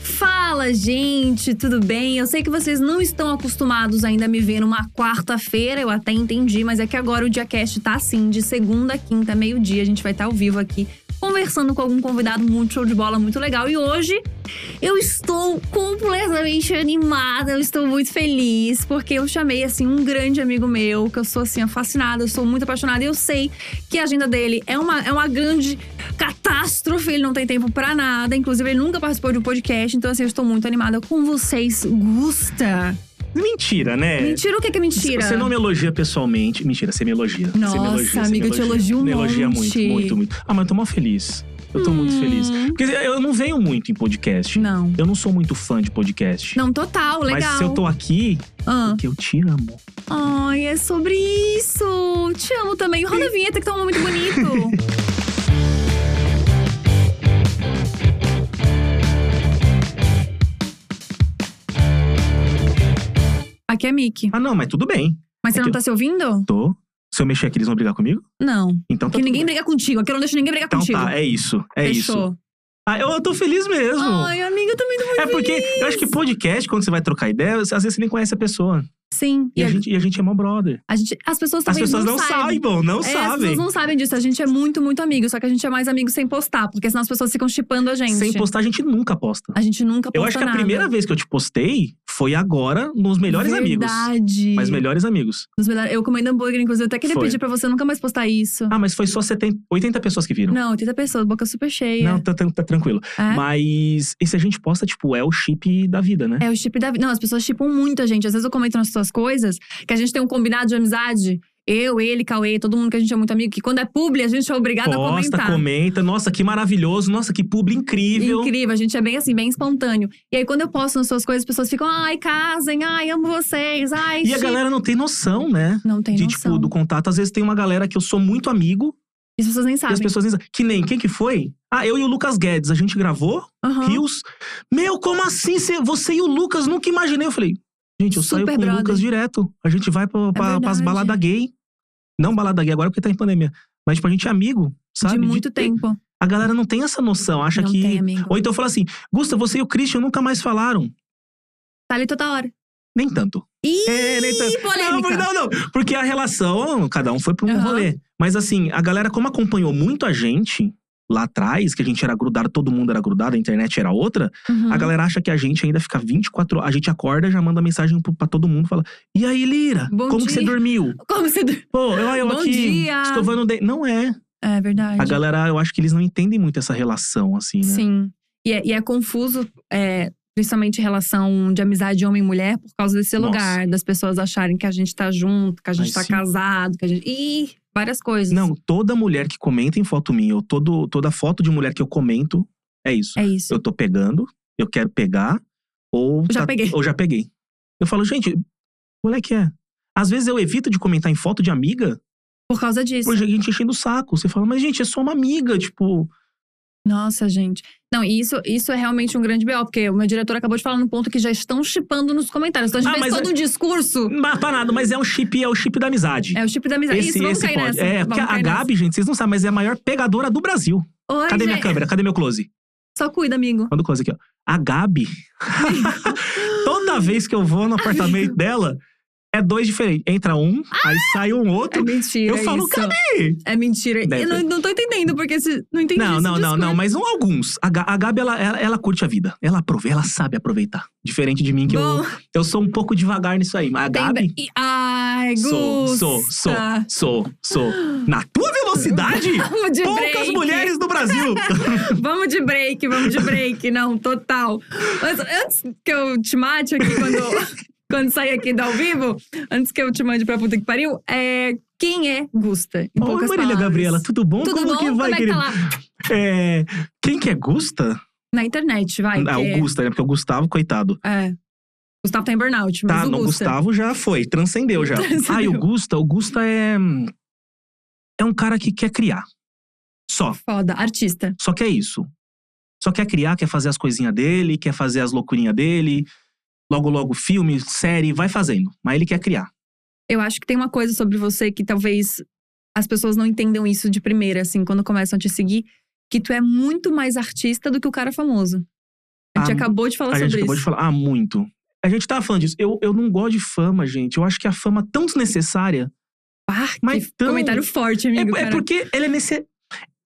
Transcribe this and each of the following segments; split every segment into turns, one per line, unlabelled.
Fala, gente, tudo bem? Eu sei que vocês não estão acostumados ainda a me ver numa quarta-feira, eu até entendi, mas é que agora o Diacast tá assim, de segunda a quinta, meio-dia, a gente vai estar ao vivo aqui conversando com algum convidado muito show de bola, muito legal. E hoje eu estou completamente animada, eu estou muito feliz, porque eu chamei assim um grande amigo meu, que eu sou assim fascinada, eu sou muito apaixonada e eu sei que a agenda dele é uma, é uma grande catástrofe, ele não tem tempo pra nada, inclusive ele nunca participou de um podcast, então assim, eu estou muito animada com vocês, Gusta.
Mentira, né?
Mentira, o que é, que é mentira?
Você não me elogia pessoalmente. Mentira, você me elogia. você me
Nossa,
elogia, você
amiga,
me
eu te
elogia.
elogio um
Me elogia muito,
monte. Hum.
muito, muito. Ah, mas eu tô mal feliz. Eu tô muito feliz. Porque eu não venho muito em podcast.
Não.
Eu não sou muito fã de podcast.
Não, total, legal.
Mas se eu tô aqui,
Ah.
porque eu te amo.
Ai, é sobre isso! Te amo também. Roda a vinheta que tá um momento bonito. Aqui é Mickey.
Ah, não, mas tudo bem.
Mas você não
Aqui.
tá se ouvindo?
Tô. Se eu mexer aqui, eles vão brigar comigo?
Não.
Então tá.
Porque
tudo
ninguém
bem.
briga contigo. Aqui eu não deixo ninguém brigar
Então
contigo.
tá, é isso. É isso.
Fechou.
Ah, eu eu tô feliz mesmo.
Ai, amiga, eu também tô muito
é porque eu acho que podcast, quando você vai trocar ideia, às vezes você nem conhece a pessoa.
Sim.
E, a, gente, e a gente é mó brother.
a gente- as pessoas
As
também
pessoas não,
sabem.
saibam, não
É, As
sabem.
pessoas não sabem disso. A gente é muito, muito amigo. Só que a gente é mais amigo sem postar. Porque senão as pessoas ficam chipando a gente.
Sem postar, a gente nunca posta.
A gente nunca posta
Eu acho que a
nada.
primeira vez que eu te postei foi agora nos Melhores Amigos.
Verdade.
Mas melhores amigos.
Nos melhores- Eu comendo hambúrguer, inclusive. Eu até queria
Foi.
pedir pra você nunca mais postar isso.
Ah, mas foi só 70, 80 pessoas que viram.
Não, 80 pessoas, boca super cheia.
Não, tá, tá- tá tranquilo.
É?
Mas esse a gente posta, tipo, é o chip da vida, né?
É o chip da vida. Não, as pessoas chipam muito a gente. Às vezes eu comento nas suas coisas que a gente tem um combinado de amizade. Eu, ele, Cauê, todo mundo que a gente é muito amigo, que quando é publi, a gente é obrigado a
Posta,
comentar.
comenta. Nossa, que maravilhoso. Nossa, que publi incrível.
Incrível, a gente é bem assim, bem espontâneo. E aí, quando eu posto nas suas coisas, as pessoas ficam, ai, casem, ai, amo vocês, ai,
E a
chip."
galera não tem noção, né?
Não tem
de,
noção.
tipo, do contato. Às vezes tem uma galera que eu sou muito amigo
E as pessoas nem
e as
sabem.
pessoas dizem, que nem, quem que foi? Ah, eu e o Lucas Guedes, a gente gravou,
Aham.
rios. Meu, como assim? Cê- Você e o Lucas, nunca imaginei. Eu falei, gente, eu saio
Super
com o
brother.
Lucas direto. A gente vai pra, pra, pras
verdade.
baladas gay. Não balada gay agora porque tá em pandemia. Mas, tipo, a gente é amigo, sabe?
De muito tempo.
A galera não tem essa noção, acha
Não
que.
tem, amigo.
Ou então fala assim, Gusta, você e o Christian nunca mais falaram.
Tá ali toda hora.
Nem tanto.
Ih,
É, nem tanto. Não,
polêmica.
por- não, não. Porque a relação, cada um foi pra um
Aham.
rolê. Mas assim, a galera, como acompanhou muito a gente lá atrás, que a gente era grudado, todo mundo era grudado, a internet era outra,
Uhum.
a galera acha que a gente ainda fica 24 horas. A gente acorda, já manda mensagem pro- pra todo mundo, fala: E aí, Lira?
Bom
como
dia."
que você dormiu?
Como você.
Pô, eu, eu
Bom
aqui,
dia.
escovando o dente. Não é.
É verdade.
A galera, eu acho que eles não entendem muito essa relação, assim, né?
Sim. E é, e é confuso, é, principalmente em relação de amizade de homem e mulher, por causa desse
Nossa.
lugar, das pessoas acharem que a gente tá junto, que a gente
Ai,
tá
sim.
casado, que a gente. Ih, várias coisas.
Não, toda mulher que comenta em foto minha, ou todo, toda foto de mulher que eu comento, é isso.
É isso.
Eu tô pegando, eu quero pegar, ou. tá
já peguei.
Ou já peguei. Eu falo, gente, qual é que é? Às vezes eu evito de comentar em foto de amiga,
Por causa disso.
porque a gente enchendo o saco. Você fala, mas gente, é só uma amiga, tipo.
Nossa, gente. Não, e isso, isso é realmente um grande B.O., porque o meu diretor acabou de falar num ponto que já estão chipando nos comentários. Então a gente
Ah,
fez
mas
todo
é-
um discurso.
Mas pra nada, mas é um chip, é o chip da amizade.
É o chip da amizade. isso, vamos cair
pode.
nessa.
É,
vamos
porque a
cair nessa. é.
Gabi, gente, vocês não sabem, mas é a maior pegadora do Brasil.
Oi,
Cadê minha
gente?
câmera? Cadê meu close?
Só cuida, amigo.
Manda o close aqui, ó. A Gabi, toda vez que eu vou no apartamento dela, é dois diferentes. Entra um, aí sai um
É
outro.
mentira.
Eu falo,
isso.
cadê?
É mentira.
Deve.
Eu não, não tô entendendo, porque esse, não entendi
Não,
esse
não, não,
discurso.
não, mas não alguns. A, Ga- a Gabi, ela, ela, ela curte a vida. Ela aproveita, ela sabe aproveitar. Diferente de mim, que eu,
Bom,
eu sou um pouco devagar nisso aí. Mas a
tem...
Gabi.
e- Ai,
Sou,
Gusta.
sou, sou, sou, sou. Na tua velocidade,
Vamos de
poucas
break.
mulheres do Brasil.
Vamos de break, vamos de break. Não, total. Mas antes que eu te mate aqui quando, quando sair aqui do ao vivo, antes que eu te mande pra puta que pariu, é quem é Gusta? Em
Oi,
poucas
Marília
palavras.
Gabriela, tudo bom?
Tudo
Como
bom?
que vai,
Como é que
querida?
tá lá?
É, quem que é Gusta?
Na internet, vai.
ah,
que-
o Gusta, né? Porque o Gustavo, coitado.
É. Gustavo tá em burnout, mas
Tá,
o
não, o
Gusta. é
Gustavo já foi, transcendeu já. Ah, e o Gusta, o Gusta é. hum, É um cara que quer criar. Só.
Foda, artista.
Só quer isso. Só quer criar, quer fazer as coisinhas dele, quer fazer as loucurinhas dele. Logo, logo, filme, série, vai fazendo. Mas ele quer criar.
Eu acho que tem uma coisa sobre você que talvez as pessoas não entendam isso de primeira, assim, quando começam a te seguir, que tu é muito mais artista do que o cara famoso. A gente
Ah,
acabou de falar
a
sobre
gente acabou
isso.
de falar. Ah, muito. A gente tava falando disso. Eu, eu não gosto de fama, gente. Eu acho que a fama é tão desnecessária.
Ah, que
Mas então-
comentário forte,
É,
amigo.
é
cara.
porque ela é nesse.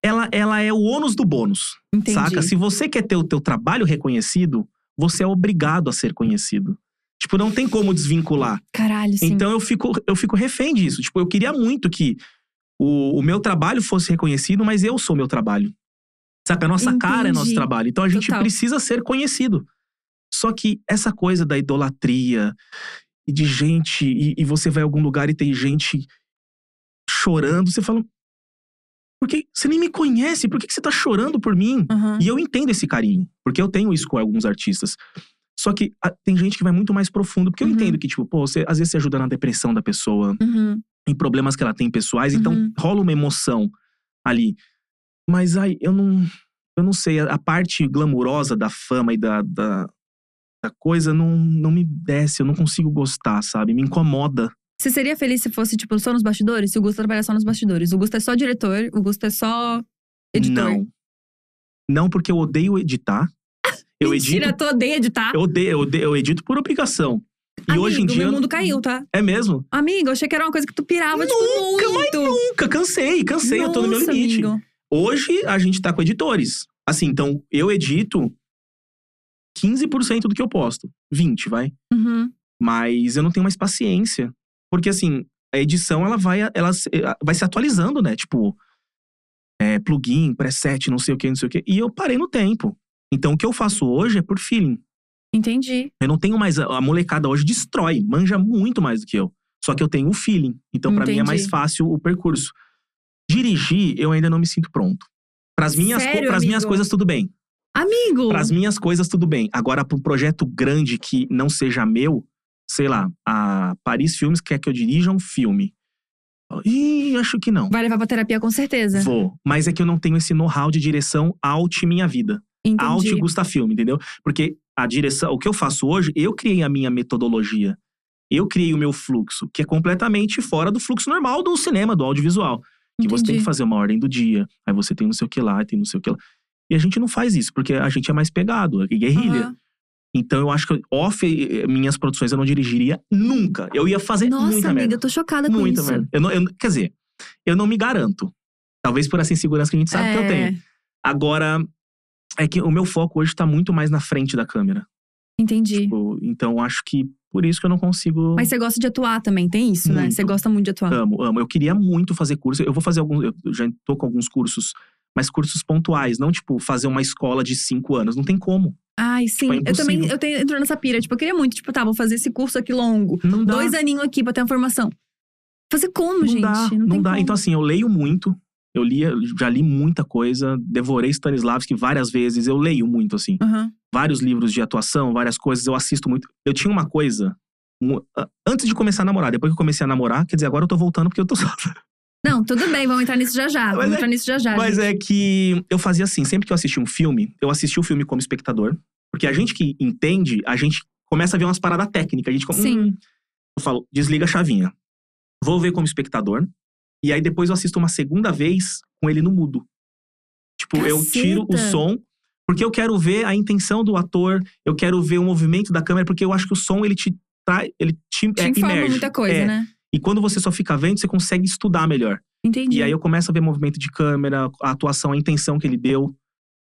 Ela, ela é o ônus do bônus.
Entendi.
Saca? assim. Se você quer ter o teu trabalho reconhecido, você é obrigado a ser conhecido. Tipo, não tem como desvincular.
Caralho, sim.
Então eu fico, eu fico refém disso. Tipo, eu queria muito que o, o meu trabalho fosse reconhecido, mas eu sou meu trabalho. Saca? A nossa cara é nosso
Entendi.
trabalho. Então a gente
Total.
precisa ser conhecido. Só que essa coisa da idolatria e de gente, e, e você vai a algum lugar e tem gente chorando, você fala. Por que você nem me conhece? Por que que você tá chorando por mim?
Aham.
E eu entendo esse carinho, porque eu tenho isso com alguns artistas. Só que ah, tem gente que vai muito mais profundo, porque eu
Uhum.
entendo que, tipo, pô, você, às vezes você ajuda na depressão da pessoa,
Uhum.
em problemas que ela tem pessoais, então
Uhum.
rola uma emoção ali. Mas ai, eu não. Eu não sei, a, a parte glamurosa da fama e da, da, da coisa não, não me desce, eu não consigo gostar, sabe? Me incomoda.
Você seria feliz se fosse, tipo, só nos bastidores? Se o Gusto trabalha só nos bastidores. O Gusto é só diretor, o Gusto é só editor.
Não. Não, porque eu odeio editar. Eu
Mentira,
edito.
tu odeia editar.
Eu odeio, eu odeio, eu edito por obrigação. E
tá? Amigo,
hoje em dia.
meu mundo caiu, tá?
É mesmo?
Amigo, eu achei que era uma coisa que tu pirava, tipo,
Nunca, mas
muito.
Nunca, cansei, cansei, eu tô no meu
Nossa,
limite.
amigo.
Hoje a gente tá com editores. Assim, então eu edito 15% do que eu posto. 20, vai.
Uhum.
Mas eu não tenho mais paciência. Porque assim, a edição ela vai, ela se- eh, vai se atualizando, né? Tipo, é, plugin, preset, não sei o que, não sei o que. E eu parei no tempo. Então o que eu faço hoje é por feeling.
Entendi.
Eu não tenho mais. A a molecada hoje destrói, manja muito mais do que eu. Só que eu tenho o feeling. Então, pra mim, é
Entendi.
mais fácil o percurso. Dirigir, eu ainda não me sinto pronto. Pras minhas, co-
Sério,
pras minhas
amigo?
coisas, tudo bem.
Amigo!
Pras minhas coisas, tudo bem. Agora, pra um projeto grande que não seja meu, sei lá, a Paris Filmes quer que eu dirija um filme. Ih, acho que não.
Vai levar pra terapia com certeza.
Vou. Mas é que eu não tenho esse know-how de direção out minha vida. Alt
Entendi.
Gusta Filme, entendeu? Porque a direção, o que eu faço hoje, eu criei a minha metodologia. Eu criei o meu fluxo, que é completamente fora do fluxo normal do cinema, do audiovisual. Que você tem
Entendi.
que fazer uma ordem do dia, aí você tem não sei o que lá, tem não sei o que lá. E a gente não faz isso, porque a gente é mais pegado, é guerrilha.
Aham.
Então eu acho que off eh, minhas produções eu não dirigiria nunca. Eu ia fazer
Nossa,
é muita
amiga,
merda.
eu tô chocada com
Muita
isso.
merda. Eu não, eu não- quer dizer, eu não me garanto. Talvez por essa insegurança que a gente sabe que eu
É.
tenho. Agora, é que o meu foco hoje tá muito mais na frente da câmera.
Entendi.
Tipo, então acho que por isso que eu não consigo.
Mas você gosta de atuar também, tem isso, né?
Muito.
Você gosta muito de atuar.
Amo, amo. Eu queria muito fazer curso. Eu vou fazer alguns. Eu já tô com alguns cursos, mas cursos pontuais, não tipo fazer uma escola de cinco anos. Não tem como.
Ai, sim.
é
eu também
impossível.
eu tenho, entro nessa pira. Tipo, eu queria muito, tipo, tá, vou fazer esse curso aqui longo.
Não dá.
Dois aninhos aqui pra ter uma formação. Fazer como,
não
gente?
dá, não,
tem
dá.
como.
Então, assim, eu leio muito. Eu lia, já li muita coisa, devorei Stanislavski várias vezes. Eu leio muito, assim.
Aham.
vários livros de atuação, várias coisas, eu assisto muito. Eu tinha uma coisa. um- a- Antes de começar a namorar, depois que eu comecei a namorar, quer dizer, agora eu tô voltando porque eu tô só.
Não, tudo bem, vamos entrar nisso já já.
Mas
Vamos
é-
entrar nisso já já.
Mas
gente.
é que eu fazia assim, sempre que eu assistia um filme, eu assistia o filme como espectador. Porque a gente que entende, a gente começa a ver umas paradas técnicas. A gente come-
Sim.
eu falo, desliga a chavinha. Vou ver como espectador. E aí depois eu assisto uma segunda vez com ele no mudo. Tipo, eu
Caceta!
tiro o som, porque eu quero ver a intenção do ator, eu quero ver o movimento da câmera, porque eu acho que o som ele te traz, ele te,
Te
é,
informa
imerge.
muita coisa,
É.
né?
E quando você só fica vendo, você consegue estudar melhor.
Entendi.
E aí eu começo a ver movimento de câmera, a atuação, a intenção que ele deu.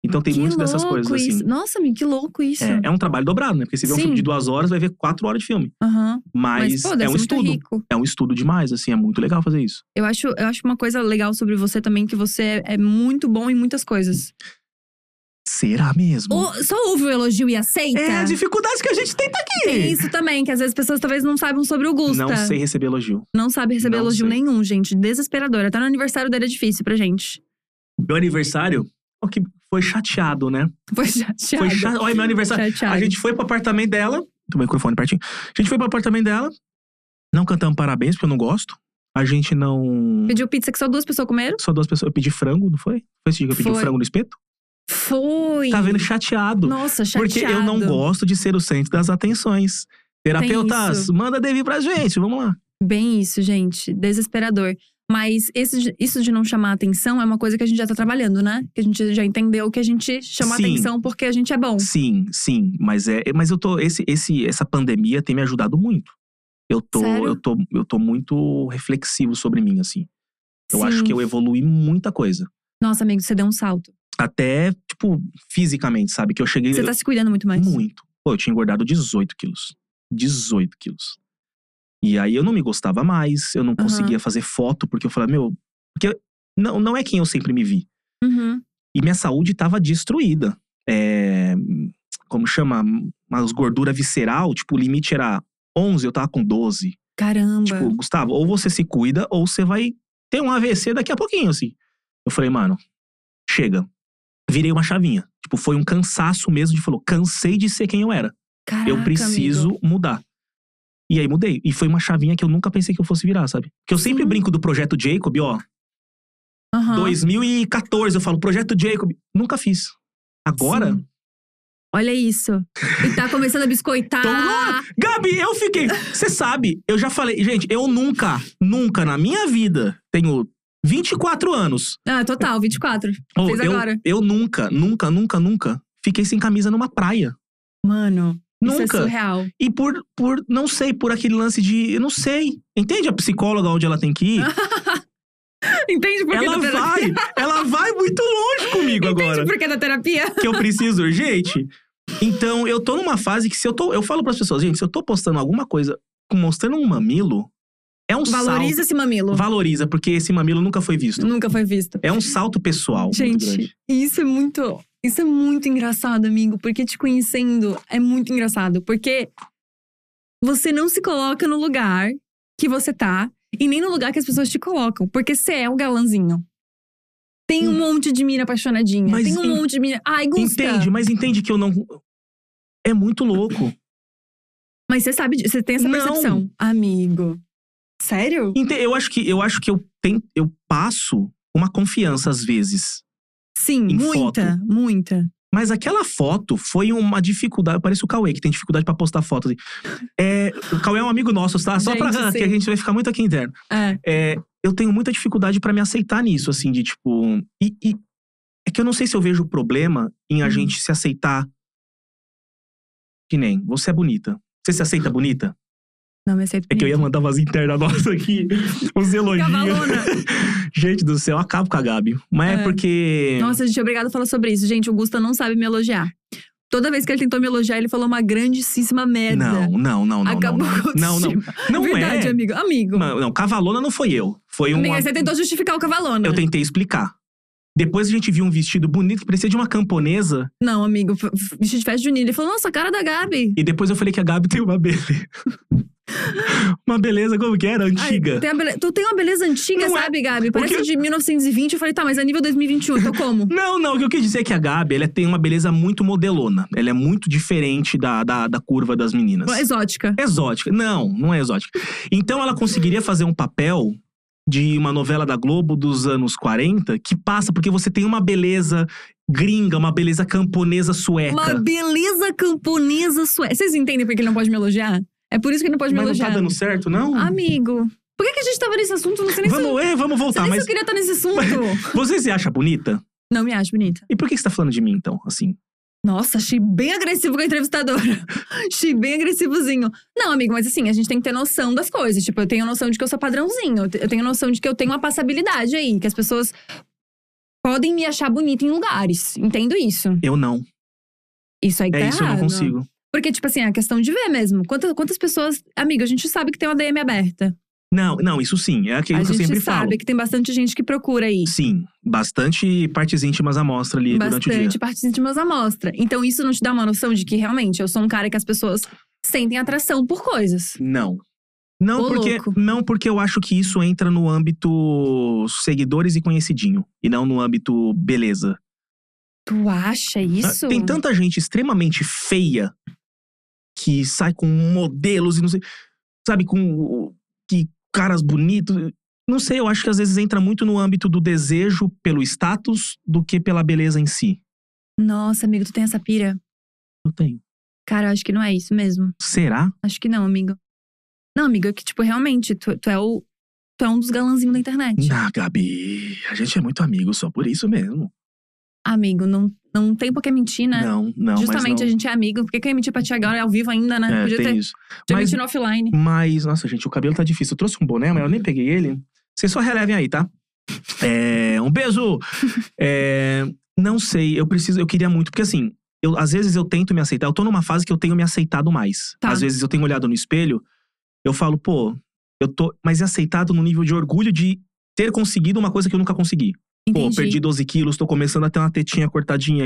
Então tem
que
muito
louco
dessas coisas
isso.
assim.
Nossa, amigo, que louco isso.
É, é um trabalho dobrado, né? Porque você vê um
Sim.
filme de duas horas, vai ver quatro horas de filme.
Aham.
Mas,
Mas, pô, deve
é
ser
um
muito
estudo.
tá rico.
É um estudo demais, assim, é muito legal fazer isso.
Eu acho, eu acho uma coisa legal sobre você também, que você é é muito bom em muitas coisas.
Será mesmo?
Ou- só ouve o elogio e aceita?
É a dificuldade que a gente tem tá aqui.
Tem isso também, que às vezes as pessoas talvez não saibam sobre o Gusta.
Não sei receber elogio.
Não sabe receber
Não
elogio
sei.
nenhum, gente. Desesperador. Até no aniversário dele é difícil pra gente.
Meu aniversário, o que foi chateado, né?
Foi chateado.
Foi chateado. Olha, meu aniversário.
Chateado.
A gente foi pro apartamento dela. Do microfone pertinho. A gente foi pro apartamento dela. Não cantamos parabéns, porque eu não gosto. A gente não.
Pediu pizza que só duas pessoas comeram?
Só duas pessoas. Eu pedi frango, não foi? Foi esse dia que eu pedi o
Foi.
frango no espeto?
Foi.
Tá vendo chateado.
Nossa, chateado.
Porque eu não gosto de ser o centro das atenções. Terapeutas,
isso.
manda Devi pra gente, vamos lá.
Bem isso, gente. Desesperador. Mas esse de- isso de não chamar atenção é uma coisa que a gente já tá trabalhando, né? Que a gente já entendeu que a gente chama
Sim.
atenção porque a gente é bom.
Sim, sim, mas é, mas eu tô esse, esse essa pandemia tem me ajudado muito. Eu tô
Sério?
eu tô eu tô muito reflexivo sobre mim assim. Eu acho
Sim.
que eu evoluí muita coisa,
Nossa, amigo, você deu um salto.
até tipo fisicamente, sabe? Que eu cheguei
Você tá se cuidando muito mais.
muito. Pô, eu tinha engordado 18 quilos. 18 quilos. E aí eu não me gostava mais, eu não
Aham.
conseguia fazer foto porque eu falava, meu, porque eu- não não é quem eu sempre me vi.
Uhum.
E minha saúde estava destruída. É, como chama? Umas gordura visceral, tipo, o limite era 11, eu tava com 12.
Caramba.
Tipo, Gustavo, ou você se cuida, ou você vai ter um AVC daqui a pouquinho, assim. Eu falei, mano, chega. Virei uma chavinha. Tipo, foi um cansaço mesmo de falou, cansei de ser quem eu era.
Caraca,
eu preciso
amigo.
mudar. E aí mudei. E foi uma chavinha que eu nunca pensei que eu fosse virar, sabe? Porque eu sempre
Sim.
brinco do projeto Jacob, ó.
Aham.
2014, eu falo, projeto Jacob. Nunca fiz. Agora,
Sim. Olha isso. E tá começando a biscoitar.
Tô louco. Gabi, eu fiquei. Você sabe, eu já falei. Gente, eu nunca, nunca na minha vida tenho 24 anos.
ah, total, 24.
Ou
Fez
eu,
agora.
eu nunca, nunca, nunca, nunca fiquei sem camisa numa praia.
Mano, isso é
nunca.
surreal.
e por, por, não sei, por aquele lance de. Eu não sei. Entende a psicóloga onde ela tem que ir?
Entende por que tá
ela
da terapia?
vai. Ela vai muito longe comigo agora.
Entende por que da terapia?
que eu preciso urgente. Então, eu tô numa fase que se eu tô. Eu falo pras pessoas, gente, se eu tô postando alguma coisa mostrando um mamilo, é um
Valoriza esse mamilo.
salto. Valoriza, porque esse mamilo nunca foi visto.
Nunca foi visto.
É um salto pessoal. muito grande.
Gente, isso é muito. Isso é muito engraçado, amigo, porque te conhecendo é muito engraçado. Porque você não se coloca no lugar que você tá e nem no lugar que as pessoas te colocam. Porque você é o galãzinho. Tem um monte de mina apaixonadinha.
Hum. Mas
tem um
en-
monte de mina. Ai, Gusta.
Entende, mas entende que eu não. É muito louco.
Mas você sabe, disso, você tem essa
Não.
percepção. Amigo. Sério?
Ente- Eu acho que eu acho que eu, ten... eu passo uma confiança às vezes.
Sim,
Em
muita, muita.
Mas aquela foto foi uma dificuldade. Parece o Cauê, que tem dificuldade pra postar foto. assim. É, o Cauê é um amigo nosso, tá? Só pra
Gente,
que a
sim.
gente vai ficar muito aqui interno.
É.
é, eu tenho muita dificuldade pra me aceitar nisso, assim, de tipo. E, e é que eu não sei se eu vejo problema em a
Hum.
gente se aceitar. Que nem, você é bonita. Você se aceita bonita?
Não me aceito.
É que eu ia
bonita.
mandar umas internas nossas aqui, uns elogios.
Cavalona.
Gente do céu, eu acabo com a Gabi. Mas é,
É.
porque.
Nossa, gente, é obrigado a falar sobre isso. Gente, o Gusta não sabe me elogiar. Toda vez que ele tentou me elogiar, ele falou uma grandíssima merda.
não, não, não, não, não.
é, Acabou
não.
com a
Não, não.
autoestima.
Não
Verdade,
é.
amigo. Amigo.
Não, não, cavalona não foi eu. Foi um.
Amiga, você tentou justificar o cavalona.
Eu tentei explicar. Depois a gente viu um vestido bonito que parecia de uma camponesa.
Não, amigo. f- f- Vestido de festa junina. Ele falou, nossa, a cara da Gabi.
E depois eu falei que a Gabi tem uma beleza. uma beleza como que era?
Ai,
Antiga.
tem a bele- Tu tem uma beleza antiga,
Não é.
sabe, Gabi? Parece
que-
de 1920. Eu falei, tá, mas é nível 2021, então como?
Não, não, o que eu quis dizer é que a Gabi ela tem uma beleza muito modelona. Ela é muito diferente da, da, da curva das meninas.
Exótica.
Exótica. Não, não é exótica. Então ela conseguiria fazer um papel de uma novela da Globo dos anos 40 que passa porque você tem uma beleza gringa, uma beleza camponesa sueca.
Uma beleza camponesa sueca. Vocês entendem por que ele não pode me elogiar? É por isso que ele não pode
Mas
me
não
elogiar.
tá dando certo, não?
Amigo, por que, que a gente tava nesse assunto? Eu Não sei nem se Ah, eu-
vamos, é, vamos
Você
voltar.
nem
Mas
se eu queria estar nesse assunto.
você se acha bonita?
não me acho bonita.
E por que que você tá falando de mim, então, assim?
Nossa, achei bem agressivo com a entrevistadora. achei bem agressivozinho. Não, amigo, mas assim, a gente tem que ter noção das coisas. Tipo, eu tenho noção de que eu sou padrãozinho. Eu te- Eu tenho noção de que eu tenho uma passabilidade aí. Que as pessoas podem me achar bonita em lugares. Entendo isso.
Eu não.
Isso aí que
É
tá
isso, eu não
errado.
consigo.
Porque, tipo assim, é a questão de ver mesmo. Quantas, quantas pessoas… Amigo, a gente sabe que tem uma DM aberta.
Não, não, isso sim. É aquilo
a
que eu
gente
sempre
sabe
falo.
que tem bastante gente que procura aí.
Sim, bastante partes íntimas à mostra ali durante o dia.
bastante partes íntimas à mostra. Então isso não te dá uma noção de que realmente eu sou um cara que as pessoas sentem atração por coisas.
Não. Não
Ô,
porque,
louco.
não porque eu acho que isso entra no âmbito seguidores e conhecidinho. E não no âmbito beleza.
Tu acha isso?
Ah, Né? Tem tanta gente extremamente feia que sai com modelos e não sei. Sabe, com o- que caras bonitos. Não sei, eu acho que às vezes entra muito no âmbito do desejo pelo status do que pela beleza em si.
Nossa, amigo, tu tem essa pira?
Eu tenho.
Cara, eu acho que não é isso mesmo.
Será?
Acho que não, amigo. Não, amigo, é que, tipo, realmente, tu, tu é o. Tu é um dos galãzinhos da internet.
Ah, Gabi, a gente é muito amigo só por isso mesmo.
Amigo, não, não tem por que mentir, né?
Não, não,
Justamente a
mas
gente é amigo. Por que que eu ia mentir pra ti agora ao vivo ainda,
não.
né?
é,
Podia
tem
ter
isso.
podia
Mas,
mentir no offline.
mas, nossa, gente, o cabelo tá difícil. Eu trouxe um boné, mas eu nem peguei ele. Vocês só relevem aí, tá? É, um beijo! É, não sei, eu preciso, eu queria muito, porque assim, eu, às vezes eu tento me aceitar. Eu tô numa fase que eu tenho me aceitado mais.
Tá.
Às vezes eu tenho olhado no espelho, eu falo, pô, eu tô. Mas é aceitado no nível de orgulho de ter conseguido uma coisa que eu nunca consegui. Pô,
Entendi.
perdi 12 quilos, tô começando a ter uma tetinha cortadinha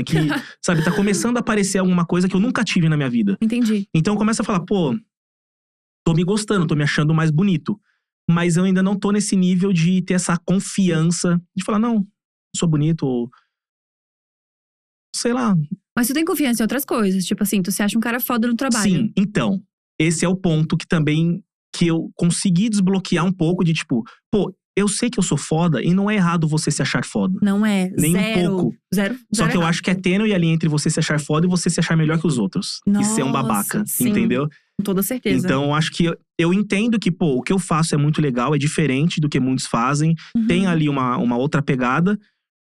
aqui. sabe, tá começando a aparecer alguma coisa que eu nunca tive na minha vida.
Entendi.
Então começa a falar, pô, tô me gostando, tô me achando mais bonito. Mas eu ainda não tô nesse nível de ter essa confiança de falar, não, sou bonito, ou. Sei lá.
Mas tu tem confiança em outras coisas. Tipo assim, tu se acha um cara foda no trabalho.
Sim, então. Esse é o ponto que também que eu consegui desbloquear um pouco de tipo, pô, eu sei que eu sou foda e não é errado você se achar foda.
Não é.
Nem um
zero.
pouco.
Zero.
Só
zero
que eu
errado.
acho que é tênue ali entre você se achar foda e você se achar melhor que os outros. e ser um
Nossa,
babaca,
sim.
entendeu?
Com toda certeza.
Então, eu acho que eu, eu entendo que, pô, o que eu faço é muito legal, é diferente do que muitos fazem,
Uhum.
tem ali uma, uma outra pegada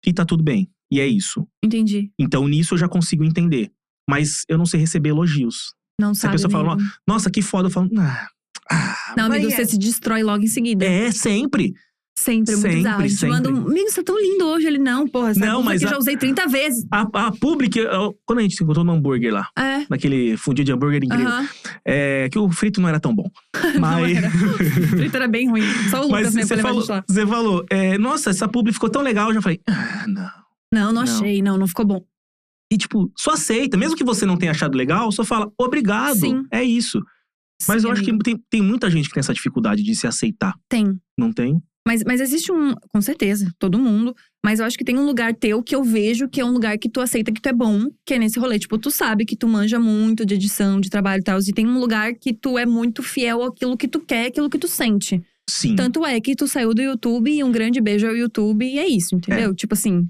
e tá tudo bem. E é isso.
Entendi.
Então, nisso eu já consigo entender. Mas eu não sei receber elogios.
Não
Se a
sabe.
pessoa fala,
amigo.
Nossa, que foda. Eu falo, ah, ah,
Não, amigo,
mas
você se destrói logo em seguida.
é, é sempre.
Sempre, é muito
Sempre,
bizarro. A gente
sempre.
manda um. Amigo, você é tão lindo hoje. Ele, não, porra. Essa
Não,
blusa
mas
aqui eu
a-
já usei 30 vezes.
A, a public, eu- quando a gente se encontrou no hambúrguer lá,
É.
naquele fundido de hambúrguer incrível,
Aham.
é, que o frito não era tão bom.
Não
Mas.
era. O Twitter era bem ruim. Só o Lucas
Mas
mesmo pra
você
levar a
falou,
gente lá.
você falou é, nossa, essa publi ficou tão legal. Eu já falei, ah, não.
Não, não
Não.
achei. Não, não ficou bom.
E, tipo, só aceita. Mesmo que você não tenha achado legal, só fala, obrigado.
Sim.
É isso. Mas
Sim,
eu acho
amigo.
que tem, tem muita gente que tem essa dificuldade de se aceitar,
Tem.
não tem?
Mas, mas existe um, com certeza, todo mundo. Mas eu acho que tem um lugar teu que eu vejo que é um lugar que tu aceita que tu é bom, que é nesse rolê. Tipo, tu sabe que tu manja muito de edição, de trabalho e tal. E tem um lugar que tu é muito fiel àquilo que tu quer, àquilo que tu sente.
Sim.
Tanto é que tu saiu do YouTube e um grande beijo ao YouTube. E é isso, entendeu? Tipo assim,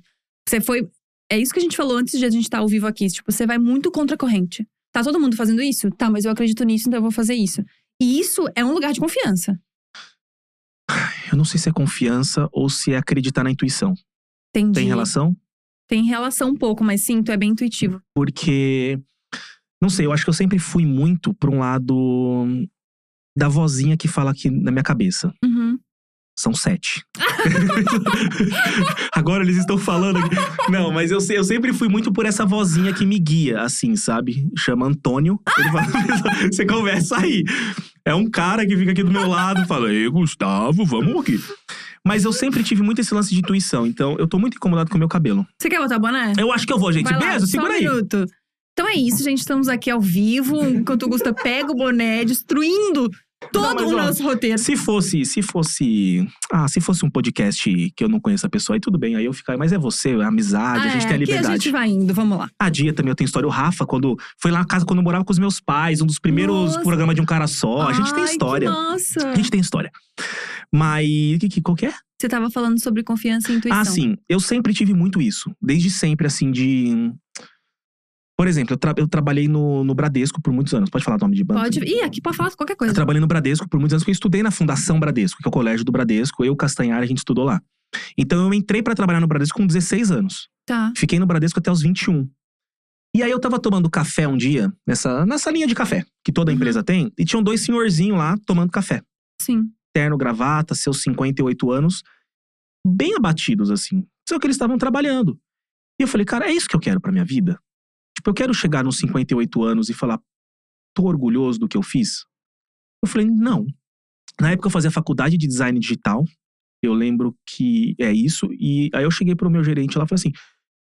você foi. É isso que a gente falou antes de a gente estar ao vivo aqui. Tipo, você vai muito contra a corrente. Tá todo mundo fazendo isso? Tá, mas eu acredito nisso, então eu vou fazer isso. E isso é um lugar de confiança.
Eu não sei se é confiança ou se é acreditar na intuição.
Entendi.
Tem relação?
Tem relação um pouco, mas sim, tu é bem intuitivo.
Porque. Não sei, eu acho que eu sempre fui muito pra um lado hum, da vozinha que fala aqui na minha cabeça.
Uhum.
São sete. Agora eles estão falando. aqui. Não, mas eu, se- eu sempre fui muito por essa vozinha que me guia, assim, sabe? Chama Antônio. Ele fala, você conversa aí. É um cara que fica aqui do meu lado, fala, ei, Gustavo, vamos aqui. Mas eu sempre tive muito esse lance de intuição, então eu tô muito incomodado com o meu cabelo.
Você quer botar boné?
Eu acho que eu vou, gente.
Vai lá,
Beijo,
só
segura
um
aí.
minuto. Então é isso, gente. Estamos aqui ao vivo. Enquanto o Gusta pega o boné, destruindo todo
Não, mas,
o
ó,
nosso roteiro.
Se fosse, se fosse. Ah, se fosse um podcast que eu não conheço a pessoa, aí tudo bem, aí eu ficar. Mas é você, é amizade, a gente
é,
tem a
aqui
liberdade.
a gente vai indo, vamos lá.
A dia também eu tenho história. O Rafa, quando foi lá na casa quando eu morava com os meus pais, um dos primeiros
Nossa.
programas de um cara só. a gente tem
Ai, que
história.
Nossa.
A gente tem história. Mas. Que, que, qual que é?
Você tava falando sobre confiança e intuição.
Ah, sim. Eu sempre tive muito isso. Desde sempre, assim, de. Por exemplo, eu, tra- eu trabalhei no, no Bradesco por muitos anos. Pode falar o nome de banco?
Pode. Ih, aqui pode falar qualquer
Eu
coisa.
trabalhei no Bradesco por muitos anos, porque eu estudei na Fundação Bradesco, que é o colégio do Bradesco. Eu, Castanhar, a gente estudou lá. Então eu entrei pra trabalhar no Bradesco com 16 anos.
Tá.
Fiquei no Bradesco até os 21. E aí eu tava tomando café um dia, nessa, nessa linha de café, que toda
Uhum.
empresa tem, e tinham dois senhorzinhos lá tomando café.
Sim.
Terno, gravata, seus 58 anos, bem abatidos, assim. Só que eles estavam trabalhando. E eu falei, cara, é isso que eu quero pra minha vida? Tipo, eu quero chegar nos 58 anos e falar, tô orgulhoso do que eu fiz? Eu falei, não. Na época eu fazia faculdade de design digital, eu lembro que é isso, e aí eu cheguei pro meu gerente lá e falei assim,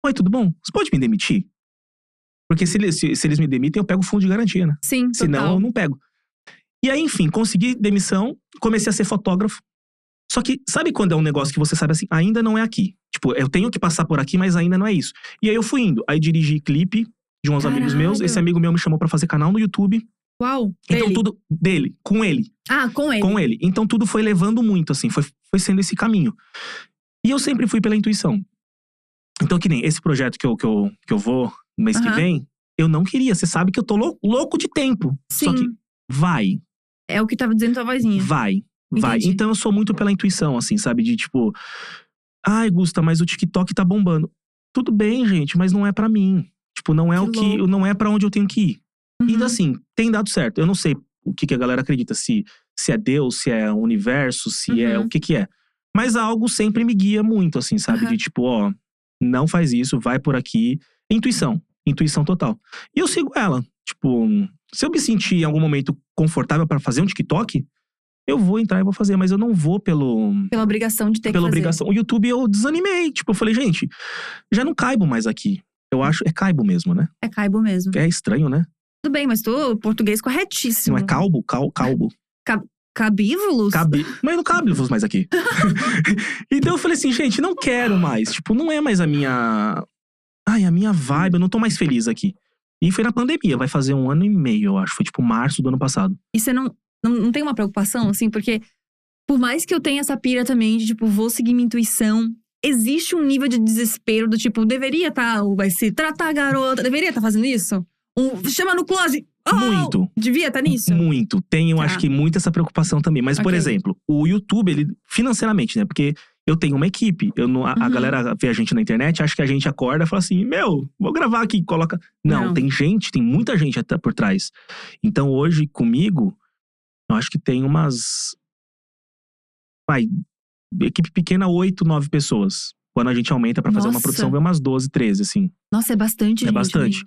oi, tudo bom? Você pode me demitir? Porque se eles, se- se eles me demitem, eu pego o fundo de garantia, né?
Sim, total.
Senão eu não pego. E aí, enfim, consegui demissão, comecei a ser fotógrafo. Só que, sabe quando é um negócio que você sabe assim, ainda não é aqui? Tipo, eu tenho que passar por aqui, mas ainda não é isso. E aí eu fui indo. Aí dirigi clipe de uns amigos meus.
Caralho.
Esse amigo meu me chamou pra fazer canal no YouTube.
Uau.
Então
dele.
tudo. Dele, com ele,
Ah, com ele.
com ele. Então tudo foi levando muito, assim, foi, foi sendo esse caminho. E eu sempre fui pela intuição. Então, que nem esse projeto que eu, que eu, que eu vou no mês que
Aham.
vem, eu não queria. Você sabe que eu tô lou- louco de tempo.
Sim.
Só que vai.
É o que tava dizendo tua vozinha.
Vai. vai.
Entendi.
Então eu sou muito pela intuição, assim, sabe? De tipo, ai, Gusta, mas o TikTok tá bombando. Tudo bem, gente, mas não é pra mim. Tipo, não é
Que
o que, não é para onde eu tenho que ir. E
Uhum.
ainda assim, tem dado certo. Eu não sei o que, que a galera acredita, se, se é Deus, se é o universo, se é
Uhum.
o que que é. Mas algo sempre me guia muito, assim, sabe?
Aham.
De tipo, ó, não faz isso, vai por aqui. Intuição, intuição total. E eu sigo ela. Tipo, se eu me sentir em algum momento confortável pra fazer um TikTok, eu vou entrar e vou fazer, mas eu não vou pelo
Uhum. Pela obrigação de ter
pela
que fazer.
obrigação. O YouTube eu desanimei, tipo, eu falei, gente, já não caibo mais aqui.
Uhum.
Eu acho, é caibo mesmo, né?
É caibo mesmo.
É estranho, né?
Tudo bem, mas tu, português corretíssimo.
Não é calbo, cal, calbo.
Cabívolos?
Cabe... Mas não cabe luz mais aqui. então eu falei assim, gente, não quero mais. Tipo, não é mais a minha. Ai, a minha vibe, eu não tô mais feliz aqui. E foi na pandemia, vai fazer um ano e meio, eu acho. Foi tipo março do ano passado.
E você não, não, não tem uma preocupação, assim, porque por mais que eu tenha essa pira também de, tipo, vou seguir minha intuição, existe um nível de desespero do tipo, deveria estar, vai se tratar a garota, deveria estar fazendo isso? Um, chama no close! Oh,
Muito. Uhum.
Devia estar nisso?
Muito. Tenho,
Tá.
acho que, muito essa preocupação também. Mas, por
Ok.
exemplo, o YouTube, ele financeiramente, né? Porque eu tenho uma equipe. Eu não, a, a
Uhum.
galera vê a gente na internet, acha que a gente acorda e fala assim: meu, vou gravar aqui, coloca. Não,
Não.
tem gente, tem muita gente até por trás. Então, hoje, comigo, eu acho que tem umas. Vai, equipe pequena, oito, nove pessoas. Quando a gente aumenta pra fazer uma
Nossa.
produção, vem umas 12, 13, assim.
Nossa, é bastante,
É
gente,
bastante.
né?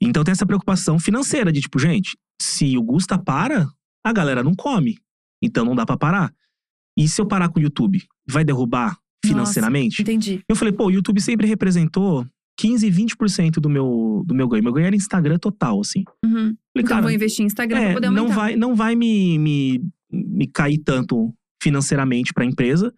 Então tem essa preocupação financeira de tipo, gente, se o Gusta para, a galera não come. Então não dá pra parar. E se eu parar com o YouTube, vai derrubar financeiramente?
Entendi.
Eu falei, pô, o YouTube sempre representou 15, 20% do meu, do meu ganho. Meu ganho era Instagram total, assim.
Uhum.
Falei,
Então
cara,
vou investir em Instagram pra
é,
poder
não
aumentar.
vai, não vai me, me, me cair tanto financeiramente pra empresa.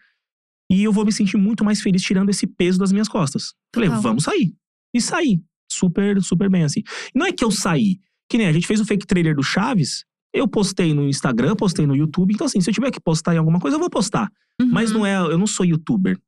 E eu vou me sentir muito mais feliz tirando esse peso das minhas costas. Falei,
Total.
vamos sair. E saí. Super, super bem, assim. Não é que eu saí. Que nem a gente fez o fake trailer do Chaves. Eu postei no Instagram, postei no YouTube. Então, assim, se eu tiver que postar em alguma coisa, eu vou postar.
Uhum.
Mas não é, eu não sou youtuber.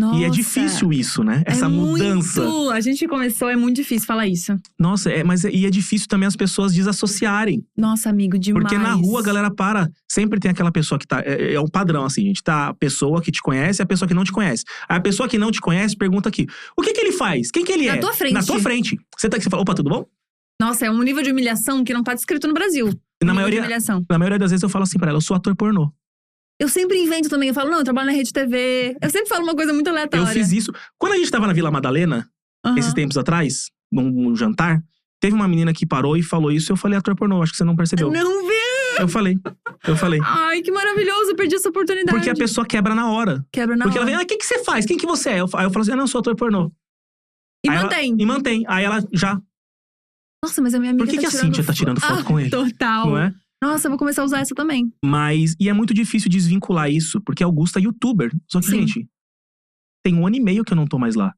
Nossa.
E é difícil isso, né? Essa
é
mudança.
Muito. A gente começou, é muito difícil falar isso.
Nossa, é, mas é- e é difícil também as pessoas desassociarem.
Nossa, amigo, demais.
Porque na rua a galera para, sempre tem aquela pessoa que tá. É, é um padrão, assim, gente. Tá a pessoa que te conhece e a pessoa que não te conhece. A pessoa que não te conhece pergunta aqui: o que que ele faz? Quem que ele
Na
é?
tua frente.
Na tua frente. Você tá aqui, você fala: opa, tudo bom?
Nossa, é um nível de humilhação que não tá descrito no Brasil.
Na
Nível de
maioria,
humilhação.
na maioria das vezes eu falo assim pra ela: eu sou ator pornô.
Eu sempre invento também. Eu falo, não, eu trabalho na rede TV. Eu sempre falo uma coisa muito aleatória.
Eu fiz isso. Quando a gente tava na Vila Madalena,
Aham.
esses tempos atrás, num, num jantar, teve uma menina que parou e falou isso. Eu falei: ator pornô, acho que você não percebeu.
Não vi.
Eu falei: eu falei.
Ai, que maravilhoso. Eu perdi essa oportunidade.
Porque a pessoa quebra na hora.
Quebra na
porque
hora.
ela vem: ah, o que que você faz? Quem que você é? Eu fa- Aí eu falo assim: ah, não, eu sou ator pornô.
E
Aí ela-
mantém.
E mantém. Aí ela já
Nossa, mas a minha amiga
Por que,
tá
que a
tirando
Cintia tá tirando foto
Ah, então.
com ele?
Total.
Não é?
Nossa, eu vou começar a usar essa também.
Mas, e é muito difícil desvincular isso, porque Augusta é youtuber. Só que,
Sim.
gente, tem um ano e meio que eu não tô mais lá.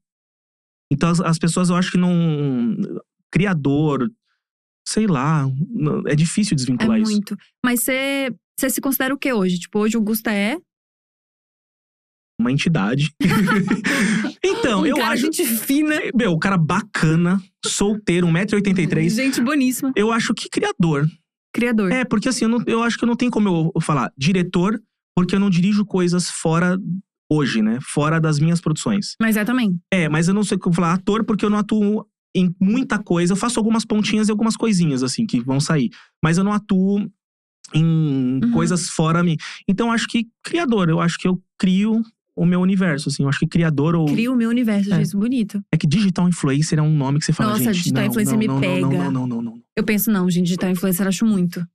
Então as, as pessoas, eu acho que não. Criador, sei lá. não- É difícil
É
desvincular isso.
muito. Mas você você se considera o que hoje? Tipo, hoje o Gusta é
Uma entidade. então,
um
eu
cara
acho.
gente fina.
Meu, o cara bacana, solteiro, 1,83m.
Gente boníssima.
Eu acho que criador.
Criador.
É, porque assim, eu, não- eu acho que eu não tenho como eu falar diretor, porque eu não dirijo coisas fora hoje, né? Fora das minhas produções.
Mas é também.
É, mas eu não sei como falar ator, porque eu não atuo em muita coisa. Eu faço algumas pontinhas e algumas coisinhas, assim, que vão sair. Mas eu não atuo em
Uhum.
coisas fora mim. Então, eu acho que criador, eu acho que eu crio o meu universo, assim. Eu acho que criador ou.
Cria o meu universo,
É.
achei isso bonito.
É que digital influencer é um nome que você fala,
Nossa,
gente.
digital
não,
influencer
não,
me
não, não,
pega.
Não, não, não, não, não.
Eu penso, não, gente, digital influencer, acho muito.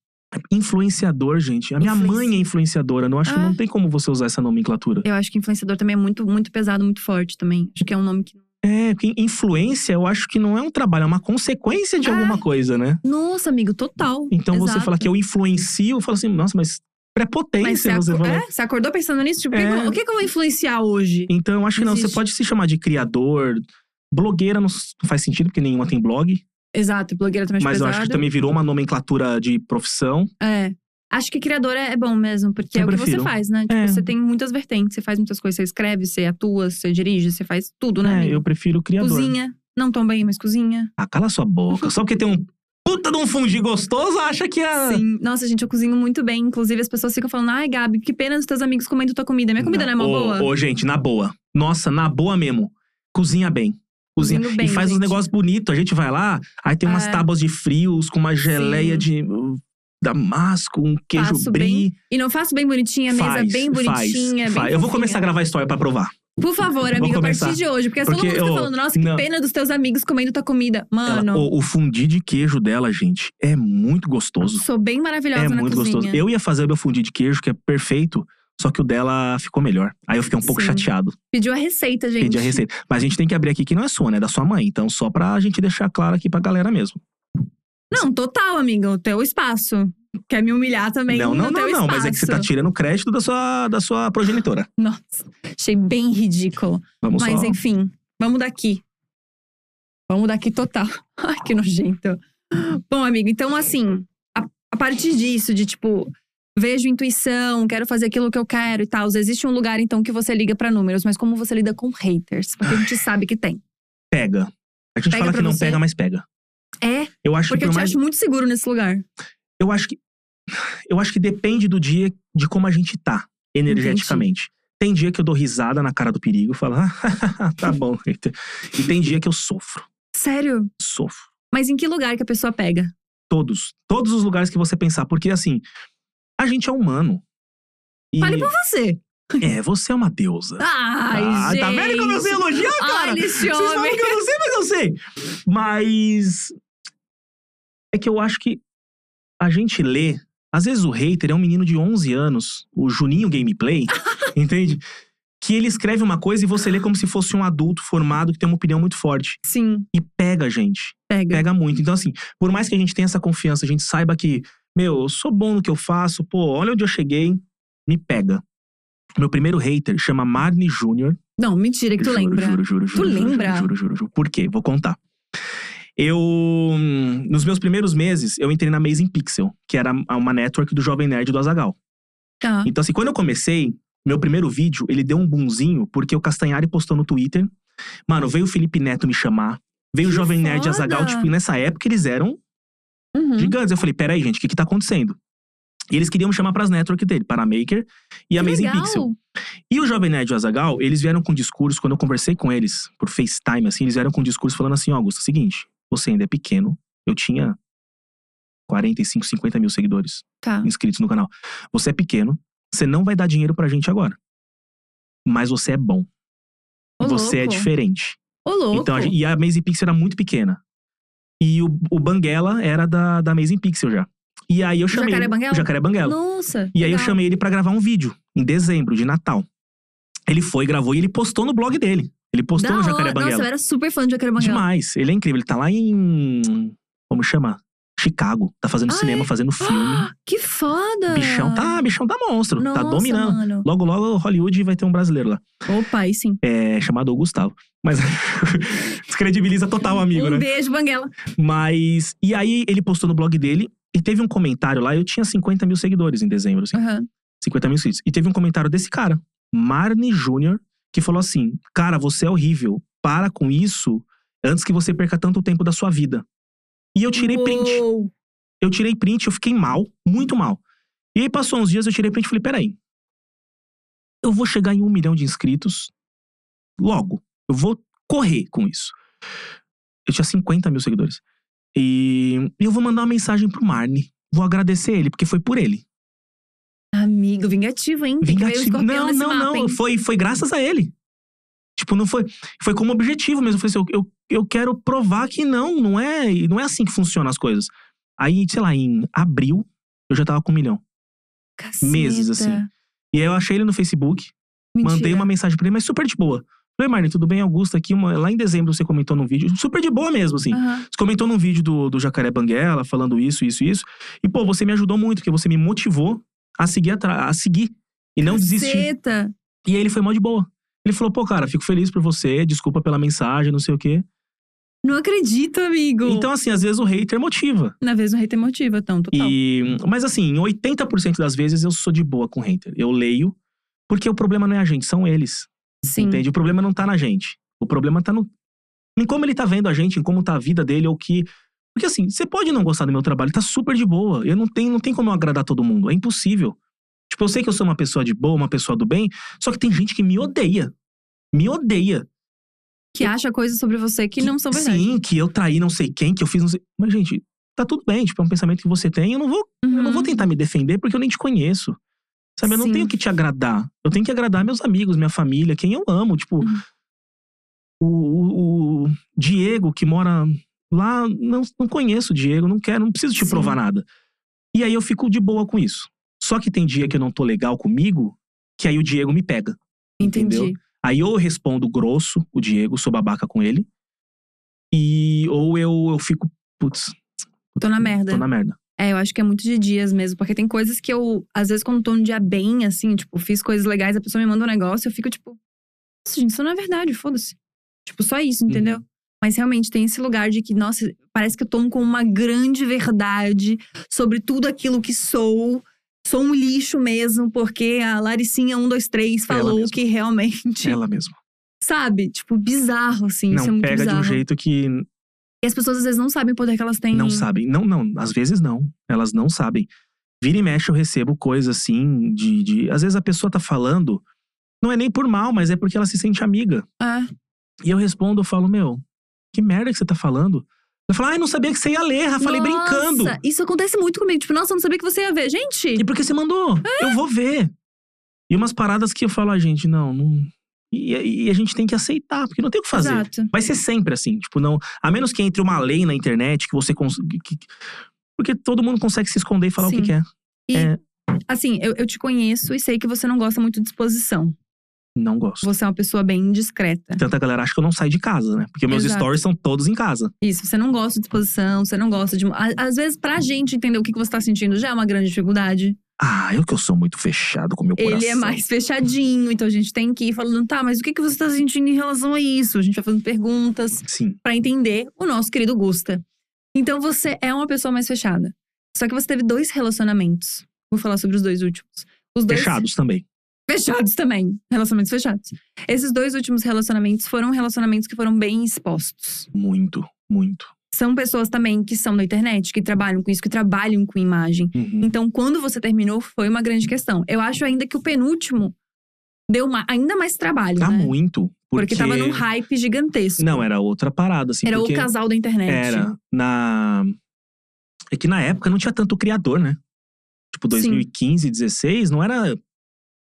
Influenciador, gente. A minha
Influenci-
mãe é influenciadora. Não acho que
Ah.
não tem como você usar essa nomenclatura.
Eu acho que influenciador também é muito, muito pesado, muito forte também. Acho que é um nome que.
É, porque influência eu acho que não é um trabalho, é uma consequência de
É.
alguma coisa, né?
Nossa, amigo, total.
Então você
Exato.
fala que eu influencio, eu falo assim, nossa, mas
Mas você,
prepotência você
acor-
fala.
é, você acordou pensando nisso? Tipo, o que
É.
que eu- o que, que eu vou influenciar hoje?
Então eu acho que
Não
não, você
existe.
pode se chamar de criador, blogueira não s- não faz sentido, porque nenhuma tem blog,
Exato, blogueira também é
mas
acho
eu
pesado.
acho que também virou uma nomenclatura de profissão.
É. Acho que criador é, é bom mesmo, porque
Eu
é o que
prefiro.
você faz, né? Tipo,
É.
você tem muitas vertentes, você faz muitas coisas. Você escreve, você atua, você dirige, você faz tudo, né?
É,
amigo?
eu prefiro criador.
Cozinha. Não tão bem, mas cozinha.
Ah, cala sua boca. Só porque tem um puta de um fundi gostoso, acha que é.
Sim. Nossa, gente, eu cozinho muito bem. Inclusive, as pessoas ficam falando: ai, Gabi, que pena dos teus amigos comendo tua comida. Minha comida não, é uma
Ô,
boa.
Ô, gente, na boa. Nossa, na boa mesmo. Cozinha bem. Cozinha.
Cozinho bem,
e faz uns
gente.
negócios bonitos. A gente vai lá, aí tem umas
É.
tábuas de frios com uma geleia
Sim.
de uh, damasco, um queijo
Faço
brie.
E não faço bem bonitinha, a mesa é
faz,
bem
faz,
bonitinha. é bem
faz. Eu vou
fofinha.
começar a gravar história pra provar.
Por favor, amigo, a
começar.
partir de hoje. Porque,
Porque
todo mundo fica
eu-
falando, nossa, que
não.
pena dos teus amigos comendo tua comida.
Ela-
Mano,
o, o fundi de queijo dela, gente, é muito gostoso.
sou bem maravilhosa
É
na
muito
cozinha.
gostoso. Eu ia fazer o meu fundi de queijo, que é perfeito, só que o dela ficou melhor. Aí eu fiquei um pouco
Sim.
chateado.
Pediu a receita, gente.
Pedi a receita. Mas a gente tem que abrir aqui que não é sua, né? É da sua mãe. Então, só pra gente deixar claro aqui pra galera mesmo.
Não, total, amigo. o Teu espaço. Quer me humilhar também?
não, não,
no teu
não, não. Mas é que você tá
espaço.
tirando crédito da sua, da sua progenitora.
Nossa, achei bem ridículo.
Vamos
Mas
só.
enfim, vamos daqui. Vamos daqui total. Ai, que nojento. Bom, amigo, então assim, a, a partir disso, de tipo, vejo intuição, quero fazer aquilo que eu quero e tal. Existe um lugar, então, que você liga pra números, mas como você lida com haters? Porque a gente sabe que tem.
Pega. A gente
Pega
fala que
pra
não
você?
pega, mas pega.
É,
Eu acho
porque
que
eu
por
te
mais.
acho muito seguro nesse lugar.
Eu acho que. Eu acho que depende do dia de como a gente tá, energeticamente. Tem dia que eu dou risada na cara do perigo, falo, "Ah, tá bom. E tem dia que eu sofro.
Sério?
Sofro.
Mas em que lugar que a pessoa pega?
Todos. Todos os lugares que você pensar. Porque, assim, a gente é humano. E
Fale por você.
é, você é uma deusa.
Ai,
Ah,
gente.
tá vendo como eu sei elogiar, cara?
Olha esse
Vocês falam
homem.
que eu não sei, mas eu sei. Mas. É que eu acho que a gente lê. Às vezes o hater é um menino de 11 anos, o Juninho Gameplay, entende? Que ele escreve uma coisa e você lê como se fosse um adulto formado que tem uma opinião muito forte.
Sim,
E pega a gente
pega.
pega muito. Então, assim, por mais que a gente tenha essa confiança, a gente saiba que, meu, eu sou bom no que eu faço, pô, olha onde eu cheguei, me pega. Meu primeiro hater chama Marne Júnior.
Não, mentira é que tu
juro,
lembra.
Juro, juro, juro. juro,
lembra?
Juro, juro, juro, juro. Por quê? Vou contar. Eu, hum, nos meus primeiros meses, eu entrei na Amazing Pixel, que era uma network do Jovem Nerd do Azagal.
Tá.
Então, assim, quando eu comecei, meu primeiro vídeo, ele deu um bunzinho, porque o Castanhari postou no Twitter. Mano, veio o Felipe Neto me chamar. Veio o
Que
Jovem Nerd e
foda!
Azagal, tipo, e nessa época eles eram
Uhum.
gigantes. Eu falei, peraí, gente, o que que tá acontecendo? E eles queriam me chamar pras network dele, para a Maker e a
Que
Amazing
legal.
Pixel. E o Jovem Nerd e o Azagal, eles vieram com um discurso, quando eu conversei com eles por FaceTime, assim, eles vieram com um discurso falando assim: ó, Augusto, é o seguinte, você ainda é pequeno, eu tinha 45, 50 mil seguidores
Tá.
inscritos no canal. Você é pequeno, você não vai dar dinheiro pra gente agora. Mas você é bom,
Ô,
você é
louco.
diferente.
Ô, louco.
Então, a gente- e a Amazing Pixel era muito pequena. E o, o Banguela era da, da Amazing Pixel já. E aí eu chamei.
Jacaré
ele-
Banguela?
O Jacaré Banguela.
Nossa.
E aí eu
legal.
chamei ele pra gravar um vídeo, em dezembro, de Natal. Ele foi, gravou e ele postou no blog dele. Ele postou
Da
no Jacaré
hora. Nossa, eu
Banguela.
era super fã de Jacaré Banguela.
Demais. Ele é incrível. Ele tá lá em. Como chama? Chicago. Tá fazendo
Ah,
cinema, fazendo filme.
Ah, que foda!
Bichão tá, bichão tá monstro.
Nossa,
tá dominando.
Mano.
Logo, logo, Hollywood vai ter um brasileiro lá.
Opa, aí sim.
É chamado Gustavo. Mas descredibiliza total o amigo,
um
né?
beijo, Banguela.
Mas. E aí ele postou no blog dele e teve um comentário lá. Eu tinha 50 mil seguidores em dezembro, assim.
Aham.
50 mil inscritos. E teve um comentário desse cara, Marne Júnior, que falou assim: Cara, você é horrível. Para com isso antes que você perca tanto tempo da sua vida. E eu tirei print.
Uou.
Eu tirei print, eu fiquei mal, muito mal. E aí passou uns dias, eu tirei print e falei: Peraí. Eu vou chegar em um milhão de inscritos logo. Eu vou correr com isso. Eu tinha 50 mil seguidores. E eu vou mandar uma mensagem pro Marne. Vou agradecer ele, porque foi por ele.
Amigo, vingativo, hein? Tem que ver o
Vingativo.
escorpião
Não,
nesse
não,
mapa,
não.
hein?
Foi, foi graças a ele. Tipo, não foi. Foi como objetivo mesmo. Eu falei assim, eu, eu, eu quero provar que não, não é, não é assim que funcionam as coisas. Aí, sei lá, em abril, eu já tava com um milhão.
Caceta.
meses, assim. E aí eu achei ele no Facebook,
Mentira.
mandei uma mensagem pra ele, mas super de boa. Falei, Marne, tudo bem, Augusto? Aqui, uma- lá em dezembro você comentou num vídeo, super de boa mesmo, assim.
Aham.
Você comentou num vídeo do, do Jacaré Banguela, falando isso, isso, isso. E, pô, você me ajudou muito, porque você me motivou a seguir, atra- a seguir e não desistir.
Caceta.
E aí ele foi mal de boa. Ele falou, pô, cara, fico feliz por você, desculpa pela mensagem, não sei o quê.
Não acredito, amigo.
Então, assim, às vezes o hater motiva.
Na vez um rei tem motivo, então, total.
E, mas assim, em 80% das vezes eu sou de boa com hater. Eu leio, porque o problema não é a gente, são eles.
Sim.
Entende? O problema não tá na gente. O problema tá no. Em como ele tá vendo a gente, em como tá a vida dele, ou que. Porque assim, você pode não gostar do meu trabalho, tá super de boa. Eu não tenho, não tem como eu agradar todo mundo, é impossível. Tipo, eu sei que eu sou uma pessoa de boa, uma pessoa do bem, só que tem gente que me odeia. Me odeia.
Que acha coisas sobre você que, não são verdade.
Sim, que eu traí não sei quem, que eu fiz não sei. Mas, gente, tá tudo bem. Tipo, é um pensamento que você tem. Eu não vou, eu não
Uhum.
vou tentar me defender porque eu nem te conheço. Sabe, eu não
Sim.
tenho que te agradar. Eu tenho que agradar meus amigos, minha família, quem eu amo. Tipo,
Uhum.
o, o- o Diego, que mora lá, não, não conheço o Diego, não quero, não preciso te
Sim.
provar nada. E aí eu fico de boa com isso. Só que tem dia que eu não tô legal comigo, que aí o Diego me pega.
Entendi.
entendeu? Aí ou eu respondo grosso o Diego, sou babaca com ele. E ou eu, eu fico, putz,
Tô na merda.
tô na merda.
É, eu acho que é muito de dias mesmo. Porque tem coisas que eu, às vezes, quando tô num dia bem, assim, tipo, fiz coisas legais, a pessoa me manda um negócio, eu fico tipo, "Nossa, gente, isso não é verdade, foda-se. Tipo, só isso,
Uhum.
entendeu? Mas realmente tem esse lugar de que, nossa, parece que eu tomo com uma grande verdade sobre tudo aquilo que sou. Sou um lixo mesmo, porque a Laricinha 123
Ela
falou
mesma.
que realmente.
Ela mesma.
Sabe? Tipo, bizarro, assim. isso é
não,
muito
pega
bizarro.
de um jeito que
E as pessoas às vezes não sabem o poder que elas têm.
não sabem. Não, não, às vezes não. Elas não sabem. Vira e mexe, eu recebo coisa assim de, de. Às vezes a pessoa tá falando, não é nem por mal, mas é porque ela se sente amiga.
É.
E eu respondo, eu falo, meu, que merda que você tá falando? Ela fala, ai, não sabia que você ia ler, Rafa, falei brincando.
Nossa, isso acontece muito comigo. Tipo, nossa, eu não sabia que você ia ver. Gente,
E porque você mandou? Eu vou ver. E umas paradas que eu falo, ah, gente, não, não. E, e a gente tem que aceitar, porque não tem o que fazer.
exato.
Vai ser sempre assim, tipo, não. A menos que entre uma lei na internet que você cons... que- que- Porque todo mundo consegue se esconder e falar o
Sim.
que quer.
Assim, eu, eu te conheço e sei que você não gosta muito de exposição.
Não gosto.
Você é uma pessoa bem indiscreta.
Tanta galera acha que eu não saio de casa, né? Porque meus
Exato.
stories são todos em casa.
Isso, você não gosta de exposição, você não gosta de. Á- Às vezes, pra gente entender o que que você tá sentindo já é uma grande dificuldade.
Ah, eu que eu sou muito fechado com meu coração.
Ele é mais fechadinho, então a gente tem que ir falando, tá, mas o que que você tá sentindo em relação a isso? A gente vai fazendo perguntas.
Sim.
Pra entender o nosso querido Gusta. Então você é uma pessoa mais fechada. Só que você teve dois relacionamentos. Vou falar sobre os dois últimos. Os dois
Fechados também.
fechados também, relacionamentos fechados. Esses dois últimos relacionamentos foram relacionamentos que foram bem expostos.
Muito, muito.
São pessoas também que são da internet, que trabalham com isso, que trabalham com imagem.
Uhum.
Então, quando você terminou, foi uma grande questão. Eu acho ainda que o penúltimo deu ma- ainda mais trabalho,
Tá
né?
muito.
porque...
Porque...
tava num hype gigantesco.
Não, era outra parada, assim.
Era
porque...
o casal da internet.
Era. Na. É que na época não tinha tanto criador, né? Tipo,
Sim.
2015, 16, não era.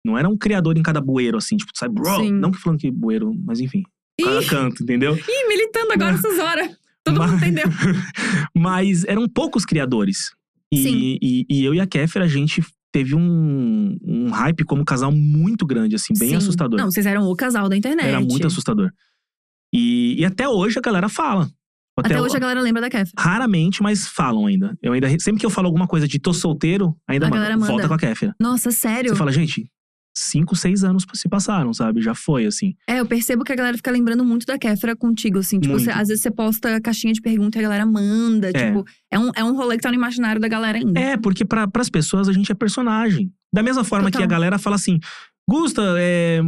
Não era um criador em cada bueiro, assim, tipo, sabe, bro.
Sim.
Não que falando que bueiro, mas enfim, cada
Ih,
canto, entendeu?
Ih, militando agora essas horas. Todo
Mas-
mundo entendeu.
Mas eram poucos criadores. E,
Sim.
E, e eu e a Kéfer, a gente teve um, um hype como casal muito grande, assim, bem
Sim.
assustador.
Não, vocês eram o casal da internet.
era muito assustador. E, e até hoje a galera fala.
Até hoje a galera lembra da Kefra.
Raramente, mas falam ainda. Eu ainda. Sempre que eu falo alguma coisa de tô solteiro, ainda
A
manda,
galera manda.
volta com a Kéfera.
Nossa, sério?
Você fala, gente, cinco, seis anos se passaram, sabe? Já foi, assim.
É, eu percebo que a galera fica lembrando muito da Kéfera contigo, assim. Tipo,
Muito.
você- às vezes você posta a caixinha de pergunta e a galera manda. Tipo, é um, é um rolê que tá no imaginário da galera ainda.
É, porque pra, pras pessoas a gente é personagem. Da mesma forma
Total.
que a galera fala assim: Gusta, é,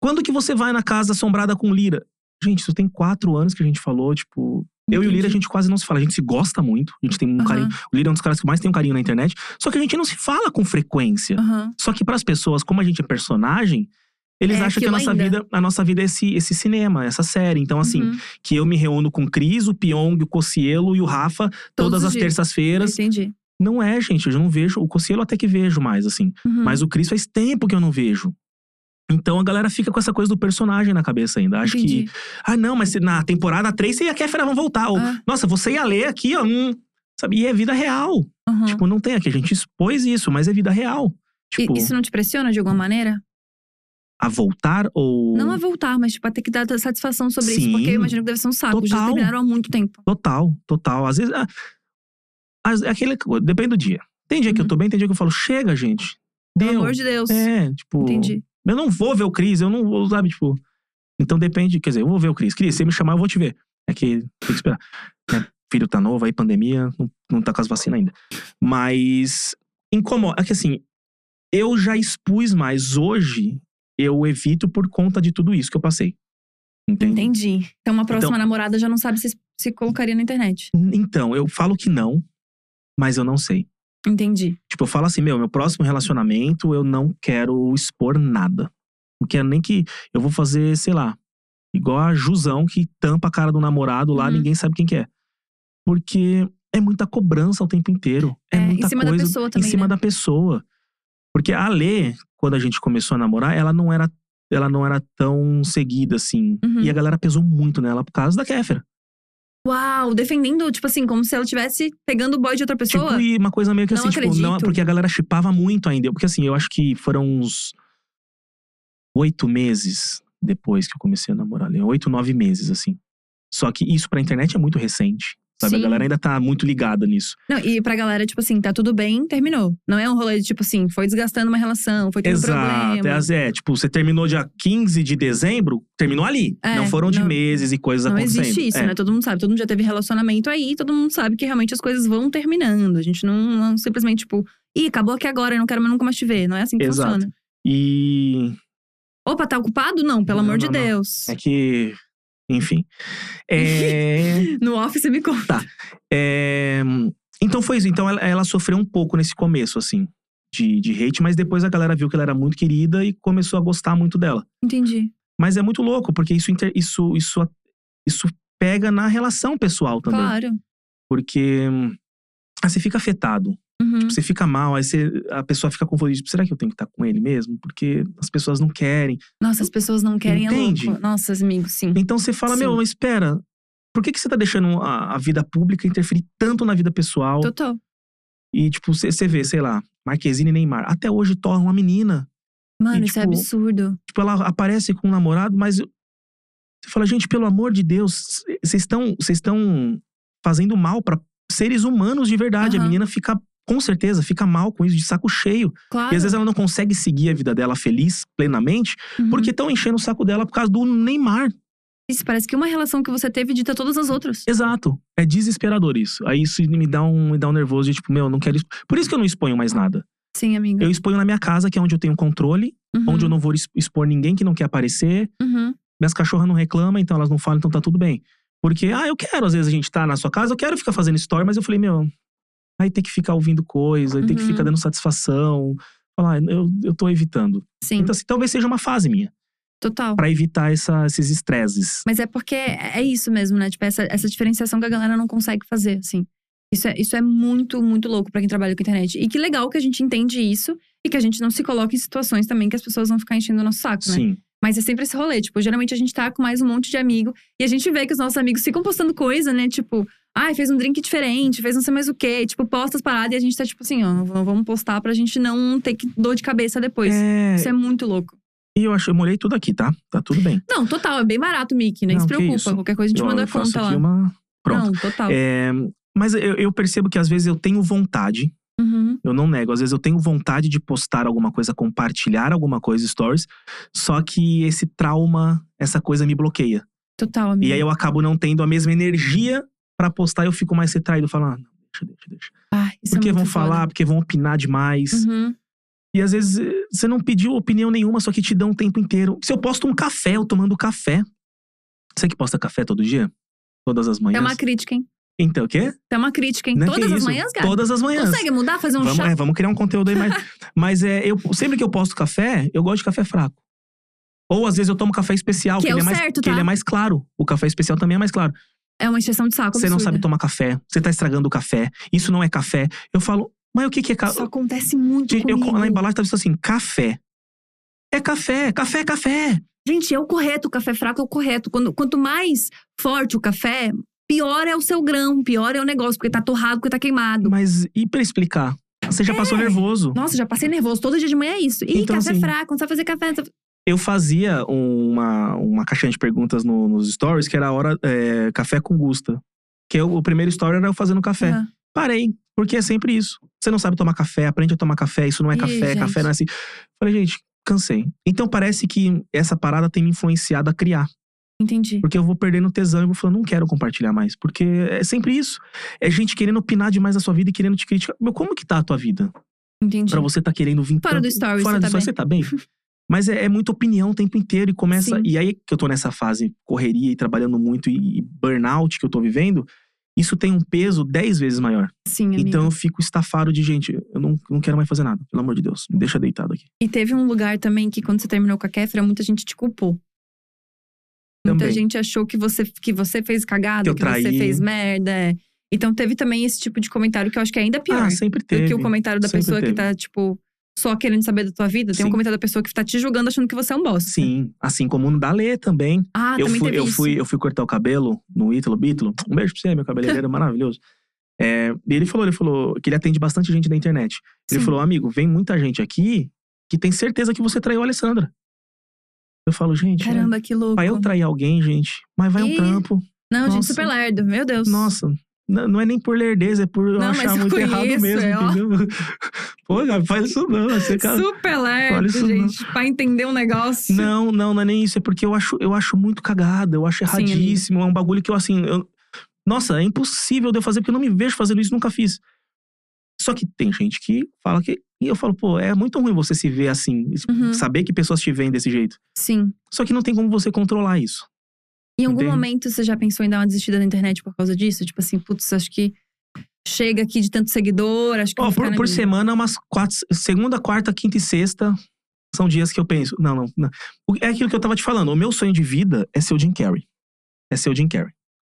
quando que você vai na casa assombrada com Lira? Gente, isso tem quatro anos que a gente falou, tipo. Eu e o Lira, a gente quase não se fala. A gente se gosta muito. A gente tem um
Aham.
carinho. O Lira é um dos caras que mais tem um carinho na internet. Só que a gente não se fala com frequência.
Aham.
Só que pras pessoas, como a gente é personagem, eles
É
acham que a
aquilo
nossa
ainda.
vida, a nossa vida é esse, esse cinema, essa série. Então assim,
Uhum.
que eu me reúno com o Cris, o Pyong, o Cocielo e o Rafa
Todos
todas
os
as
dias.
terças-feiras.
Entendi.
Não é, gente, eu já não vejo, o Cocielo até que vejo mais assim,
Uhum.
mas o Cris faz tempo que eu não vejo. Então a galera fica com essa coisa do personagem na cabeça ainda. Acho
Entendi.
que. Ah, não, mas na temporada 3 você e a Kéfera vão voltar. Ou,
Ah.
Nossa, você ia ler aqui, ó. Hum, sabe? E é vida real.
Aham.
Tipo, não tem aqui. A gente expôs isso, mas é vida real.
Ah. E-
Tipo,
Isso não te pressiona de alguma maneira?
a voltar ou.
Não a voltar, mas tipo, a ter que dar satisfação sobre isso.
Sim.
Porque eu imagino que deve ser um saco. Já
Total.
terminaram há muito tempo.
Total, total. Às vezes. ah, às- é aquele, depende do dia. Tem dia que eu tô bem, tem dia que eu falo, chega, gente. Deu.
Uhum. Pelo amor de Deus.
É, tipo.
Entendi.
Eu não vou ver o Cris, eu não vou, sabe, tipo. Então depende, quer dizer, eu vou ver o Cris. Cris, se me chamar, eu vou te ver. É que tem que esperar. Né, filho tá novo, aí pandemia, não, não tá com as vacinas ainda. Mas. Incomoda. É que assim, eu já expus mais hoje, eu evito por conta de tudo isso que eu passei. Entende?
Entendi. Então, uma próxima namorada já não sabe se, se colocaria na internet.
Então, eu falo que não, mas eu não sei.
Entendi.
Tipo, eu falo assim, meu, meu próximo relacionamento eu não quero expor nada. Não quero nem que eu vou fazer, sei lá, igual a Jusão que tampa a cara do namorado lá,
Uhum.
ninguém sabe quem que é. Porque é muita cobrança o tempo inteiro. É,
É, em
muita
cima da
coisa
pessoa também,
Em cima
né?
da pessoa. Porque a Lê, quando a gente começou a namorar, ela não era, ela não era tão seguida assim.
Uhum.
E a galera pesou muito nela por causa da Kéfera.
Uau, defendendo, tipo assim, como se ela estivesse pegando o boy de outra pessoa.
Tipo, e uma coisa meio que
Não
assim, tipo,
acredito.
não, porque a galera chipava muito ainda. Porque assim, eu acho que foram uns oito meses depois que eu comecei a namorar ali. Oito, nove meses, assim. Só que isso pra internet é muito recente. Sabe?
Sim.
A galera ainda tá muito ligada nisso.
Não, e pra galera, tipo assim, tá tudo bem, terminou. Não é um rolê de, tipo assim, foi desgastando uma relação, foi tendo
Exato.
um problema.
É, as- é, tipo, você terminou dia 15 de dezembro, terminou ali.
É,
não foram de
não-
meses e coisas
Não
acontecendo.
existe isso,
É.
né? Todo mundo sabe. Todo mundo já teve relacionamento aí, todo mundo sabe que realmente as coisas vão terminando. A gente não, não simplesmente, tipo, ih, acabou aqui agora, eu não quero mais nunca mais te ver. Não é assim que
Exato.
funciona.
E
Opa, tá ocupado? Não, pelo
Não,
amor de
não, não.
Deus.
É que. Enfim. É,
No off você me conta.
é, então foi isso. Então ela, ela sofreu um pouco nesse começo, assim, de, de hate, mas depois a galera viu que ela era muito querida e começou a gostar muito dela.
Entendi.
Mas é muito louco, porque isso, inter- isso, isso, isso pega na relação pessoal também.
Claro.
Porque hum, ah, você fica afetado,
Uhum.
você fica mal, aí você, a pessoa fica confundida. Tipo, será que eu tenho que estar com ele mesmo? Porque as pessoas não querem.
Nossa, as pessoas não querem,
Entende?
é louco. Nossa, amigos, sim.
Então você fala,
Sim.
meu, mas espera, por que, que você tá deixando a, a vida pública interferir tanto na vida pessoal?
Total.
E, tipo, você vê, sei lá, Marquezine e Neymar. Até hoje torna uma menina.
Mano,
E,
isso é
tipo,
absurdo.
Tipo, ela aparece com um namorado, mas. Você fala, gente, pelo amor de Deus, c- vocês estão vocês estão fazendo mal pra seres humanos de verdade. A
Aham.
menina fica, com certeza, fica mal com isso, de saco cheio.
Claro.
E às vezes ela não consegue seguir a vida dela feliz, plenamente,
Uhum.
porque estão enchendo o saco dela por causa do Neymar.
Isso, parece que uma relação que você teve dita todas as outras.
Exato. É desesperador isso. Aí isso me dá um, me dá um nervoso de tipo, meu, eu não quero. exp- Por isso que eu não exponho mais nada.
Sim, amiga.
Eu exponho na minha casa, que é onde eu tenho controle, onde eu não vou es- expor ninguém que não quer aparecer.
Uhum.
Minhas cachorras não reclamam, então elas não falam, então tá tudo bem. Porque, ah, eu quero, às vezes a gente tá na sua casa, eu quero ficar fazendo story, mas eu falei, meu, aí tem que ficar ouvindo coisa, aí tem que
Uhum.
ficar dando satisfação. Falar, ah, eu, eu tô evitando.
Sim,
Então, assim, talvez seja uma fase minha,
total.
Pra evitar essa- esses estresses.
Mas é porque é isso mesmo, né? Tipo, essa, essa diferenciação que a galera não consegue fazer, assim. Isso é, isso é muito, muito louco pra quem trabalha com internet. E que legal que a gente entende isso e que a gente não se coloca em situações também que as pessoas vão ficar enchendo o nosso saco, né?
Sim.
Mas é sempre esse rolê. Tipo, geralmente a gente tá com mais um monte de amigo e a gente vê que os nossos amigos ficam postando coisa, né? Tipo, ai, fez um drink diferente, fez não sei mais o quê. Tipo, posta as paradas e a gente tá tipo assim, ó, v- vamos postar pra gente não ter que dor de cabeça depois.
É,
Isso é muito louco.
E eu acho, eu molhei tudo aqui, tá? Tá tudo bem.
Não, total, é bem barato, Mickey. Nem
Não,
se
que
preocupa.
isso.
Qualquer coisa a gente
eu,
manda
eu
a
faço
conta
aqui
lá. Tá.
uma. Pronto.
Não, total.
É, mas eu, eu percebo que às vezes eu tenho vontade
Uhum.
Eu não nego. Às vezes eu tenho vontade de postar alguma coisa, compartilhar alguma coisa, stories. Só que esse trauma, essa coisa me bloqueia.
Total, amigo.
E aí eu acabo não tendo a mesma energia pra postar. Eu fico mais retraído. Falar, ah, não, deixa, deixa, deixa.
Ai, isso é
Porque
muito
vão
foda.
falar, porque vão opinar demais.
Uhum.
E às vezes eh, você não pediu opinião nenhuma, só que te dão o tempo inteiro. Se eu posto um café, eu tomando café. Você que posta café todo dia? Todas as
É
manhãs?
uma crítica, hein?
Então, o quê?
É uma crítica, hein?
Né, que
Todas as
isso?
manhãs, cara.
Todas as manhãs.
Consegue mudar, fazer um
Vamos,
chá?
é, vamos criar um conteúdo aí mais. mas é, eu, sempre que eu posto café, eu gosto de café fraco. Ou às vezes eu tomo café especial,
Que
que,
é
ele,
o
mais,
certo,
que
tá?
ele é mais claro. O café especial também é mais claro.
É uma encheção de saco.
Você não
absurda.
sabe tomar café, você tá estragando o café, isso não é café. Eu falo, mas o que, que é
Isso
café?
acontece muito comigo.
na embalagem tava escrito assim: café. É café, café, café.
Gente, é o correto, o café fraco é o correto. Quando, quanto mais forte o café, pior é o seu grão, pior é o negócio, porque tá torrado, porque tá queimado.
Mas e pra explicar? Você já passou
É.
nervoso.
Nossa, já passei nervoso. Todo dia de manhã é isso. Ih,
Então,
café
assim,
fraco, não sabe fazer café. não sabe-
Eu fazia uma, uma caixinha de perguntas no- nos stories, que era a hora é, café com Gusta. Que eu- o primeiro story era eu fazendo café.
Aham.
Parei, porque é sempre isso. Você não sabe tomar café, aprende a tomar café, isso não é
Ih,
café,
gente.
café não é assim. Falei, gente, cansei. Então parece que essa parada tem me influenciado a criar.
Entendi.
Porque eu vou perdendo tesão e vou falando, não quero compartilhar mais. Porque é sempre isso. É gente querendo opinar demais da sua vida e querendo te criticar. Meu, como que tá a tua vida?
Entendi.
Pra você tá querendo vir.
Fora
tanto-
do stories,
Fora
você
do
tá
stories, você tá bem? Mas é, é muita opinião o tempo inteiro e começa.
Sim.
E aí que eu tô nessa fase correria e trabalhando muito e, e burnout que eu tô vivendo, isso tem um peso 10 vezes maior.
Sim, amiga.
Então eu fico estafado de gente, eu não, não quero mais fazer nada, pelo amor de Deus, me deixa deitado aqui.
E teve um lugar também que quando você terminou com a Kéfera, muita gente te culpou. Muita
Também.
gente achou que você, que você fez cagada,
Que eu
que, você
traí.
fez merda. é. Então teve também esse tipo de comentário que eu acho que é ainda pior
Ah, sempre
do
teve.
que o comentário da
sempre
pessoa que
teve.
tá, tipo, só querendo saber da tua vida. Tem um
Sim.
comentário da pessoa que tá te julgando achando que você é um bosta.
Sim, assim como no Dalê também.
Ah,
eu
também
fui,
teve
eu
isso.
fui, eu fui cortar o cabelo no Ítalo Bítolo. Um beijo pra você, meu cabeleireiro maravilhoso. É, e ele falou, ele falou que ele atende bastante gente na internet. Ele
Sim.
falou, amigo, vem muita gente aqui que tem certeza que você traiu a Alessandra. Eu falo, gente, né?
Caramba, que louco.
vai eu trair alguém, gente, mas vai um
Ih,
trampo.
Não, gente,
Nossa.
super lerdo. Meu Deus.
Nossa, n- não é nem por lerdeza, é por eu
Não, mas
achar
eu
muito errado
conheço,
mesmo,
é, ó.
entendeu? Pô, cara, faz isso não. é Você, cara,
Super
Fala
lerdo,
isso não.
gente. Pra entender um negócio.
Não, não, não é nem isso. É porque eu acho, eu acho muito cagada, eu acho
Sim, amiga.
erradíssimo. é um bagulho que eu, assim. eu- nossa, é impossível de eu fazer, porque eu não me vejo fazendo isso, nunca fiz. Só que tem gente que fala que. E eu falo, pô, é muito ruim você se ver assim,
Uhum,
saber que pessoas te veem desse jeito.
Sim.
Só que não tem como você controlar isso.
Em algum
Entende?
momento você já pensou em dar uma desistida na internet por causa disso? Tipo assim, putz, acho que chega aqui de tanto seguidor, acho que. eu
Ó,
vou
por,
ficar na
por
minha.
semana, umas quatro. Segunda, quarta, quinta e sexta são dias que eu penso. Não, não, não. O- É aquilo que eu tava te falando. O meu sonho de vida é ser o Jim Carrey. É ser o Jim Carrey.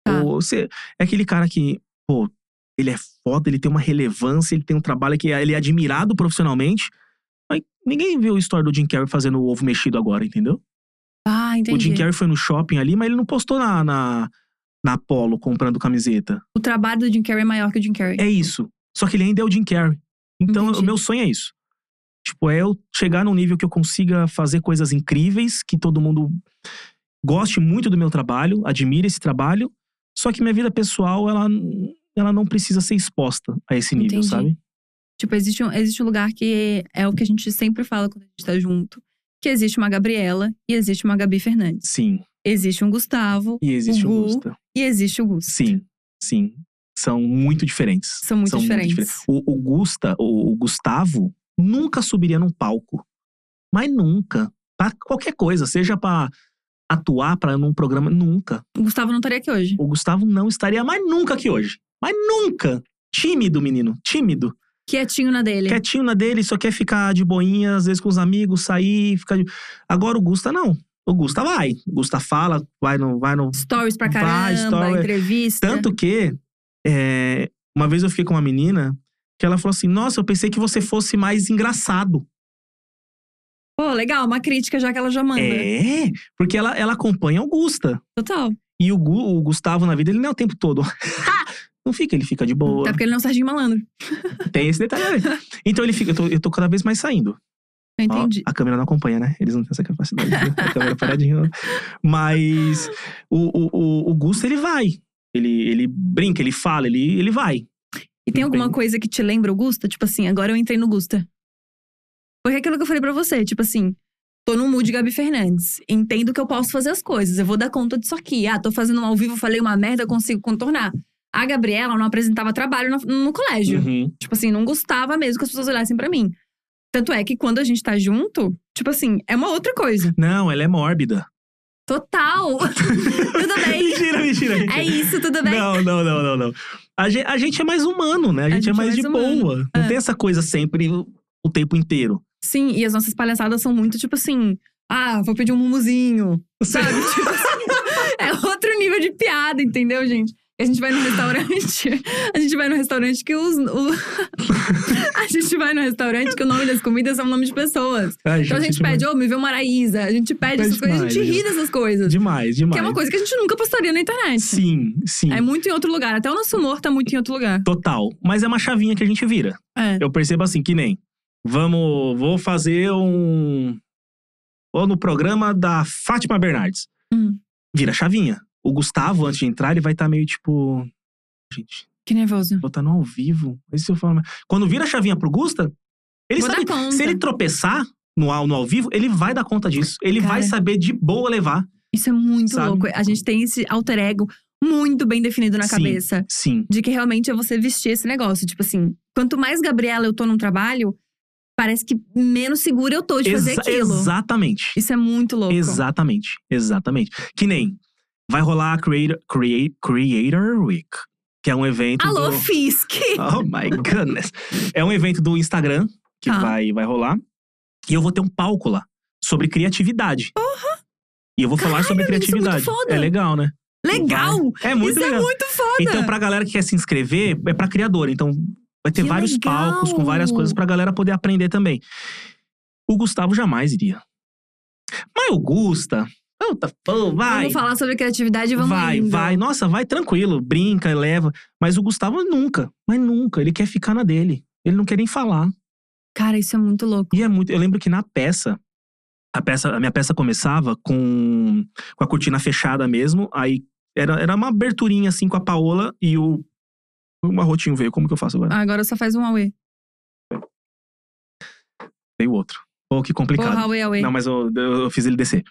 Tá.
Ou ser- é aquele cara que, pô, ele é foda, ele tem uma relevância, ele tem um trabalho que ele é admirado profissionalmente. Mas ninguém viu a história do Jim Carrey fazendo o ovo mexido agora, entendeu?
Ah, entendi.
O Jim Carrey foi no shopping ali, mas ele não postou na, na, na Apollo comprando camiseta.
O trabalho do Jim Carrey é maior que o Jim Carrey.
É isso. Só que ele ainda é o Jim Carrey. Então,
Entendi.
o meu sonho é isso. Tipo, é eu chegar num nível que eu consiga fazer coisas incríveis, que todo mundo goste muito do meu trabalho, admire esse trabalho. Só que minha vida pessoal, ela, ela não precisa ser exposta a esse nível,
Entendi.
sabe?
Tipo, existe um, existe um lugar que é o que a gente sempre fala quando a gente tá junto. Que existe uma Gabriela e existe uma Gabi Fernandes.
Sim.
Existe um Gustavo
E existe o
Gu.
Gusta.
e existe o Gus.
Sim, sim. São muito diferentes.
São muito diferentes.
O, o Gusta, o, o Gustavo, nunca subiria num palco. Mas nunca. Pra qualquer coisa, seja pra atuar pra num programa, nunca.
O Gustavo não estaria aqui hoje.
O Gustavo não estaria mais nunca aqui hoje. Mas nunca. Tímido, menino. Tímido.
Quietinho na dele.
Quietinho na dele, só quer ficar de boinha, às vezes com os amigos, sair, ficar. de- Agora o Gusta não. O Gusta vai. O Gusta fala, vai no, vai no
Stories pra
Vai,
caramba,
story.
entrevista.
tanto que, é, uma vez eu fiquei com uma menina que ela falou assim: Nossa, eu pensei que você fosse mais engraçado.
Pô, legal, uma crítica já que ela já manda. Uhum.
É, porque ela, ela acompanha o Gusta.
Total.
E o, Gu- o Gustavo na vida, ele não é o tempo todo. não fica, ele fica de boa.
Até porque ele não é um Serginho Malandro. Tá.
Tem esse detalhe. né? Então ele fica, eu tô, eu tô cada vez mais saindo.
Eu
Ó,
entendi.
a câmera não acompanha, né? Eles não têm essa capacidade. né? a câmera paradinha. ó. Mas o, o, o, o Gusta, ele vai. Ele, ele brinca, ele fala, ele, ele vai.
E tem alguma
Entendi.
coisa que te lembra o Gusta? Tipo assim, agora eu entrei no Gusta. Porque é aquilo que eu falei pra você, tipo assim, tô num mood Gabi Fernandes. Entendo que eu posso fazer as coisas, eu vou dar conta disso aqui. Ah, tô fazendo um ao vivo, falei uma merda, eu consigo contornar. A Gabriela não apresentava trabalho na- no, colégio.
Uhum.
Tipo assim, não gostava mesmo que as pessoas olhassem pra mim. Tanto é que quando a gente tá junto, tipo assim, é uma outra coisa.
Não, ela é mórbida.
Total! tudo bem?
mentira, mentira, mentira.
É isso, tudo bem?
Não, não, não, não, não. A gen- a gente, é mais humano, né? A gente, é mais, de
humano. É.
boa. Não tem essa coisa sempre o o tempo inteiro.
Sim, e as nossas palhaçadas são muito tipo assim. Ah, vou pedir um mumuzinho. Sabe? tipo assim, é outro nível de piada, entendeu, gente? A gente vai no restaurante. A gente vai no restaurante que os. o- a gente vai no restaurante que o nome das comidas são o nome de pessoas. Então a gente
é
pede, ô, me vê uma Raíza. A gente pede
Pede
essas coisas, a gente
demais,
ri dessas coisas.
Demais, demais.
Que é uma coisa que a gente nunca postaria na internet.
Sim, sim.
É muito em outro lugar. Até o nosso humor tá muito em outro lugar.
Total. Mas é uma chavinha que a gente vira.
É.
Eu percebo assim, que nem. Vamos. Vou fazer um. Ou no programa da Fátima Bernardes.
Hum.
Vira chavinha. O Gustavo, antes de entrar, ele vai estar meio tipo. Gente,
Que nervoso.
botar no ao vivo. Aí se eu falo, mas- quando vira a chavinha pro Gusta, ele
Vou
sabe.
dar conta.
Se ele tropeçar no ao, no ao vivo, ele vai dar conta disso. Ele
Cara.
vai saber de boa levar.
Isso é muito
Sabe?
louco. A gente tem esse alter ego muito bem definido na
Sim.
cabeça.
Sim.
De que realmente é você vestir esse negócio. Tipo assim, quanto mais Gabriela eu tô num trabalho, parece que menos segura eu tô de fazer
Exa-
aquilo.
Exatamente.
Isso é muito louco.
Exatamente, exatamente. Que nem vai rolar a Creator, Create- Creator Week, que é um evento.
Alô,
do...
Fisk!
Oh my goodness. É um evento do Instagram que
Tá.
vai, vai rolar. E eu vou ter um palco lá sobre criatividade. E eu vou falar sobre
amigo, isso é muito
criatividade.
foda.
é legal, né?
Legal!
É muito
Isso
legal.
é muito foda!
Então, pra galera que quer se inscrever, é pra criador. Então, vai ter
Que
vários
legal!
palcos com várias coisas pra galera poder aprender também. O Gustavo jamais iria. Mas o Gusta. Puta, pô, vai.
Vamos falar sobre criatividade e vamos
vai,
indo.
vai. Nossa, vai tranquilo, brinca, leva. Mas o Gustavo nunca, mas nunca. Ele quer ficar na dele. Ele não quer nem falar.
Cara, isso é muito louco.
E é muito. Eu lembro que na peça. A, peça, a minha peça começava com, com a cortina fechada mesmo. Aí era, era uma aberturinha assim com a Paola e o. O Marrotinho veio. Como que eu faço agora?
Ah, Agora só faz um Aue.
Veio outro. Pô, que complicado.
Ah. Porra, Aue, Aue.
Não, mas eu, eu- eu fiz ele descer.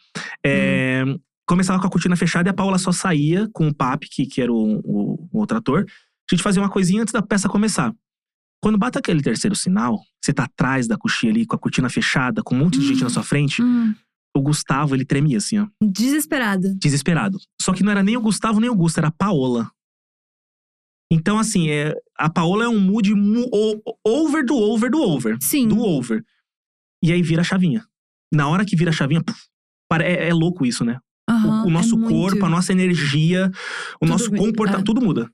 É,
Hum.
Começava com a cortina fechada e a Paula só saía com o Pap, que, que era o, o, o outro ator. A gente fazia uma coisinha antes da peça começar. Quando bate aquele terceiro sinal, você tá atrás da coxinha ali, com a cortina fechada, com um monte de gente na sua frente,
Hum,
o Gustavo, ele tremia assim, ó.
desesperada.
Desesperado. Só que não era nem o Gustavo, nem o Gusto, era a Paola. Então, assim, é, a Paola é um mood mu- o- over do over do over
Sim.
do over. E aí vira a chavinha. Na hora que vira a chavinha, puf, para- é, é louco isso, né? O-
Aham,
o,
é
nosso
muito.
corpo, a nossa energia, o
Tudo
nosso
muda,
comportamento,
é.
tudo muda.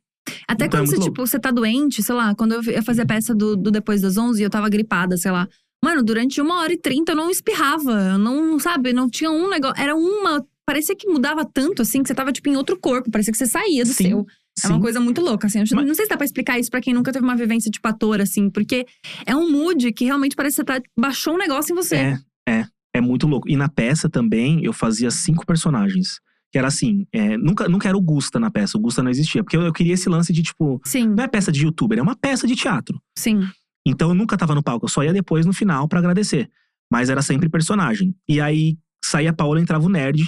Até
Então é
quando você,
muito
tipo, você tá doente, sei lá, quando eu eu fazia a peça do, do Depois das 11 e eu tava gripada, sei lá. Mano, durante uma hora e trinta eu não espirrava. Eu não, sabe, não tinha um negócio. Era uma. Parecia que mudava tanto, assim, que você tava, tipo, em outro corpo. Parecia que você saía do
Sim,
seu. É uma
Sim.
coisa muito louca, assim. Eu acho-
Mas-
Não sei se dá pra explicar isso pra quem nunca teve uma vivência tipo ator, assim, porque é um mood que realmente parece que você tá, baixou um negócio em você.
É, é. É muito louco. E na peça também, eu fazia cinco personagens. Que era assim, é, nunca, nunca era o Gusta na peça, o Gusta não existia. Porque eu, eu queria esse lance de, tipo,
Sim,
não é peça de youtuber, é uma peça de teatro.
sim.
Então eu nunca tava no palco, eu só ia depois no final pra agradecer. Mas era sempre personagem. E aí saía a Paola, entrava o nerd.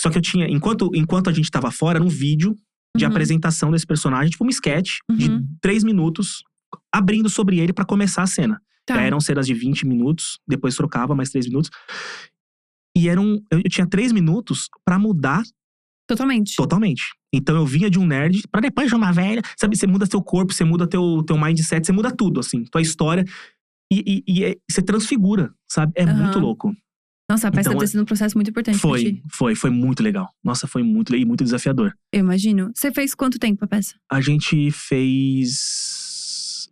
Só que eu tinha, enquanto, enquanto a gente tava fora, era um vídeo de
Uhum.
apresentação desse personagem, tipo um sketch de
Uhum.
três minutos, abrindo sobre ele pra começar a cena.
Tá.
Aí eram cenas de 20 minutos, depois trocava mais três minutos. E eram, eu eu tinha três minutos pra mudar
Totalmente.
Totalmente. um Então eu vinha de um nerd pra depois de uma velha. Sabe, você muda teu corpo, você muda teu, teu mindset, você muda tudo, assim, tua história. E, e- e é- você transfigura, sabe? É
Aham.
muito louco.
Nossa, a peça
Então,
deve ter sido um processo muito importante pra
Foi,
ti.
foi, foi muito legal. Nossa, foi muito le- e muito desafiador.
Eu imagino. Você fez quanto tempo a peça?
A gente fez.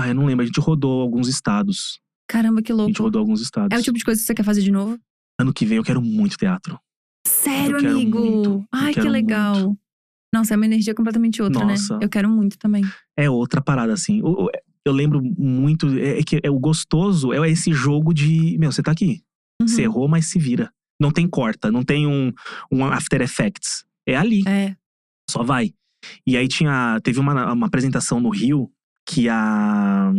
Ah, eu não lembro, a gente rodou alguns estados.
Caramba, que
A
louco.
gente rodou alguns estados.
É o tipo de coisa que você quer fazer de novo?
Ano que vem eu quero muito teatro.
Sério,
Eu quero
amigo!
muito, eu
Ai, que
quero
legal. Nossa, é uma energia completamente outra,
Nossa.
né? Eu quero muito também.
É outra parada, assim. O- o- Eu lembro muito. É, é que é o gostoso é esse jogo de. Meu, você tá aqui.
Uhum.
Você errou, mas se vira. Não tem corta, não tem um, um After Effects. É ali,
É.
só vai. E aí tinha. Teve uma, uma apresentação no Rio que a.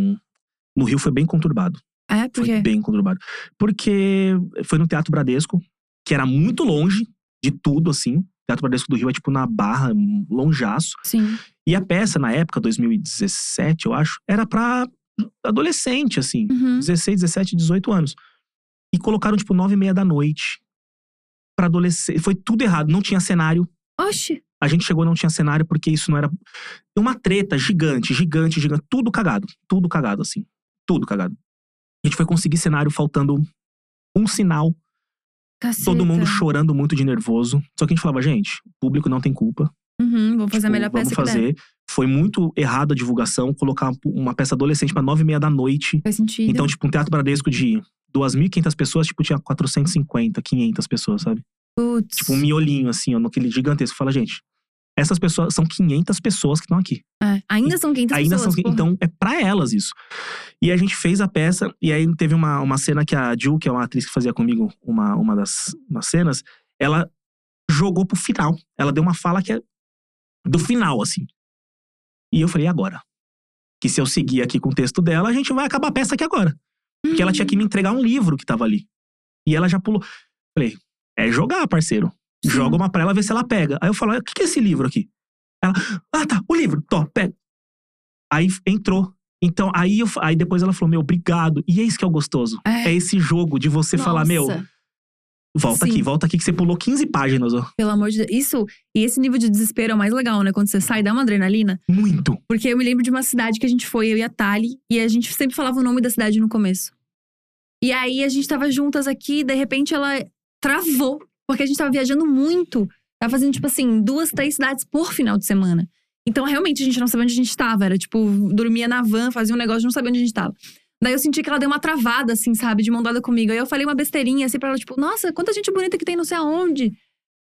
No Rio foi bem conturbado.
É, por
Foi
quê?
bem conturbado. Porque foi no Teatro Bradesco, que era muito longe de tudo, assim. O Teatro Bradesco do Rio é tipo na barra, um longeaço.
Sim.
E a peça, na época, 2017, eu acho, era pra adolescente, assim.
Uhum.
16, 17, 18 anos. E colocaram, tipo, 9 e meia da noite. Pra adolescente. Foi tudo errado. Não tinha cenário.
Oxi!
A gente chegou e não tinha cenário porque isso não era. Uma treta gigante, gigante, gigante. Tudo cagado. Tudo cagado, assim. Tudo cagado. A gente foi conseguir cenário faltando um sinal.
Caceta.
Todo mundo chorando muito de nervoso. Só que a gente falava, gente, o público não tem culpa.
Uhum, vou fazer a
Tipo,
melhor peça
vamos
que der.
fazer. Foi muito errada a divulgação colocar uma peça adolescente pra 9 e meia da noite.
Faz sentido.
Então, tipo, um teatro bradesco de 2.500 pessoas, tipo, tinha 450, 500 pessoas, sabe?
Putz.
Tipo, um miolinho, assim, ó, naquele gigantesco. Fala, gente, essas pessoas são 500 pessoas que estão aqui.
É, Ainda são 500
Ainda
pessoas.
são.
porra.
Então, é pra elas isso. E a gente fez a peça, e aí teve uma, uma cena que a Jill, que é uma atriz que fazia comigo uma, uma das umas cenas, ela jogou pro final. Ela deu uma fala que é do final, assim. E eu falei, e agora? Que se eu seguir aqui com o texto dela, a gente vai acabar a peça aqui agora. Porque
Uhum.
ela tinha que me entregar um livro que tava ali. E ela já pulou. Falei, é jogar, parceiro.
Sim.
Joga uma pra ela, vê se ela pega. Aí eu falo, o que, que é esse livro aqui? Ela, ah tá, o livro, tô, pega. Aí entrou. Então, aí, eu, aí depois ela falou, meu, obrigado. E é isso que é o gostoso. É,
É.
esse jogo de você falar, meu,
Nossa,
volta
sim.
aqui, volta aqui que você pulou 15 páginas, ó.
Pelo amor de Deus. Isso, e esse nível de desespero é o mais legal, né? Quando você sai, dá uma adrenalina.
Muito.
Porque eu me lembro de uma cidade que a gente foi, eu e a Tali, e a gente sempre falava o nome da cidade no começo. E aí a gente tava juntas aqui, e de repente ela travou, porque a gente tava viajando muito. Tava fazendo, tipo assim, duas, três cidades por final de semana. Então, realmente, a gente não sabia onde a gente tava. Era tipo, dormia na van, fazia um negócio, não sabia onde a gente tava. Daí eu senti que ela deu uma travada, assim, sabe, de mão dada comigo. Aí eu falei uma besteirinha, assim, pra ela, tipo, nossa, quanta gente bonita que tem não sei aonde.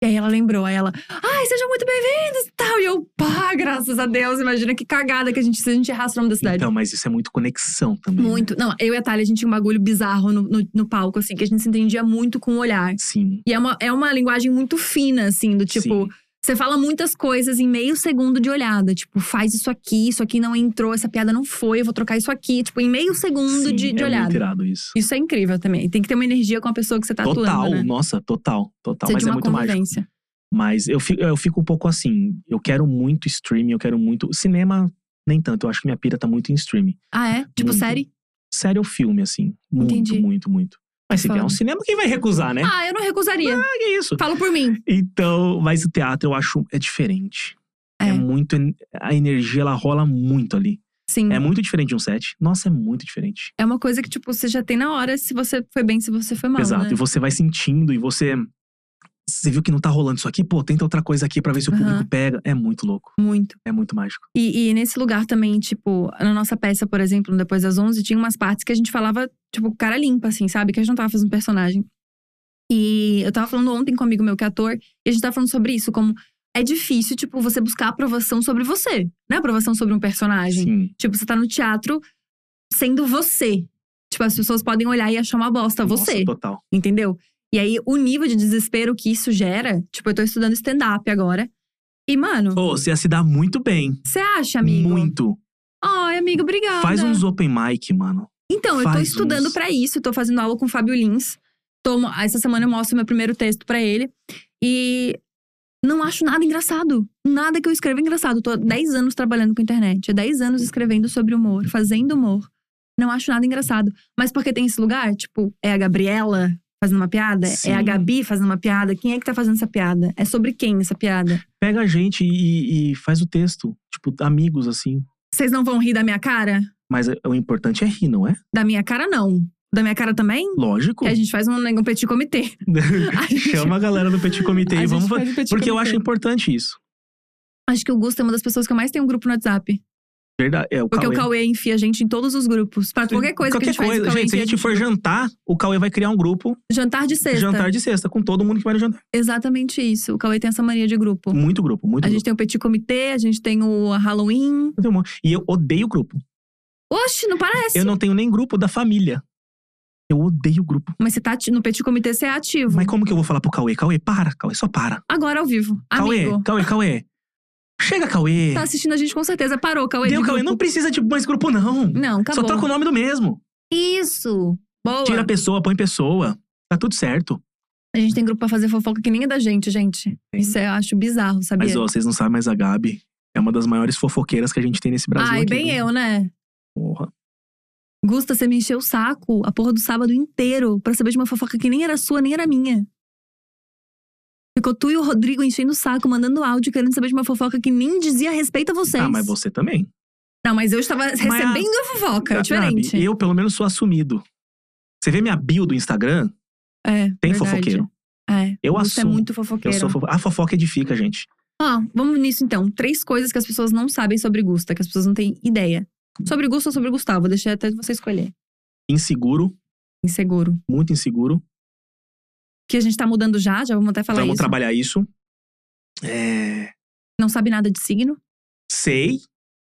E aí ela lembrou, aí ela, ai, sejam muito bem-vindos e tal. E eu, pá, graças a Deus, imagina que cagada que a gente, se a gente errasse o nome da cidade.
Então, mas isso é muito conexão também. né?
muito. Não, eu e a Thalia, a gente tinha um bagulho bizarro no, no, no palco, assim, que a gente se entendia muito com o olhar.
Sim.
E é uma, é uma linguagem muito fina, assim, do tipo.
sim.
Você fala muitas coisas em meio segundo de olhada. Tipo, faz isso aqui, isso aqui não entrou, essa piada não foi, eu vou trocar isso aqui. Tipo, em meio segundo de,
Sim,
de
é Muito
olhada.
irado isso.
Isso é incrível também. Tem que ter uma energia com a pessoa que você tá
total,
atuando, né?
nossa, total, total.
Precisa
mas
de
é
uma
muito mágico.
convivência.
Mas eu fico, eu fico um pouco assim, eu quero muito streaming, eu quero muito. Cinema, nem tanto. Eu acho que minha pira tá muito em streaming.
Ah, é? Tipo,
Muito.
série?
Série ou filme, assim. Muito,
Entendi.
muito, muito. Mas se
Foda.
vier um cinema, quem vai recusar, né?
Ah, eu não recusaria.
Ah, que isso.
Falo por mim.
Então, mas o teatro eu acho é diferente. É,
É.
muito. en- A energia ela rola muito ali.
Sim.
É muito diferente de um set. Nossa, é muito diferente.
É uma coisa que, tipo, você já tem na hora se você foi bem, se você foi mal.
Exato.
né?
E você vai sentindo e você. Você viu que não tá rolando isso aqui? Pô, tenta outra coisa aqui pra ver se o
Aham.
público pega. É muito louco.
Muito.
É muito mágico.
E, e nesse lugar também, tipo, na nossa peça, por exemplo, no depois das 11, tinha umas partes que a gente falava, tipo, cara limpa, assim, sabe? Que a gente não tava fazendo personagem. E eu tava falando ontem com um amigo meu que é ator, e a gente tava falando sobre isso, como é difícil, tipo, você buscar aprovação sobre você, né? Aprovação sobre um personagem.
Sim.
Tipo, você tá no teatro sendo você. Tipo, as pessoas podem olhar e achar uma bosta
Nossa,
você,
total.
entendeu? E aí, o nível de desespero que isso gera, tipo, eu tô estudando stand-up agora. E, mano,
Pô, você ia se dar muito bem.
você acha, amigo? né?
Muito.
Ai, amigo, obrigada.
Faz uns open mic, mano.
Então, eu tô
faz
estudando
uns.
pra isso, eu tô fazendo aula com o Fábio Lins. Tô mo- essa semana eu mostro meu primeiro texto pra ele. E não acho nada engraçado. Nada que eu escrevo é engraçado. Tô há 10 anos trabalhando com internet, há 10 anos escrevendo sobre humor, fazendo humor. Não acho nada engraçado. Mas porque tem esse lugar, tipo, é a Gabriela fazendo uma piada?
Sim.
É a Gabi fazendo uma piada? Quem é que tá fazendo essa piada? É sobre quem essa piada?
Pega a gente e, e faz o texto. Tipo, amigos, assim.
Vocês não vão rir da minha cara?
Mas é- o importante é rir, não é?
Da minha cara, não. Da minha cara também?
Lógico.
Que a gente faz um, um petit comitê. A gente-
Chama a galera do Petit Comitê
A
e
gente
vamos. fa-
faz um petit
Porque eu
comitê.
acho importante isso.
Acho que o Gusto é uma das pessoas que eu mais tem um grupo no WhatsApp.
Verdade. É, o
Porque
Cauê.
o Cauê enfia a gente em todos os grupos. Pra qualquer coisa que a gente faz, o Cauê
gente, se
enfia
a gente for jantar, o Cauê vai criar um grupo
Jantar de
de
sexta.
jantar de sexta, com todo mundo que vai no jantar.
Exatamente isso. O Cauê tem essa mania de grupo.
Muito grupo, muito
Uhum. A gente
grupo.
tem o Petit Comitê, a gente tem o Halloween.
Eu tenho um monte. E eu odeio grupo.
Oxe, não parece.
Eu não tenho nem grupo da família. Eu odeio grupo.
Mas você tá ati- no Petit Comitê, você é ativo.
Mas como que eu vou falar pro Cauê? Cauê, para, Cauê, só para.
Agora ao vivo. Amigo.
Cauê, Cauê, Cauê. Chega, Cauê.
Tá assistindo a gente com certeza. Parou, Cauê.
Deu,
de
Cauê.
grupo. Hum,
Não precisa de mais grupo, não.
Não, acabou.
Só toca o nome do mesmo.
Isso. Boa.
Tira a pessoa, põe pessoa. Tá tudo certo.
A gente tem grupo pra fazer fofoca que nem é da gente, gente.
Tem.
Isso eu acho bizarro, sabia?
Mas, ó, vocês não sabem, mas a Gabi é uma das maiores fofoqueiras que a gente tem nesse Brasil.
Ai,
aqui,
bem
viu?
eu, né?
Porra.
Gusta, você me encheu o saco a porra do sábado inteiro pra saber de uma fofoca que nem era sua, nem era minha. Ficou tu e o Rodrigo enchendo o saco, mandando áudio, querendo saber de uma fofoca que nem dizia respeito a vocês.
Ah, mas você também.
Não, mas eu estava recebendo a fofoca, é
Ga-
diferente.
Gabi, eu, pelo menos, sou assumido. Você vê minha bio do Instagram?
É,
Tem
verdade.
fofoqueiro.
É.
Eu
Gusta é
assumo.
muito
Eu
fofoqueiro.
sou fofo... A fofoca edifica, gente.
Ó, vamos nisso então. Três coisas que as pessoas não sabem sobre Gusta, que as pessoas não têm ideia. Sobre Gusta ou sobre Gustavo? Deixei até você escolher.
Inseguro,
Inseguro.
muito inseguro.
Que a gente tá mudando já, já vamos até falar
Vamos
isso.
trabalhar isso. É...
Não sabe nada de signo.
Sei.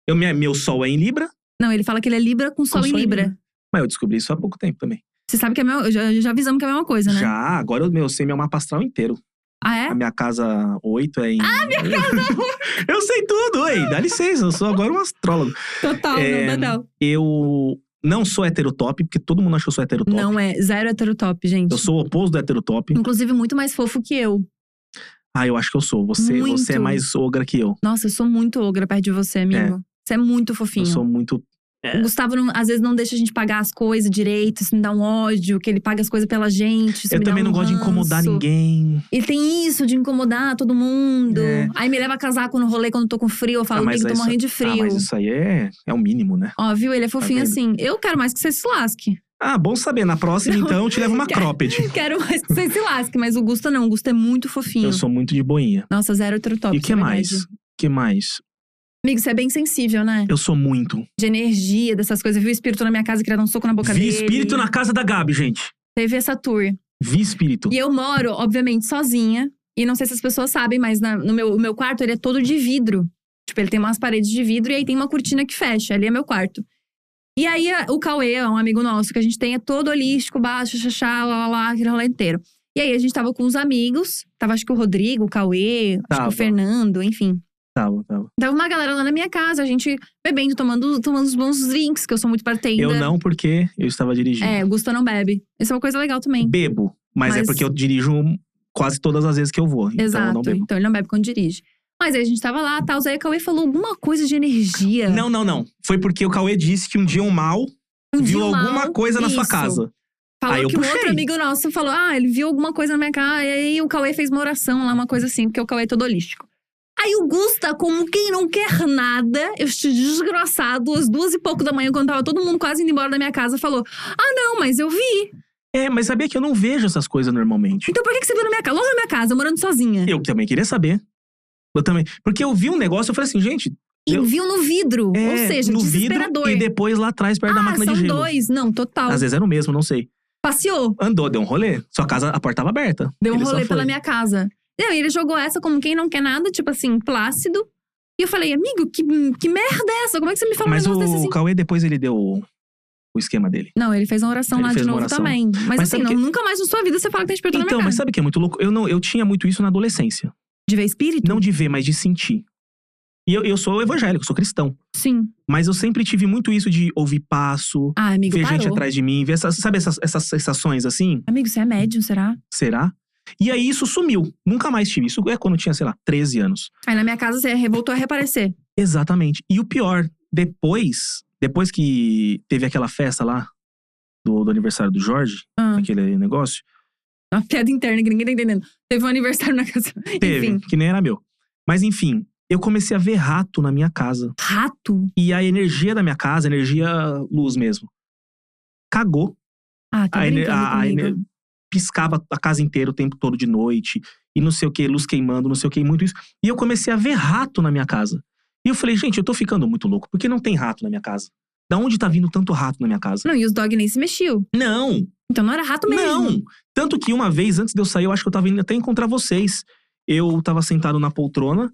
Eu, minha, meu sol é em Libra,
Não, ele fala que ele é Libra com Sol, em Libra.
mas eu descobri isso há pouco tempo também.
Você sabe que é a mesma, já, já avisamos que é a mesma coisa, né?
Já, agora eu, meu, eu sei meu mapa astral inteiro.
Ah,
A
é?
minha casa 8 é em. Ah, minha casa 8! eu sei tudo, oi. Dá licença, eu sou agora um astrólogo.
Total,
É,
não, total.
Eu não sou heterotop, porque todo mundo achou que eu sou heterotop.
Não é zero heterotop, gente.
Eu sou o oposto do heterotop.
Inclusive, muito mais fofo que eu.
Ah, eu acho que eu sou. Você,
Muito.
você é mais ogra que eu.
Nossa, eu sou é muito ogra perto de você, amigo. Você é muito fofinho.
Eu sou muito
O Gustavo, não- às vezes, não deixa a gente pagar as coisas direito, isso me dá um ódio, que ele paga as coisas pela gente. Isso
Eu
me dá
também
um
não gosto de incomodar
ranço.
ninguém.
Ele tem isso de incomodar todo mundo.
É.
Aí me leva casaco no rolê quando eu tô com frio. Eu
Ah,
falo,
mas
amigo, tô
aí
morrendo de
Ah,
frio.
mas isso aí é, é o mínimo, né?
Ó, viu? Ele é fofinho
vendo?
assim. Eu quero mais que você se lasque.
Ah, bom saber. Na próxima,
Não. é
então, eu te levo uma cropped.
Quero mais que você se lasque. Mas o Gusta não. O Gusta é muito fofinho.
Eu sou muito de boinha.
Nossa, zero outro top.
e o que mais? que mais?
Amigo, você é bem sensível, né?
Eu sou muito.
De energia, dessas coisas. Viu o espírito na minha casa, queria dar um soco na boca
Vi
dele.
espírito na casa da Gabi, gente.
Teve essa tour.
Vi espírito.
E eu moro, obviamente, sozinha. E não sei se as pessoas sabem, mas na- no meu, o meu quarto ele é todo de vidro. Tipo, ele tem umas paredes de vidro e aí tem uma cortina que fecha. Ali é meu quarto. E aí a- o Cauê, um amigo nosso que a gente tem, é todo holístico, baixo, xaxá, lá, lá, lá, aquele rolê inteiro. E aí a gente tava com os amigos. Tava acho que o Rodrigo, o Cauê, acho que
Tava.
o Fernando, enfim.
Tava, tava.
Tava uma galera lá na minha casa, a gente bebendo, tomando, tomando uns bons drinks, que eu sou muito partida.
Eu não, porque eu estava dirigindo.
É, o Gusta não bebe. Isso é uma coisa legal também.
Bebo, mas, é
Mas-
porque eu dirijo quase todas as vezes que eu vou. Então eu
Exato.
não bebo.
então ele não bebe quando dirige. Mas aí a gente tava lá, tal. Aí o Cauê falou alguma coisa de energia.
Não, não, não. Foi porque o Cauê disse que um dia um mal
Um
viu
dia um
alguma
mal,
coisa na sua
isso.
casa.
Falou
Aí eu
que um outro
puxei.
amigo nosso falou: ah, ele viu alguma coisa na minha cara. E aí o Cauê fez uma oração lá, uma coisa assim, porque o Cauê é todo holístico. Aí o Gusta, como quem não quer nada, este desgraçado, às duas e pouco da manhã, quando tava todo mundo quase indo embora da minha casa, falou: Ah, não, mas eu vi.
É, mas sabia que eu não vejo essas coisas normalmente.
Então por que, que você viu na minha casa? Logo na minha casa, morando sozinha.
Eu também queria saber. Eu também. Porque eu vi um negócio, eu falei assim, gente,
E
eu-
viu no vidro.
é,
ou seja,
no vidro
desesperador.
e depois lá atrás, perto da
ah,
máquina
são
de gelo. é-
dois. Não, total.
Às vezes era o mesmo, não sei.
Passeou.
Andou, deu um rolê. Sua casa, a porta tava aberta.
Deu um
Ele só
rolê
foi.
pela minha casa. Não, e ele jogou essa como quem não quer nada, tipo assim, plácido. E eu falei, amigo, que, que merda é essa? Como é que você me fala
Mas
um negócio desse
o
assim?
Cauê depois ele deu o, o esquema dele.
Não, ele fez uma oração
Ele
lá de
fez uma
novo
oração.
também. Mas,
Mas
assim,
sabe
não,
que-
nunca mais na sua vida você fala que tem espírito na
Então,
minha
mas
casa.
sabe o que é muito louco? Eu não, eu tinha muito isso na adolescência.
De ver espírito?
Não de ver, mas de sentir. E eu, eu sou evangélico, sou cristão.
Sim.
Mas eu sempre tive muito isso de ouvir passo,
Ah, amigo,
ver
parou.
gente atrás de mim, ver essas, sabe essas, essas sensações assim?
Amigo, você é médium, será?
Será? E aí isso sumiu. Nunca mais tive. Isso é quando eu tinha, sei lá, 13 anos.
Aí na minha casa você re- voltou a reaparecer.
Exatamente. E o pior, depois, depois que teve aquela festa lá do, do aniversário do Jorge,
Ah,
aquele negócio,
uma piada interna que ninguém tá entendendo. Teve um aniversário na casa.
teve,
Enfim.
que nem era meu. Mas enfim, eu comecei a ver rato na minha casa.
Rato?
E a energia da minha casa, energia luz mesmo, cagou.
Ah, tá
a, ener-
brincando
a- a
comigo.
ener- piscava a casa inteira o tempo todo de noite, e não sei o que, luz queimando, não sei o que, muito isso. E eu comecei a ver rato na minha casa. E eu falei, gente, eu tô ficando muito louco, porque não tem rato na minha casa. Da onde tá vindo tanto rato na minha casa?
Não, e os dog nem se mexiam.
Não!
Então não era rato mesmo.
Não! Tanto que uma vez, antes de eu sair, eu acho que eu tava indo até encontrar vocês. Eu tava sentado na poltrona,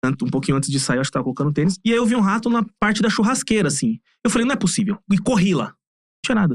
tanto um pouquinho antes de sair, eu acho que tava colocando tênis. E aí eu vi um rato na parte da churrasqueira, assim. Eu falei, não é possível. E corri lá. Não tinha nada.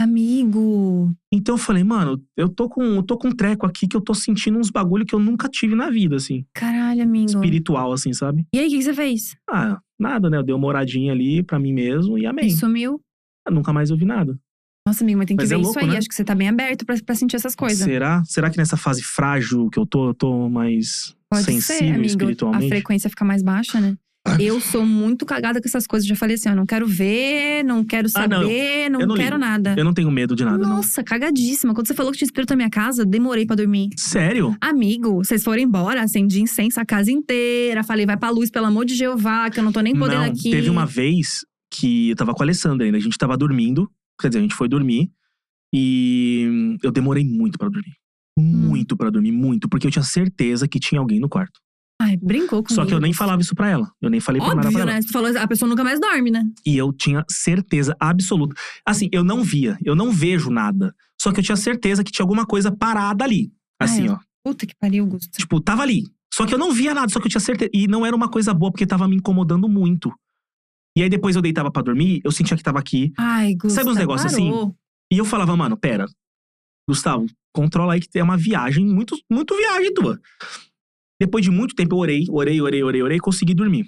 Amigo.
Então eu falei, mano, eu tô com, eu tô com um treco aqui que eu tô sentindo uns bagulho que eu nunca tive na vida, assim.
Caralho, amigo.
Espiritual, assim, sabe?
E aí, o que, que você fez?
Ah, nada, né? Eu dei uma moradinha ali pra mim mesmo e amém.
E sumiu?
Ah, Nunca mais ouvi nada.
Nossa, amigo, mas tem que
Mas
ver
é
isso
louco,
aí.
né?
Acho que você tá bem aberto pra, pra sentir essas coisas.
Será? Será que nessa fase frágil que eu tô, eu tô mais
Pode ser,
sensível
amigo. A
espiritualmente? Ah.
frequência fica mais baixa, né? Eu sou muito cagada com essas coisas. Já falei assim, eu não quero ver, não quero
Ah, não.
saber, não,
Eu não
quero
ligo.
nada.
Eu não tenho medo de nada, não.
Nossa, cagadíssima. Quando você falou que tinha espírito na minha casa, demorei pra dormir.
Sério?
Amigo, vocês foram embora, acendi incenso a casa inteira. Falei, vai pra luz, pelo amor de Jeová, que eu não tô nem podendo
não,
aqui.
teve uma vez que eu tava com a Alessandra ainda, a gente tava dormindo, quer dizer, a gente foi dormir e hum, eu demorei muito pra dormir.
Hum.
Muito pra dormir, muito, porque eu tinha certeza que tinha alguém no quarto.
Ai, brincou comigo.
Só que eu nem falava isso pra ela. Eu nem falei pra nada pra
Óbvio,
ela.
né? Tu falou, a pessoa nunca mais dorme, né?
E eu tinha certeza absoluta. Assim, eu não via, eu não vejo nada. Só que eu tinha certeza que tinha alguma coisa parada ali. Assim,
Ah, é.
ó.
Puta que pariu, Gusto.
Tipo, tava ali. Só que eu não via nada, só que eu tinha certeza. E não era uma coisa boa, porque tava me incomodando muito. E aí depois eu deitava pra dormir, eu sentia que tava aqui.
Ai, Gusta,
Sabe uns negócios assim?
parou.
E eu falava, mano, pera. Gustavo, controla aí que é uma viagem, muito, muito viagem tua. Depois de muito tempo, eu orei, orei, orei, orei, orei, e consegui dormir.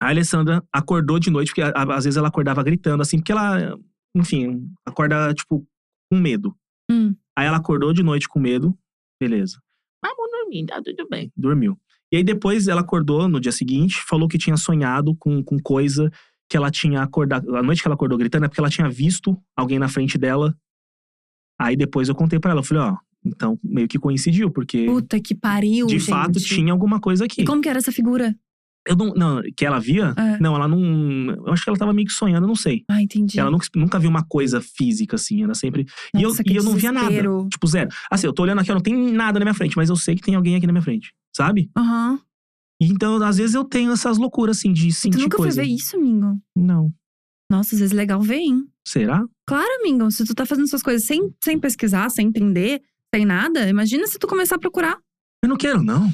A Alessandra acordou de noite, porque a- a- às vezes ela acordava gritando, assim, porque ela, enfim, acorda, tipo, com medo.
Hum.
Aí ela acordou de noite com medo, beleza. Vamos dormir, tá tudo bem. Dormiu. E aí depois ela acordou no dia seguinte, falou que tinha sonhado com, com coisa que ela tinha acordado. A noite que ela acordou gritando é porque ela tinha visto alguém na frente dela. Aí depois eu contei pra ela, eu falei, ó, então meio que coincidiu, porque
Puta que pariu,
de
gente.
fato tinha alguma coisa aqui.
E como que era essa figura?
Eu não, não, que ela via?
É.
Não, ela não. Eu acho que ela tava meio que sonhando, eu não sei.
Ah, entendi.
Ela nunca, nunca viu uma coisa física, assim, era sempre. e eu,
Nossa, que
e eu não via nada.
desespero.
Tipo, zero. Assim, eu tô olhando aqui, ó, não tem nada na minha frente, mas eu sei que tem alguém aqui na minha frente, sabe?
Aham.
E então, às vezes, eu tenho essas loucuras, assim, de
Tu
sentir
nunca
coisa.
foi ver isso, Mingo?
Não.
Nossa, às vezes é legal ver, hein?
Será?
Claro, Mingo, se tu tá fazendo suas coisas sem, sem pesquisar, sem entender, sem nada, imagina se tu começar a procurar.
Eu não quero, não.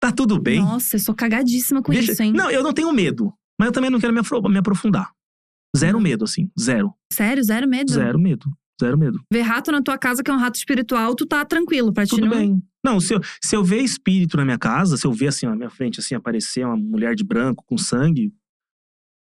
Tá tudo bem.
Nossa, eu sou cagadíssima com
Deixa-
isso, hein?
Não, eu não tenho medo. Mas eu também não quero me, afro- me aprofundar. Zero medo, assim. Zero.
Sério, zero medo.
Zero medo. Zero medo.
Ver rato na tua casa, que é um rato espiritual, tu tá tranquilo, pra ti
Tudo
não.
bem. Não, se eu, se eu ver espírito na minha casa, se eu ver assim, ó, na minha frente, assim, aparecer uma mulher de branco com sangue,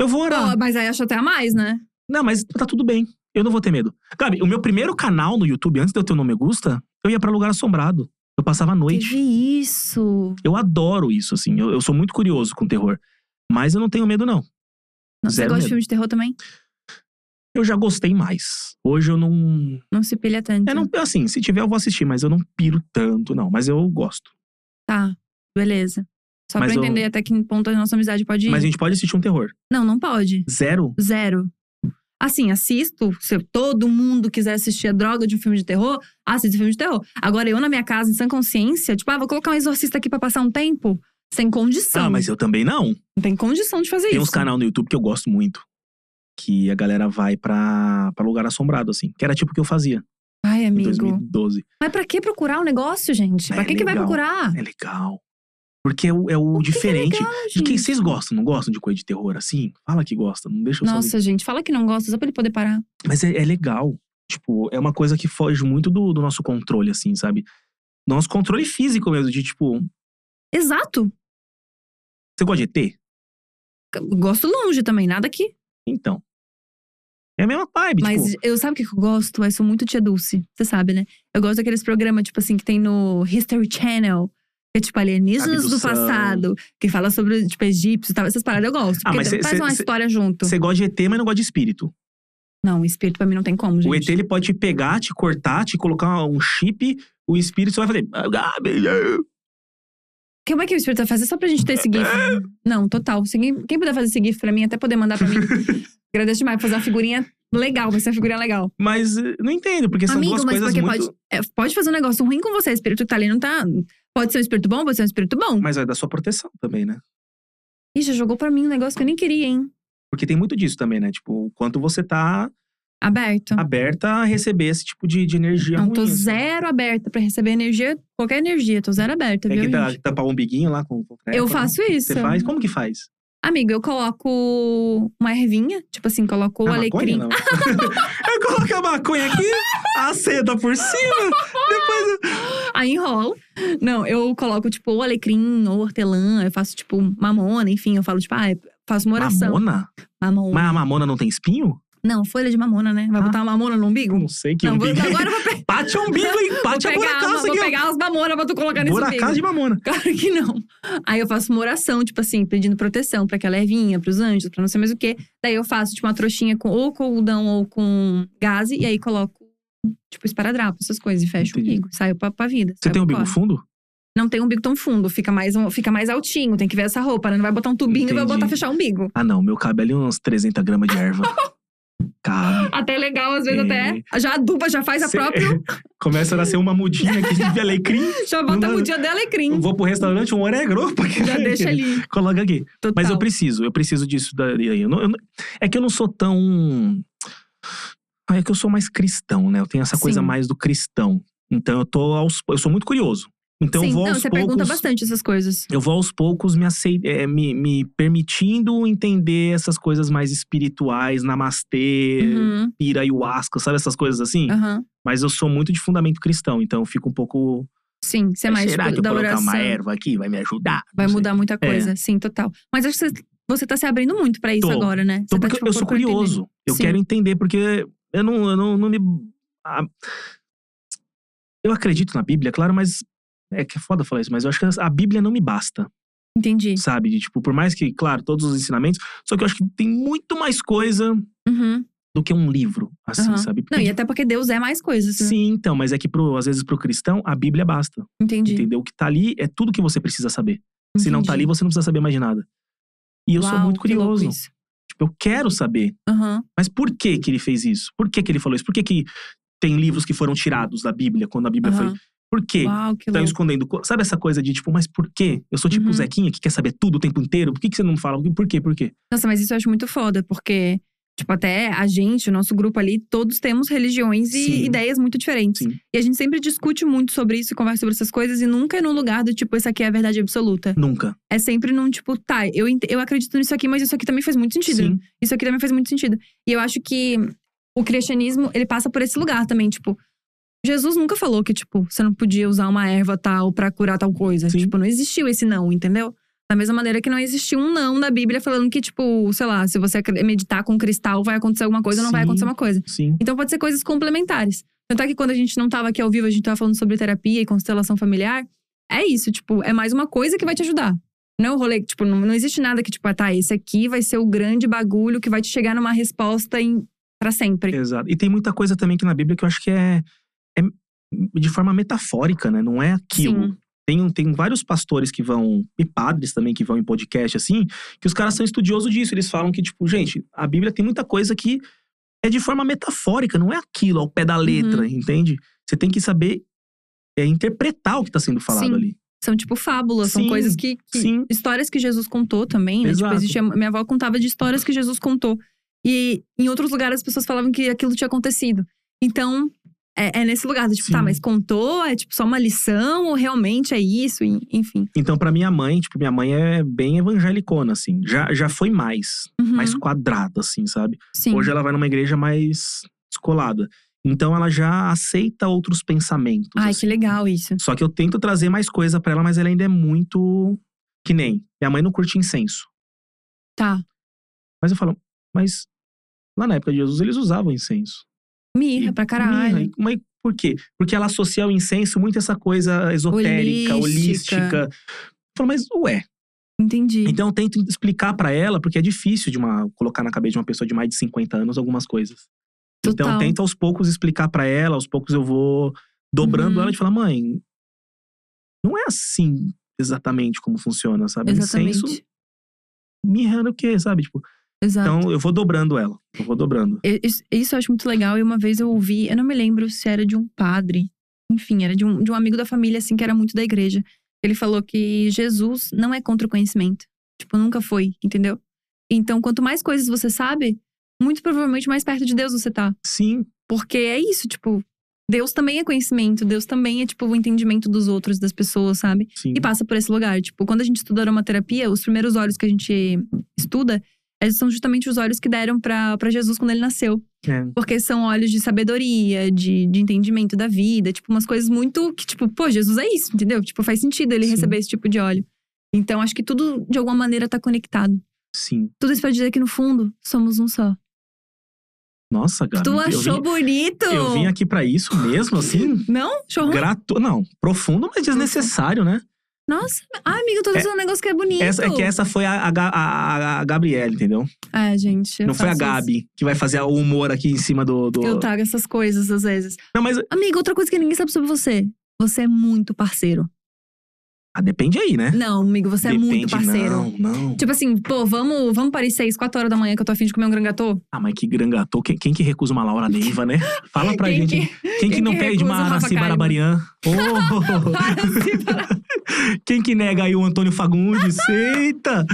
eu vou orar.
Pô, mas aí acho até a mais, né?
Não, mas tá tudo bem. Eu não vou ter medo. Gabi, o meu primeiro canal no YouTube, antes de eu ter o nome Gusta, eu ia pra lugar assombrado. Eu passava a noite.
Teve isso.
Eu adoro isso, assim. Eu, eu sou muito curioso com terror. Mas eu não tenho medo, não.
Não, você
Zero
gosta de
medo.
filme de terror também?
Eu já gostei mais. Hoje eu não.
Não se pilha tanto.
Eu não. Assim, se tiver, eu vou assistir, mas eu não piro tanto, não. Mas eu gosto.
Tá, beleza. Só
Mas
pra
eu-
entender até que ponto a nossa amizade pode ir.
Mas a gente pode assistir um terror.
Não, não pode.
Zero?
Zero. Assim, assisto. Se todo mundo quiser assistir a droga de um filme de terror, assiste filme de terror. Agora, eu na minha casa, em sã consciência, tipo, ah, vou colocar um exorcista aqui pra passar um tempo. Sem condição.
Ah, mas eu também não.
Não tem condição de fazer
Tem uns
isso.
canal no YouTube que eu gosto muito. Que a galera vai pra, pra lugar assombrado, assim. Que era tipo o que eu fazia
Ai,
em
amigo.
2012.
Mas pra que procurar o negócio, gente? Pra
É
que, que vai
legal.
procurar?
É legal. Porque é o, é o
O que que é
diferente.
legal,
De quem
gente?
vocês gostam, não gostam de coisa de terror assim? Fala que gosta, não deixa eu saber.
Nossa, gente, fala que não gosta só pra ele poder parar.
Mas é, é legal. Tipo, é uma coisa que foge muito do, do nosso controle, assim, sabe? Nosso controle físico mesmo, de tipo.
Exato.
Você gosta de ET?
Gosto longe também, nada aqui.
Então. É a mesma vibe,
Mas
tipo.
eu sabe o que que eu gosto? Eu sou muito tia Dulce, você sabe, né? Eu gosto daqueles programas, tipo assim, que tem no History Channel. Que é tipo alienígenas do
Abdução.
passado. Que fala sobre, tipo, egípcio e tal. Essas paradas eu gosto.
Ah,
Porque
mas cê-
faz
cê-
uma
cê-
história junto.
Você gosta de ET, mas não gosta de espírito.
Não, espírito pra mim não tem como, gente.
O ET, ele pode te pegar, te cortar, te colocar um chip, o espírito só vai fazer. "Ah, Gabi, ah".
Como é que o espírito vai fazer só pra gente ter esse gif? não, total. Se ninguém- quem puder fazer esse gif pra mim, até poder mandar pra mim. agradeço demais. Fazer uma figurinha legal, vai ser uma figurinha legal.
Mas eh, não entendo, porque são
Amigo,
duas
mas
coisas
porque
muito.
pode, é, pode fazer um negócio ruim com você. O espírito que tá ali não tá. Pode ser um espírito bom, pode ser um espírito bom.
Mas é da sua proteção também, né?
Ih, já jogou pra mim um negócio que eu nem queria, hein?
Porque tem muito disso também, né? Tipo, o quanto você tá
Aberto.
aberta a receber esse tipo de, de energia
Não,
Ah, ruim.
tô
assim.
zero aberta pra receber energia, qualquer energia, tô zero aberta,
Tem
viu?
É que ta-
gente?
tampar o umbiguinho lá com com
Eu
treva,
faço
né?
isso.
Você faz? Como que faz?
Amigo, eu coloco uma ervinha, tipo assim, coloco o
A É maconha, né?
alecrim.
não? eu coloco a maconha aqui, a seda por cima, depois eu...
Aí enrolo. Não, eu coloco, tipo, ou alecrim, ou hortelã, eu faço, tipo, mamona, enfim, eu falo, tipo, ah, eu faço uma oração.
Mamona?
Mamona.
Mas a mamona não tem espinho?
Não, folha de mamona, né? Vai
Ah.
botar uma mamona no umbigo?
Não sei que
Não, vou,
umbigo. Ah, tipo,
agora eu vou, pe-
Bate o umbigo, hein?
vou
Bate a
pegar, uma,
buracaça
vou
aqui.
pegar as mamonas pra tu colocar
ó.
nesse umbigo.
Buracaça de mamona.
Claro que não. Aí eu faço uma oração, tipo assim, pedindo proteção pra aquela ervinha, pros anjos, pra não sei mais o quê. Daí eu faço, tipo, uma trouxinha com, ou com algodão ou com gaze, e aí coloco, tipo, esparadrapo, essas coisas, e fecho
Entendi.
o umbigo. Saio pra, pra vida.
Você
saio
tem um
pra
umbigo
fora.
fundo?
Não tem umbigo tão fundo, fica mais, um- fica mais altinho, tem que ver essa roupa, né? Não vai botar um tubinho e vai
Entendi.
botar fechar o umbigo.
Ah, não. Meu cabe ali uns 300 gramas de erva. Cabe.
Até legal, às vezes,
É.
até. Já aduba, já faz a
Cê-
própria,
Começa a nascer uma mudinha aqui de alecrim.
já bota a
Não-
mudinha de
Eu
alecrim.
vou pro restaurante, um orégano. opa, que-
Já deixa ali.
Coloca aqui.
Total.
Mas eu preciso, eu preciso disso. daí. Eu não- eu não- é que eu não sou tão. Ah, É que eu sou mais cristão, né? Eu tenho essa coisa
Sim.
mais do cristão. Então eu tô aos. Eu sou muito curioso. Então
Sim,
eu vou
não,
aos
você pergunta
poucos.
bastante essas coisas.
Eu vou aos poucos me, acei- eh, me, me permitindo entender essas coisas mais espirituais, namastê,
Uhum, Ah.
pira, ayahuasca, sabe? Essas coisas assim.
aham.
Mas eu sou muito de fundamento cristão, então eu fico um pouco.
Sim, você é mais
Será
tipo,
que eu
da
colocar
oração.
uma erva aqui vai me ajudar? Não
Vai
sei.
mudar muita coisa, sim, total. Mas acho que você, você tá se abrindo muito pra isso
Tô.
agora, né? Você
Então,
tá,
porque
tipo,
eu sou
procurando entender.
curioso. Eu
Sim.
quero entender, porque eu não, eu não, não me. ah, eu acredito na Bíblia, claro, mas. É que é foda falar isso, mas eu acho que a Bíblia não me basta.
Entendi.
sabe? De, tipo, por mais que, claro, todos os ensinamentos, só que eu acho que tem muito mais coisa
Uhum.
do que um livro, assim,
Aham.
sabe?
Não,
Porque-
e até porque Deus é mais coisas. né?
Sim, então, mas é que pro, às vezes pro cristão a Bíblia basta,
Entendi.
entendeu? O que tá ali é tudo que você precisa saber. Se não tá ali,
Entendi.
você não precisa saber mais de nada. E eu sou
Uau,
muito
que louco
curioso.
isso.
Tipo, eu quero saber,
Aham.
mas por que que ele fez isso? Por que que ele falou isso? Por que que tem livros que foram tirados da Bíblia quando a Bíblia
aham.
foi? Por quê? Tá
Uau, que
Estão
louco.
escondendo. co- Sabe essa coisa de tipo, mas por quê? Eu sou tipo o
Uhum.
Zequinha que quer saber tudo o tempo inteiro. Por que, que você não fala? Por quê? Por quê?
Nossa, mas isso eu acho muito foda, porque, tipo, até a gente, o nosso grupo ali, todos temos religiões e
Sim.
ideias muito diferentes.
Sim.
E a gente sempre discute muito sobre isso e conversa sobre essas coisas, e nunca é num lugar do tipo, isso aqui é a verdade absoluta.
Nunca.
É sempre num tipo, tá, eu, ent- eu acredito nisso aqui, mas isso aqui também faz muito sentido.
Sim.
Isso aqui também faz muito sentido. E eu acho que o cristianismo, ele passa por esse lugar também, tipo. Jesus nunca falou que, tipo, você não podia usar uma erva tal pra curar tal coisa.
Sim.
Tipo, não existiu esse não, entendeu? Da mesma maneira que não existiu um não na Bíblia falando que, tipo, sei lá, se você acre- meditar com um cristal, vai acontecer alguma coisa ou não vai
Sim.
acontecer uma coisa.
Sim.
Então pode ser coisas complementares. Tanto é que quando a gente não tava aqui ao vivo, a gente tava falando sobre terapia e constelação familiar. É isso, tipo, é mais uma coisa que vai te ajudar. Não é o rolê, que, tipo, não, não existe nada que, tipo, ah, tá, esse aqui vai ser o grande bagulho que vai te chegar numa resposta em, pra sempre.
Exato. E tem muita coisa também que na Bíblia que eu acho que é, é de forma metafórica, né? Não é aquilo.
Sim.
Tem, um- tem vários pastores que vão, e padres também que vão em podcast assim, que os caras são estudiosos disso. Eles falam que, tipo, gente, a Bíblia tem muita coisa que é de forma metafórica, não é aquilo ao pé
Uhum.
da letra, entende? Você tem que saber é, interpretar o que está sendo falado
Sim.
ali.
São, tipo, fábulas, são
Sim,
coisas que. que-
Sim.
Histórias que Jesus contou também, né? Tipo,
Exato.
existe, minha avó contava de histórias que Jesus contou. E em outros lugares as pessoas falavam que aquilo tinha acontecido. Então, é, é nesse lugar, do tipo, tá,
Sim.
mas contou? É tipo só uma lição? Ou realmente é isso? E, enfim.
Então, pra minha mãe, tipo, minha mãe é bem evangelicona, assim. Já, já foi mais,
Uhum,
mais quadrada, assim, sabe?
sim.
Hoje ela vai numa igreja mais descolada. Então ela já aceita outros pensamentos.
Ai,
assim.
que legal isso.
Só que eu tento trazer mais coisa pra ela, mas ela ainda é muito. Que nem. Minha mãe não curte incenso.
Tá.
Mas eu falo, mas lá na época de Jesus eles usavam incenso.
Mirra
E-
pra caralho.
Mirra, e- Mas por quê? Porque ela associa o incenso muito a essa coisa
Holística.
esotérica, holística. Eu falo, mas ué.
Entendi.
Então eu tento explicar pra ela, porque é difícil de uma colocar na cabeça de uma pessoa de mais de 50 anos algumas coisas. Então
Total.
eu tento aos poucos explicar pra ela, aos poucos eu vou dobrando
Uhum.
ela e falar: "Mãe, não é assim exatamente como funciona, sabe?
Exatamente.
Incenso me renda o quê, sabe? Tipo,
Exato.
então eu vou dobrando ela. Eu vou dobrando.
Eu- Isso, isso eu acho muito legal. E uma vez eu ouvi, eu não me lembro se era de um padre, enfim, era de um, de um amigo da família, assim, que era muito da igreja. Ele falou que Jesus não é contra o conhecimento. Tipo, nunca foi, entendeu? Então, quanto mais coisas você sabe, muito provavelmente mais perto de Deus você tá.
Sim,
Porque é isso, tipo, Deus também é conhecimento, Deus também é, tipo, o entendimento dos outros, das pessoas, sabe?
sim.
E passa por esse lugar. Tipo, quando a gente estuda aromaterapia, os primeiros olhos que a gente estuda eh, são justamente os olhos que deram pra pra Jesus quando ele nasceu.
É.
Porque são olhos de sabedoria, de, de entendimento da vida, tipo, umas coisas muito que, tipo, pô, Jesus é isso, entendeu? Tipo, faz sentido ele
Sim.
receber esse tipo de óleo. Então, acho que tudo, de alguma maneira, tá conectado.
Sim.
Tudo isso pra dizer que, no fundo, somos um só.
Nossa, Gabi.
tu
Tá, eu
achou
vim-
bonito?
Eu vim aqui pra isso mesmo, assim?
Não? Achou ruim?
Gratu... Não, profundo, mas desnecessário, né?
Nossa. Ai, amigo, eu tô
É-
fazendo um negócio que é bonito.
Essa, é que essa foi a, a, Ga- a, a- a Gabriela, entendeu?
Ah, gente. eu
Não foi a
faço isso.
Gabi que vai fazer o humor aqui em cima do. do...
Eu trago essas coisas às vezes.
Não, mas
Amigo, outra coisa que ninguém sabe sobre você. Você é muito parceiro.
ah, depende aí, né?
Não, amigo, você
depende,
é muito parceiro.
Não, não.
Tipo assim, pô, vamos, vamos parir seis, quatro horas da manhã que eu tô afim de comer um grangatô?
Ah, mas que grangatô. Quem, quem que recusa uma Laura Leiva, né? Fala pra
Quem
gente. quem, que
quem
não
que
pede
recusa
uma
o Rafa
Araci
Kalimann?
Barabarian? Oh, quem que nega aí o Antônio Fagundes? Eita!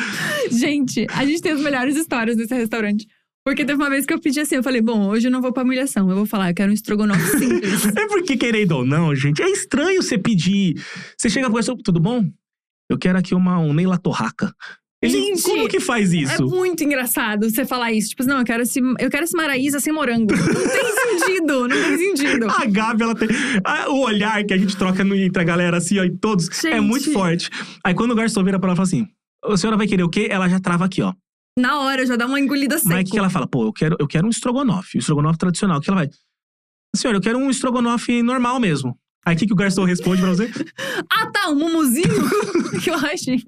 gente, a gente tem as melhores histórias nesse restaurante. Porque teve uma vez que eu pedi assim, eu falei, bom, hoje eu não vou pra humilhação. Eu vou falar, eu quero um estrogonofe simples.
É porque, querendo ou não, gente, é estranho você pedir. Você chega pra pessoa, tudo bom? Eu quero aqui uma, um Neila Torraca. Ele,
Gente,
como que faz
É
isso?
muito engraçado você falar isso. Tipo, não, eu quero esse, eu quero esse maraíza sem morango. Não tem sentido, não tem sentido.
A Gabi, ela tem. a- o olhar que a gente troca no, entre a galera, assim, ó, em todos, é
Gente.
muito forte. Aí quando o garçom vira pra ela e fala assim: a senhora vai querer o quê? Ela já trava aqui, ó.
Na hora, eu já dá uma engolida seca.
Mas o que que ela fala? Pô, eu quero, eu quero um estrogonofe, um estrogonofe tradicional. O que ela vai? Senhora, eu quero um estrogonofe normal mesmo. Aí o que, que o garçom responde pra você?
Ah, tá, um mumuzinho? que eu achei.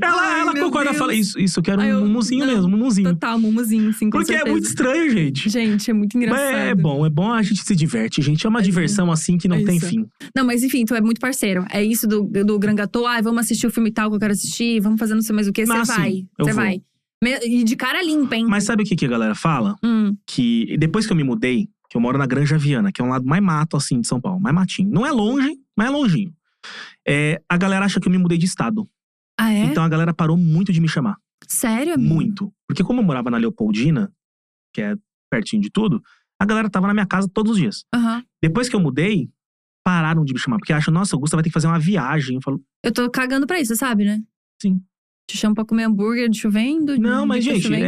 Ela,
Ai,
ela
meu
concorda,
Deus.
fala isso, isso eu quero
Ai, eu-
um mumuzinho
não.
mesmo, um mumuzinho.
Total, mumuzinho, sim, com
Porque é
certeza.
muito estranho, gente.
Gente, é muito
Mas
engraçado.
é bom, é bom a gente se diverte, gente. É uma
É,
diversão assim que não
é
tem
isso.
fim.
Não, mas enfim, tu é muito parceiro. É isso do, do Gran Gatô. Ah, vamos assistir o filme tal que eu quero assistir. Vamos fazer não sei mais o que. Você
Mas, assim,
vai.
eu
Você
vou.
vai. Me- E de cara limpa, hein?
Mas sabe o que, que a galera fala?
Hum,
Que depois que eu me mudei, que eu moro na Granja Viana, que é um lado mais mato assim de São Paulo, mais matinho. Não é longe, mas é longinho. É, a galera acha que eu me mudei de estado.
Ah, é?
Então a galera parou muito de me chamar.
Sério? amigo?
Muito. Porque como eu morava na Leopoldina, que é pertinho de tudo, a galera tava na minha casa todos os dias.
Aham.
Depois que eu mudei, pararam de me chamar. Porque acham, nossa, Augusta vai ter que fazer uma viagem. Eu falo,
Eu tô cagando pra isso, você sabe, né?
Sim.
Te chamo pra comer hambúrguer de chovendo. de-
não, mas
de
gente,
chovendo.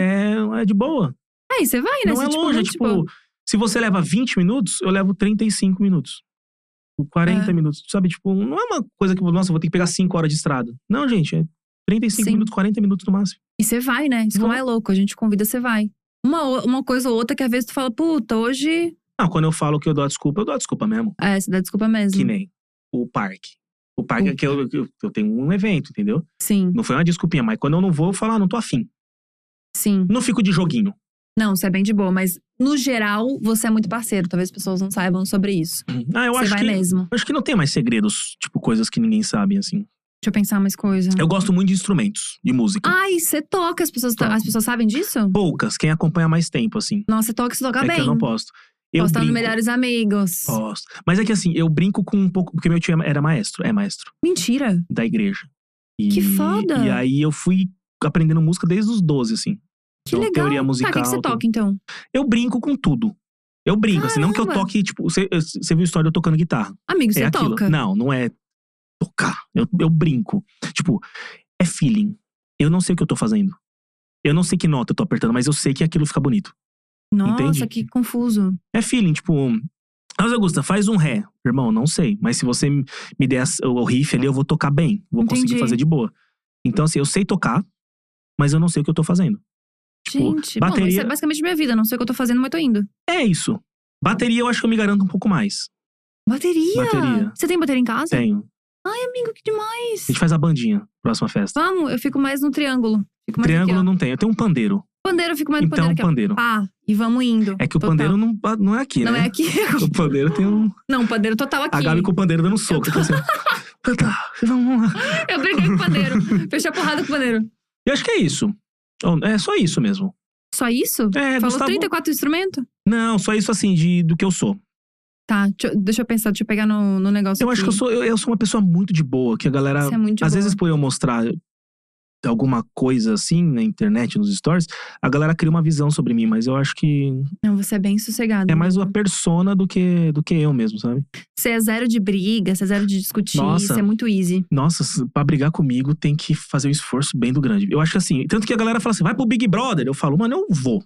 é, é de boa.
Aí você vai, né?
Não
Você,
é
tipo,
longe, é
muito,
tipo, se você leva 20 minutos, eu levo 35 minutos. Ou 40
É.
minutos, sabe? Tipo, não é uma coisa que, nossa, eu vou ter que pegar 5 horas de estrada. Não, gente, é 35
Sim.
minutos, 40 minutos no máximo.
E você vai, né? Isso
Vou.
como é louco. A gente convida, você vai. Uma, o- uma coisa ou outra que às vezes tu fala, puta, hoje.
Não, quando eu falo que eu dou a desculpa, eu dou a desculpa mesmo.
É, você dá desculpa mesmo.
Que nem o parque. O parque
O-
é que eu, que eu- que eu tenho um evento, entendeu?
Sim,
Não foi uma desculpinha, mas quando eu não vou, eu falo, ah, não tô afim.
sim.
Não fico de joguinho.
Não, você é bem de boa, mas no geral, você é muito parceiro. Talvez as pessoas não saibam sobre isso.
Ah, eu
você
acho
vai
que.
mesmo.
eu Acho que não tem mais segredos, tipo, coisas que ninguém sabe, assim.
Deixa eu pensar mais coisa.
Eu gosto muito de instrumentos, de música.
Ai, você toca, as pessoas,
Toco.
as pessoas sabem disso?
Poucas, quem acompanha há mais tempo, assim.
Nossa, você toca, você toca
é
bem.
que eu não posto. Eu
Postando
brinco,
melhores amigos.
Posto. Mas é que assim, eu brinco com um pouco. Porque meu tio era maestro, é maestro,
Mentira. Ah,
da igreja. E-
Que foda!
E aí eu fui aprendendo música desde os 12, assim.
Que
Então,
legal.
teoria
tá,
musical.
o que que você
tudo.
toca então?
Eu brinco com tudo. Eu brinco, assim, não que eu
Caramba!
toque, tipo, você, você viu a história de eu tocando guitarra.
Amigo, você
é aquilo.
toca.
Não, não é tocar. Eu, eu brinco. Tipo, é feeling. Eu não sei o que eu tô fazendo. Eu não sei que nota eu tô apertando, mas eu sei que aquilo fica bonito.
Nossa,
Entende?
que confuso.
É feeling, tipo. Mas Augusta, faz um ré. Irmão, não sei. Mas se você me me der as- o riff ali, eu vou tocar bem. Vou conseguir
Entendi.
fazer de boa. Então, assim, eu sei tocar, mas eu não sei o que eu tô fazendo.
Gente, bom, isso
bateria-
é basicamente minha vida. Não sei o que eu tô fazendo, mas tô indo.
É isso. Bateria, eu acho que eu me garanto um pouco mais.
Bateria?
Bateria.
Você tem bateria em casa?
Tenho.
Ai, amigo, que demais.
A gente faz a bandinha, próxima festa.
Vamos, eu fico mais no triângulo. Fico mais
Triângulo
aqui,
não tem. Eu tenho um pandeiro.
ó. Pandeiro, eu fico mais no
Então,
pandeiro. Que
pandeiro.
é pá, e vamos indo.
É que o
Total.
pandeiro não, não é aqui,
Não
né?
é aqui.
O pandeiro tem um.
Não, o pandeiro total aqui.
A Gabi com o pandeiro dando soco. Então, assim, tá, vamos lá.
Eu briguei com o pandeiro. Fechei a porrada com o pandeiro.
Eu acho que é isso. Oh, É só isso mesmo.
Só isso?
É,
Falou
Gustavo.
34 instrumentos?
Não, só isso assim, de, do que eu sou.
Tá, deixa, eu- deixa eu pensar, deixa eu pegar no, no negócio
Eu acho que eu sou, eu, eu sou uma pessoa muito de boa, que a galera.
Você é muito de
às
boa.
vezes, por eu mostrar alguma coisa assim na internet, nos stories, a galera cria uma visão sobre mim, mas eu acho que
Não, você é bem sossegado.
é mais uma
mesmo.
persona do que, do que eu mesmo, sabe?
Você é zero de briga, você é zero de discutir,
Nossa.
você é muito easy.
Nossa, s- pra brigar comigo tem que fazer um esforço bem do grande. Eu acho que assim, tanto que a galera fala assim, vai pro Big Brother. Eu falo, mano, eu vou.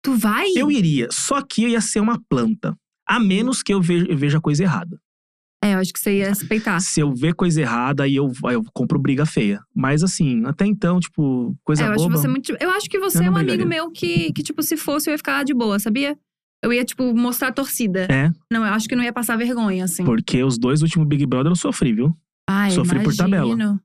Tu vai?
Eu iria, só que eu ia ser uma planta. A menos que eu veja, eu veja a coisa errada.
É, eu acho que você ia respeitar.
Se eu ver coisa errada, aí eu, aí eu compro briga feia. Mas assim, até então, tipo, coisa
É, eu, acho
boba.
você muito, eu acho que
Eu
você
não
é um
brigaria.
amigo meu que, que, tipo, se fosse, eu ia ficar de boa, sabia? Eu ia, tipo, mostrar a torcida.
É.
Não, eu acho que não ia passar vergonha, assim.
Porque os dois últimos Big Brother eu sofri, viu?
Ai,
sofri por tabela.
imagino.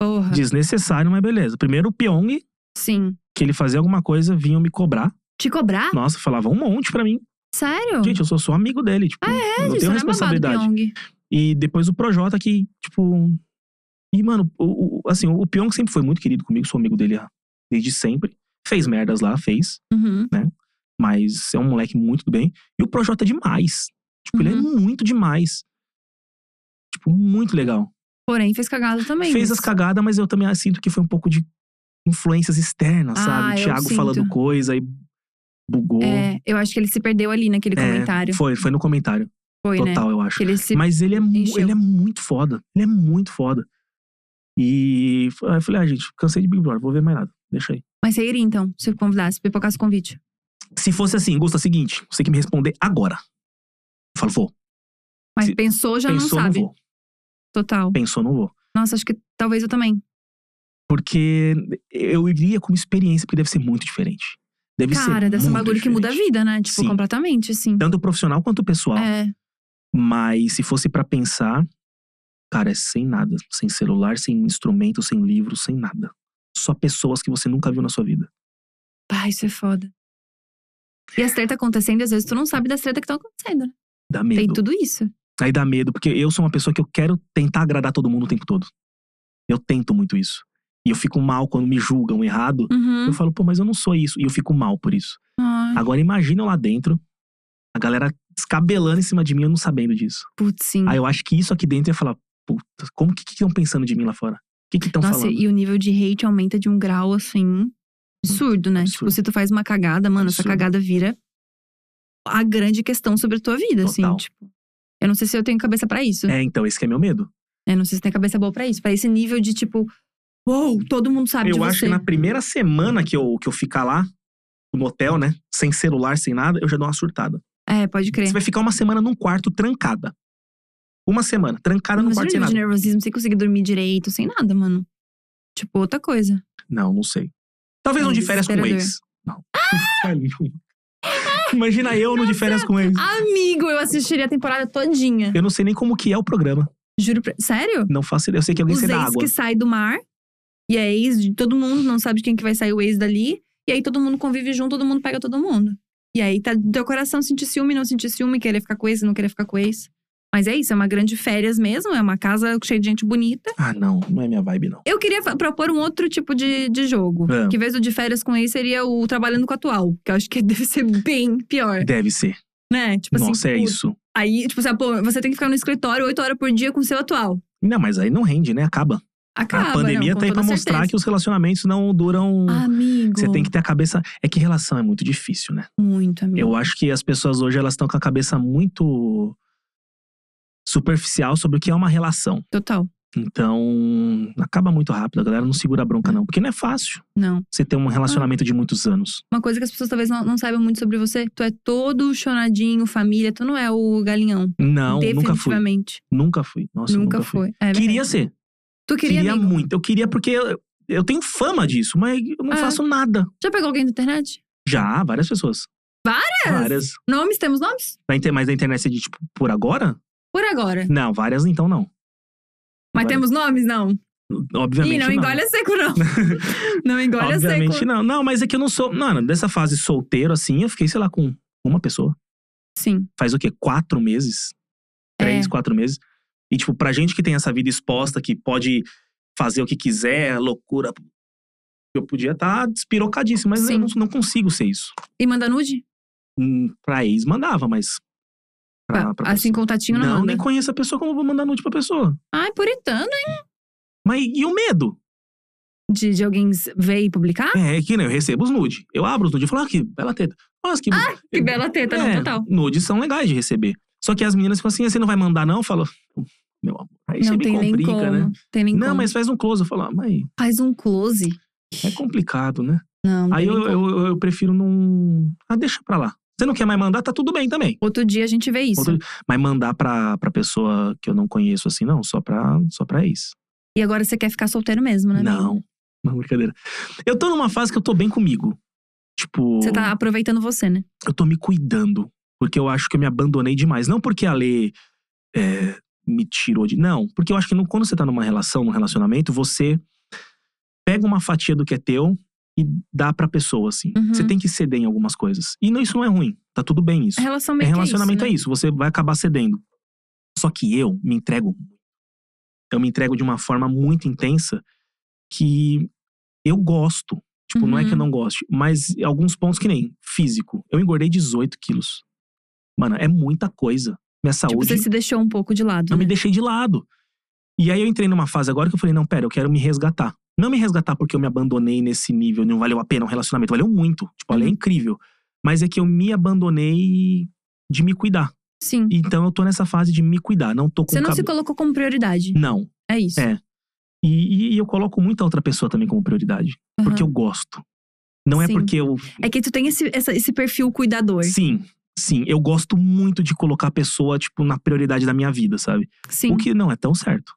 Porra.
Desnecessário, mas beleza. Primeiro o Pyong,
Sim.
que ele fazia alguma coisa, vinham me cobrar.
Te cobrar?
Nossa, falava um monte pra mim.
Sério?
Gente, eu sou só amigo dele, tipo, eu não
Isso
tenho
não é babado,
responsabilidade.
Pyong.
e depois o Projota que, tipo. E, mano, o, o- assim, o Pyong sempre foi muito querido comigo, sou amigo dele ah, desde sempre. Fez merdas lá, fez.
Uhum.
Mas é um moleque muito do bem. E o Projota é demais. Tipo, ele é
Uhum.
muito demais. Tipo, muito legal.
Porém, fez cagada também.
Fez as cagadas, mas eu também sinto que foi um pouco de influências externas,
Ah,
sabe?
eu
Thiago
sinto.
falando coisa e bugou.
É, eu acho que ele se perdeu ali naquele
É,
comentário.
Foi, foi no comentário.
Foi, né?
total, eu acho.
Que ele se.
Mas ele é, mu-
encheu.
ele é muito foda. Ele é muito foda. E f- aí eu falei, ah, gente, cansei de Big Brother, vou ver mais nada. Deixa aí.
Mas você iria então, se eu convidasse, pipocasse o convite.
Se fosse assim, Gusta, seguinte, você tem que me responder agora. Eu falo, vou.
Mas
Se-
pensou, já
Pensou,
não
não,
sabe.
vou.
Total.
Pensou, não vou.
Nossa, acho que talvez eu também.
Porque eu iria como experiência, porque deve ser muito diferente. Deve ser.
Cara, deve ser um
muito
bagulho que muda a
diferente.
vida, né? Tipo,
Sim.
completamente, assim.
Tanto o profissional quanto o pessoal.
É.
Mas se fosse pra pensar. Cara, é sem nada. Sem celular, sem instrumento, sem livro, sem nada. Só pessoas que você nunca viu na sua vida.
Pai, isso é foda. E as tretas acontecendo, às vezes tu não sabe das tretas que estão acontecendo, né?
Dá
Tem
medo.
tudo isso.
Aí dá medo, porque eu sou uma pessoa que eu quero tentar agradar todo mundo o tempo todo. Eu tento muito isso. E eu fico mal quando me julgam errado.
Uhum.
Eu falo, pô, mas eu não sou isso. E eu fico mal por isso.
Ai,
Uhum. Agora imagina eu lá dentro, a galera descabelando em cima de mim, eu não sabendo disso.
putz, sim.
Aí eu acho que isso aqui dentro ia falar, puta, como que estão pensando de mim lá fora? O que que estão
Nossa,
falando?
e o nível de hate aumenta de um grau, assim, absurdo, né? Tipo,
Absurdo.
se tu faz uma cagada, mano, essa
Absurdo.
cagada vira a grande questão sobre a tua vida, assim,
Total.
tipo. Eu não sei se eu tenho cabeça pra isso.
É, então, esse que é meu medo.
Eu não sei se tem cabeça boa pra isso. Pra esse nível de, tipo, uou, todo mundo sabe de
eu
você.
acho que na primeira semana que eu, que eu ficar lá, no hotel, né? Sem celular, sem nada, eu já dou uma surtada.
É, pode crer.
Você vai ficar uma semana num quarto trancada. Uma semana, trancada num
Imagina o
quarto
nível
sem nada.
de nervosismo, sem conseguir dormir direito, sem nada, mano. Tipo, outra coisa.
Não, não sei. Talvez
É
um de férias com o
desesperador.
ex. Não. Imagina eu no de férias com o ex.
Amigo, eu assistiria a temporada todinha.
Eu não sei nem como que é o programa.
Juro pra... Sério?
Não faço ideia. Eu sei que alguém
Os
sai é da
ex
água.
que sai do mar. E é ex de todo mundo, não sabe de quem que vai sair o ex dali. E aí todo mundo convive junto, todo mundo pega todo mundo. E aí tá do teu coração sentir ciúme, não sentir ciúme, querer ficar com ex, não querer ficar com ex. Mas é isso, é uma grande férias mesmo, é uma casa cheia de gente bonita.
Ah, não. Não é minha vibe, não.
Eu queria fa- propor um outro tipo de, de jogo.
É.
Que em vez do de férias com ex seria o trabalhando com o atual. Que eu acho que deve ser bem pior,
Deve ser.
né? É. Tipo
Nossa, é
assim, pô,
isso.
Aí, tipo, assim, pô, você tem que ficar no escritório oito horas por dia com o seu atual.
Não, mas aí não rende, né? Acaba.
Acaba,
a pandemia
não, com
tá aí
toda
pra mostrar
certeza. Ah,
que os relacionamentos não duram.
Amigo.
Você tem que ter a cabeça. É que relação é muito difícil, né?
Muito, amigo.
Eu acho que as pessoas hoje elas estão com a cabeça muito superficial sobre o que é uma relação.
Total.
Então, acaba muito rápido. A galera não segura a bronca, não. Porque não é fácil
Não.
você ter um relacionamento de muitos anos.
Uma coisa que as pessoas talvez não, não saibam muito sobre você, tu é todo chonadinho, família, tu não é o galinhão.
Não, nunca fui.
Definitivamente.
Nunca fui. Nossa,
nunca,
nunca, fui.
foi. É verdade.
Queria ser.
Tu queria,
Queria
amigo.
muito. Eu queria porque eu, eu tenho fama disso, mas eu não
Ah.
faço nada.
Já pegou alguém da internet?
Já, várias pessoas.
Várias?
Várias.
Nomes? Temos nomes?
Na inter- mas na internet é de, tipo, por agora?
Por agora.
Não, várias então não.
Mas
Várias.
temos nomes? Não.
Obviamente
Ih, não engole a seco, não. não engole a
Obviamente
seco.
não. Não, mas é que eu não sou. Mano, dessa fase solteiro, assim, eu fiquei, sei lá, com uma pessoa.
Sim.
Faz o quê? Quatro meses? Três,
É.
quatro meses. E, tipo, pra gente que tem essa vida exposta, que pode fazer o que quiser, loucura. Eu podia estar tá despirocadíssimo, mas
Sim.
eu não, não consigo ser isso.
E manda nude?
Hum, Pra ex, mandava, mas. Ah, pra- pra
assim,
pessoa-
contatinho não,
não, né?
manda.
nem conheço a pessoa, como eu vou mandar nude pra pessoa?
Ai, então, puritano, hein?
Mas e o medo?
De, de alguém ver e publicar?
É, é que né, eu recebo os nude. Eu abro os nude e falo, ah, que bela teta. Nossa, que,
Ah, Que bela teta,
É,
não, total.
Nudes são legais de receber. Só que as meninas ficam assim, "Ah, você não vai mandar, não? Eu falo, meu amor, aí você
Não
me
tem nem
é complica,
como.
né?
Tem nem
não,
como.
mas faz um close. Eu falo, ah, mas
Faz um close.
é complicado, né?
Não, não
aí
tem
eu,
nem como.
eu, eu, eu prefiro não. Ah, deixa pra lá. Você não quer mais mandar, tá tudo bem também.
Outro dia a gente vê isso.
Outro- Mas mandar pra, pra pessoa que eu não conheço assim, não, só pra, só pra ex.
E agora você quer ficar solteiro mesmo, né? amigo?
Não. Não, brincadeira. Eu tô numa fase que eu tô bem comigo. Tipo.
Você tá aproveitando você, né?
eu tô me cuidando. Porque eu acho que eu me abandonei demais. Não porque a Lê é, me tirou de. Não, porque eu acho que não- quando você tá numa relação, num relacionamento, você pega uma fatia do que é teu e dá pra pessoa, assim.
Uhum.
Você tem que ceder em algumas coisas. E não, isso não é ruim. Tá tudo bem isso.
A relação
É
meio
relacionamento
que
é isso, você vai acabar cedendo. Só que eu me entrego. Eu me entrego de uma forma muito intensa que eu gosto. Tipo, não é que eu
Uhum.
não goste, mas alguns pontos que nem físico. Eu engordei 18 quilos. Mano, é muita coisa. Minha
Tipo,
saúde.
você se deixou um pouco de lado.
Eu me
né?
deixei de lado. E aí eu entrei numa fase agora que eu falei, não, pera, eu quero me resgatar. Não me resgatar porque eu me abandonei nesse nível, não valeu a pena um relacionamento. Valeu muito. Tipo, ela é
Uhum.
incrível. Mas é que eu me abandonei de me cuidar.
Sim.
Então eu tô nessa fase de me cuidar. Não tô com
Você não se
cab-
colocou como prioridade.
Não.
É isso.
É. E, e- e eu coloco muita outra pessoa também como prioridade.
Aham.
Porque eu gosto. Não é
Sim.
porque eu.
É que tu tem esse, essa- esse perfil cuidador.
Sim, sim. Eu gosto muito de colocar a pessoa, tipo, na prioridade da minha vida, sabe?
Sim.
O que não é tão certo.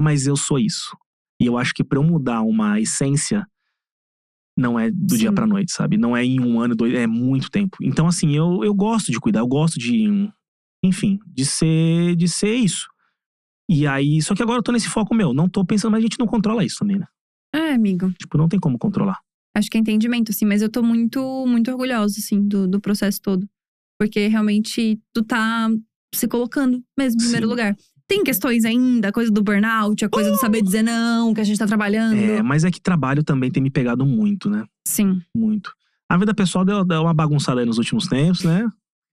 Mas eu sou isso. E eu acho que pra eu mudar uma essência, não é do dia
Sim.
pra noite, sabe? Não é em um ano, dois, é muito tempo. Então, assim, eu, eu gosto de cuidar, eu gosto de. Enfim, de ser, de ser isso. E aí, só que agora eu tô nesse foco meu. Não tô pensando, mas a gente não controla isso também, né?
É, amigo.
Tipo, não tem como controlar.
Acho que é entendimento, sim. Mas eu tô muito, muito orgulhosa, assim, do, do processo todo. Porque realmente tu tá se colocando mesmo em
Sim.
primeiro lugar. Tem questões ainda, a coisa do burnout, a coisa do saber dizer não, que a gente tá trabalhando.
É, mas é que trabalho também tem me pegado muito, né?
Sim.
Muito. A vida pessoal deu, deu uma bagunçada aí nos últimos tempos, né?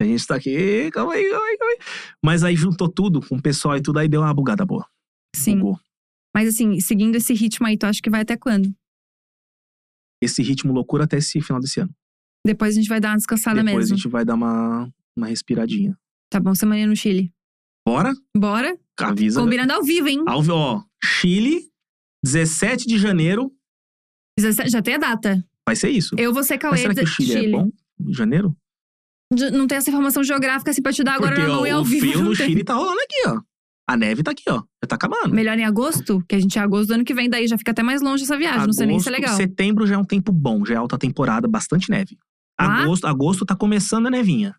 A gente tá aqui, calma aí, calma aí, calma aí. Mas aí juntou tudo com o pessoal e tudo, aí deu uma bugada boa.
Sim.
Bugou.
Mas assim, seguindo esse ritmo aí, tu acha que vai até quando?
Esse ritmo loucura até esse final desse ano.
Depois a gente vai dar uma descansada
Depois
mesmo.
a gente vai dar uma, uma respiradinha.
Tá bom, semana no Chile.
Bora?
Bora?
Avisa.
Combinando ao vivo, hein?
Ao, vi- ó, Chile, 17 de janeiro,
17 Já tem a data.
vai ser isso.
Eu vou ser
Mas
Cauê.
será que o
de-
Chile, é bom? Em janeiro?
De- Não tem essa informação geográfica assim pra te dar agora
Porque
na mão e
ó,
ao
o
vivo.
frio
não
no
tem.
Chile tá rolando aqui, ó. A neve tá aqui, ó. Já tá acabando.
Melhor em agosto, que a gente é agosto do ano que vem, daí já fica até mais longe essa viagem. não sei nem se é
Agosto,
legal.
Setembro já é um tempo bom, já é alta temporada, bastante neve.
Lá?
Agosto, agosto tá começando a nevinha.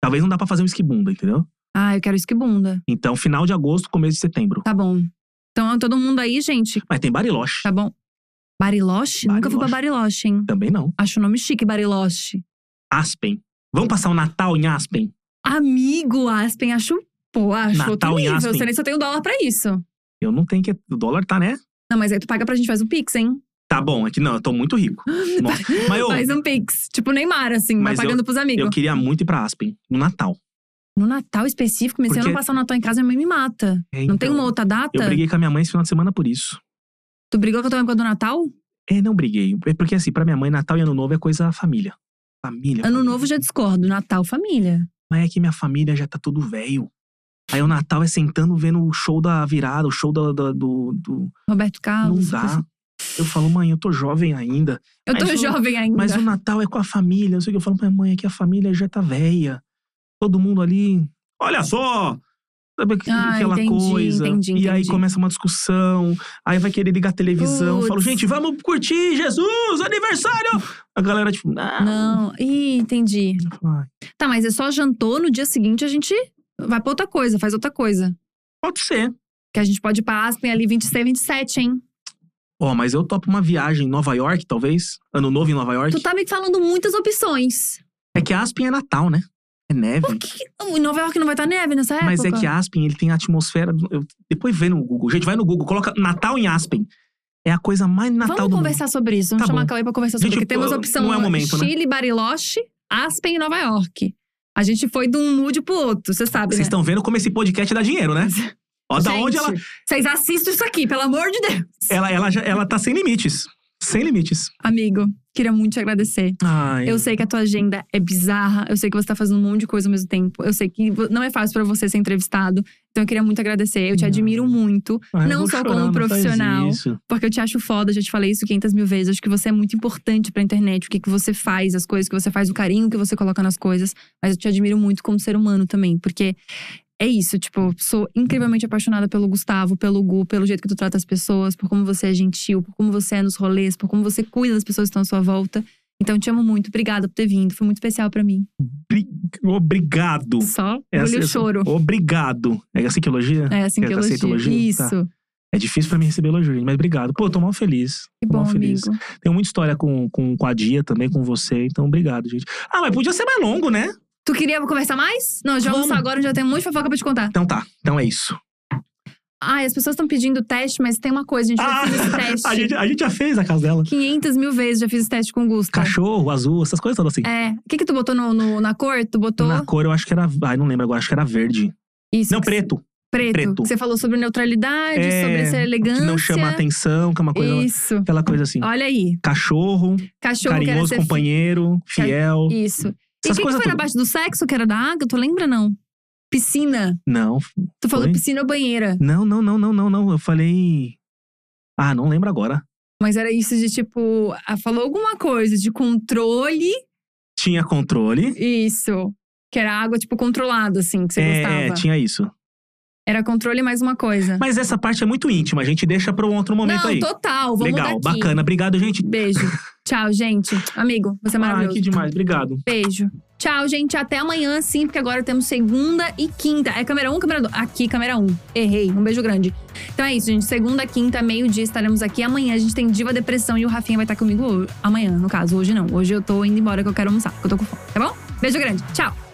Talvez não dá pra fazer um esquibunda, entendeu?
Ah, eu quero isso que bunda.
Então, final de agosto, começo de setembro.
Tá bom. Então, todo mundo aí, gente,
Mas tem Bariloche.
tá bom. Bariloche? Nunca fui pra Bariloche, hein?
Também não.
Acho o nome chique, Bariloche.
Aspen. Vamos passar o Natal em Aspen?
Amigo, Aspen, acho. Pô, acho
Natal
outro
em
nível.
Aspen.
Você nem se eu tenho dólar pra isso.
Eu não tenho que. O dólar tá, né?
Não, mas aí tu paga pra gente, faz um pix, hein?
Tá bom, é que não, eu tô muito rico. Nossa, Mas eu,
Faz um pix. Tipo Neymar, assim, vai
Mas eu-
pagando pros amigos.
eu queria muito ir pra Aspen, no Natal.
No Natal específico, mas se eu
Porque-
não passar o Natal em casa, minha mãe me mata.
É,
não
então,
tem uma outra data?
Eu briguei com a minha mãe esse final de semana por isso.
Tu brigou com a tua mãe por causa do Natal?
É, não briguei. É porque assim, pra minha mãe, Natal e Ano Novo é coisa família. Família.
Ano
família.
novo já discordo. Natal, família.
Mas é que minha família já tá todo velho. Aí o Natal é sentando vendo o show da virada, o show da- da- do. do-
Roberto
Não
Carlos.
dá. Eu falo, mãe, eu tô jovem ainda.
Eu tô
Mas o-
jovem ainda.
Mas o Natal é com a família. Não sei o que. Eu falo, mas mãe, é que a família já tá velha. Todo mundo ali. Olha só! Sabe aqu-
Ah,
aquela
entendi,
coisa.
entendi,
E aí
entendi.
começa uma discussão. Aí vai querer ligar a televisão. Eu Falo,
Puts.
gente, vamos curtir Jesus! Aniversário! A galera, tipo, ah,
Não. Ih, entendi.
Eu falo, "Ai,
Tá, mas é só jantou, no dia seguinte a gente vai pra outra coisa, faz outra coisa.
Pode ser.
Que a gente pode ir pra Aspen ali 26, 27, hein?
Ó, mas eu topo uma viagem em Nova York, talvez. Ano novo em Nova York.
Tu tá me falando muitas opções.
É que Aspen é Natal, né? É neve.
Por que que- em Nova York não vai estar neve nessa época?
Mas é que Aspen, ele tem a atmosfera. do- eu- Depois vê no Google. Gente, vai no Google, coloca Natal em Aspen. É a coisa mais Natal
Vamos
do
conversar sobre isso. Vamos
Tá
chamar
bom.
a Cauê pra conversar sobre
Gente,
isso.
eu-
Temos a opção
não é o momento, né?
Chile, Bariloche, Aspen e Nova York. A gente foi de um mood pro outro, você
mundo.
sabe,
Vocês
né?
estão vendo como esse podcast dá dinheiro, né? Ó, da
Gente,
onde ela,
Vocês assistem isso aqui, pelo amor de Deus.
ela, ela, já- ela tá sem limites. Sem limites.
Amigo, queria muito te agradecer.
Ai.
Eu sei que a tua agenda é bizarra, eu sei que você tá fazendo um monte de coisa ao mesmo tempo. Eu sei que vo- não é fácil pra você ser entrevistado. Então eu queria muito agradecer. Eu te
Não.
admiro muito,
Ai, eu
não
vou
sou
chorar,
como
não faz
profissional.
isso.
porque eu te acho foda, já te falei isso 500 mil vezes. Acho que você é muito importante pra internet, o que, que você faz, as coisas que você faz, o carinho que você coloca nas coisas. Mas eu te admiro muito como ser humano também, porque é isso, tipo, sou incrivelmente apaixonada pelo Gustavo, pelo Gu, pelo jeito que tu trata as pessoas, por como você é gentil, por como você é nos rolês, por como você cuida das pessoas que estão à sua volta. Então, te amo muito. Obrigada por ter vindo. Foi muito especial pra mim.
Bri- Obrigado.
Só
É
olho
assim-
o choro.
Obrigado. É assim que elogia?
É assim que
Quer
eu
que eu aceite
elogio.
elogio?
Isso.
Tá. É difícil pra mim receber elogio, gente, mas obrigado. Pô, eu tô mal feliz.
Que
Tô
bom,
mal
amigo.
feliz. Tenho muita história com, com, com a Dia também, com você, então obrigado, gente. Ah, mas podia ser mais longo, né?
Tu queria conversar mais? Não, já
Vamos.
vamos agora, já tem um monte de fofoca pra te contar.
Então tá, então é isso.
Ai, as pessoas estão pedindo teste, mas tem uma coisa, a gente já
Ah,
fez esse teste.
A gente, a gente já fez a casa dela.
500 mil vezes já fiz esse teste com o Gusta.
Cachorro, azul, essas coisas todas assim.
É. O que que tu botou no, no- na cor? Tu botou…
Na cor eu acho que era. Ai, não lembro agora, acho que era verde.
Isso.
Não,
que-
preto.
Preto.
preto.
Que Você falou sobre neutralidade,
É,
sobre ser elegância.
Que não chama atenção, que é uma coisa.
Isso.
Aquela coisa assim.
Olha aí.
Cachorro,
Cachorro que era
carinhoso,
ser…
companheiro,
Ca-
fiel.
Isso. E o
Essas
que, que
coisas
foi na
tudo.
parte do sexo, que era da água? Tu lembra, não? Piscina.
Não,
Tu falou
Foi?
piscina ou banheira.
não, não, não, não, não, não. Eu falei. Ah, não lembro agora.
Mas era isso de tipo… ah, Falou alguma coisa de controle…
Tinha controle.
Isso. Que era água, tipo, controlada, assim, que você gostava.
É, tinha isso.
Era controle mais uma coisa.
Mas essa parte é muito íntima, a gente deixa pra um outro momento
Não,
aí.
total. Vamos
Legal,
daqui.
bacana. Obrigado, gente.
Beijo. Tchau, gente. Amigo, você é
Ah,
maravilhoso.
que demais. Obrigado.
Beijo. Tchau, gente. Até amanhã, sim, porque agora temos segunda e quinta. É câmera 1 um, câmera 2? Aqui, câmera 1. Um. Errei. Um beijo grande. Então é isso, gente. Segunda, quinta, meio-dia estaremos aqui. Amanhã a gente tem Diva Depressão e o Rafinha vai estar comigo hoje. amanhã, no caso. Hoje não. Hoje eu tô indo embora que eu quero almoçar, porque eu tô com fome, tá bom? Beijo grande. Tchau.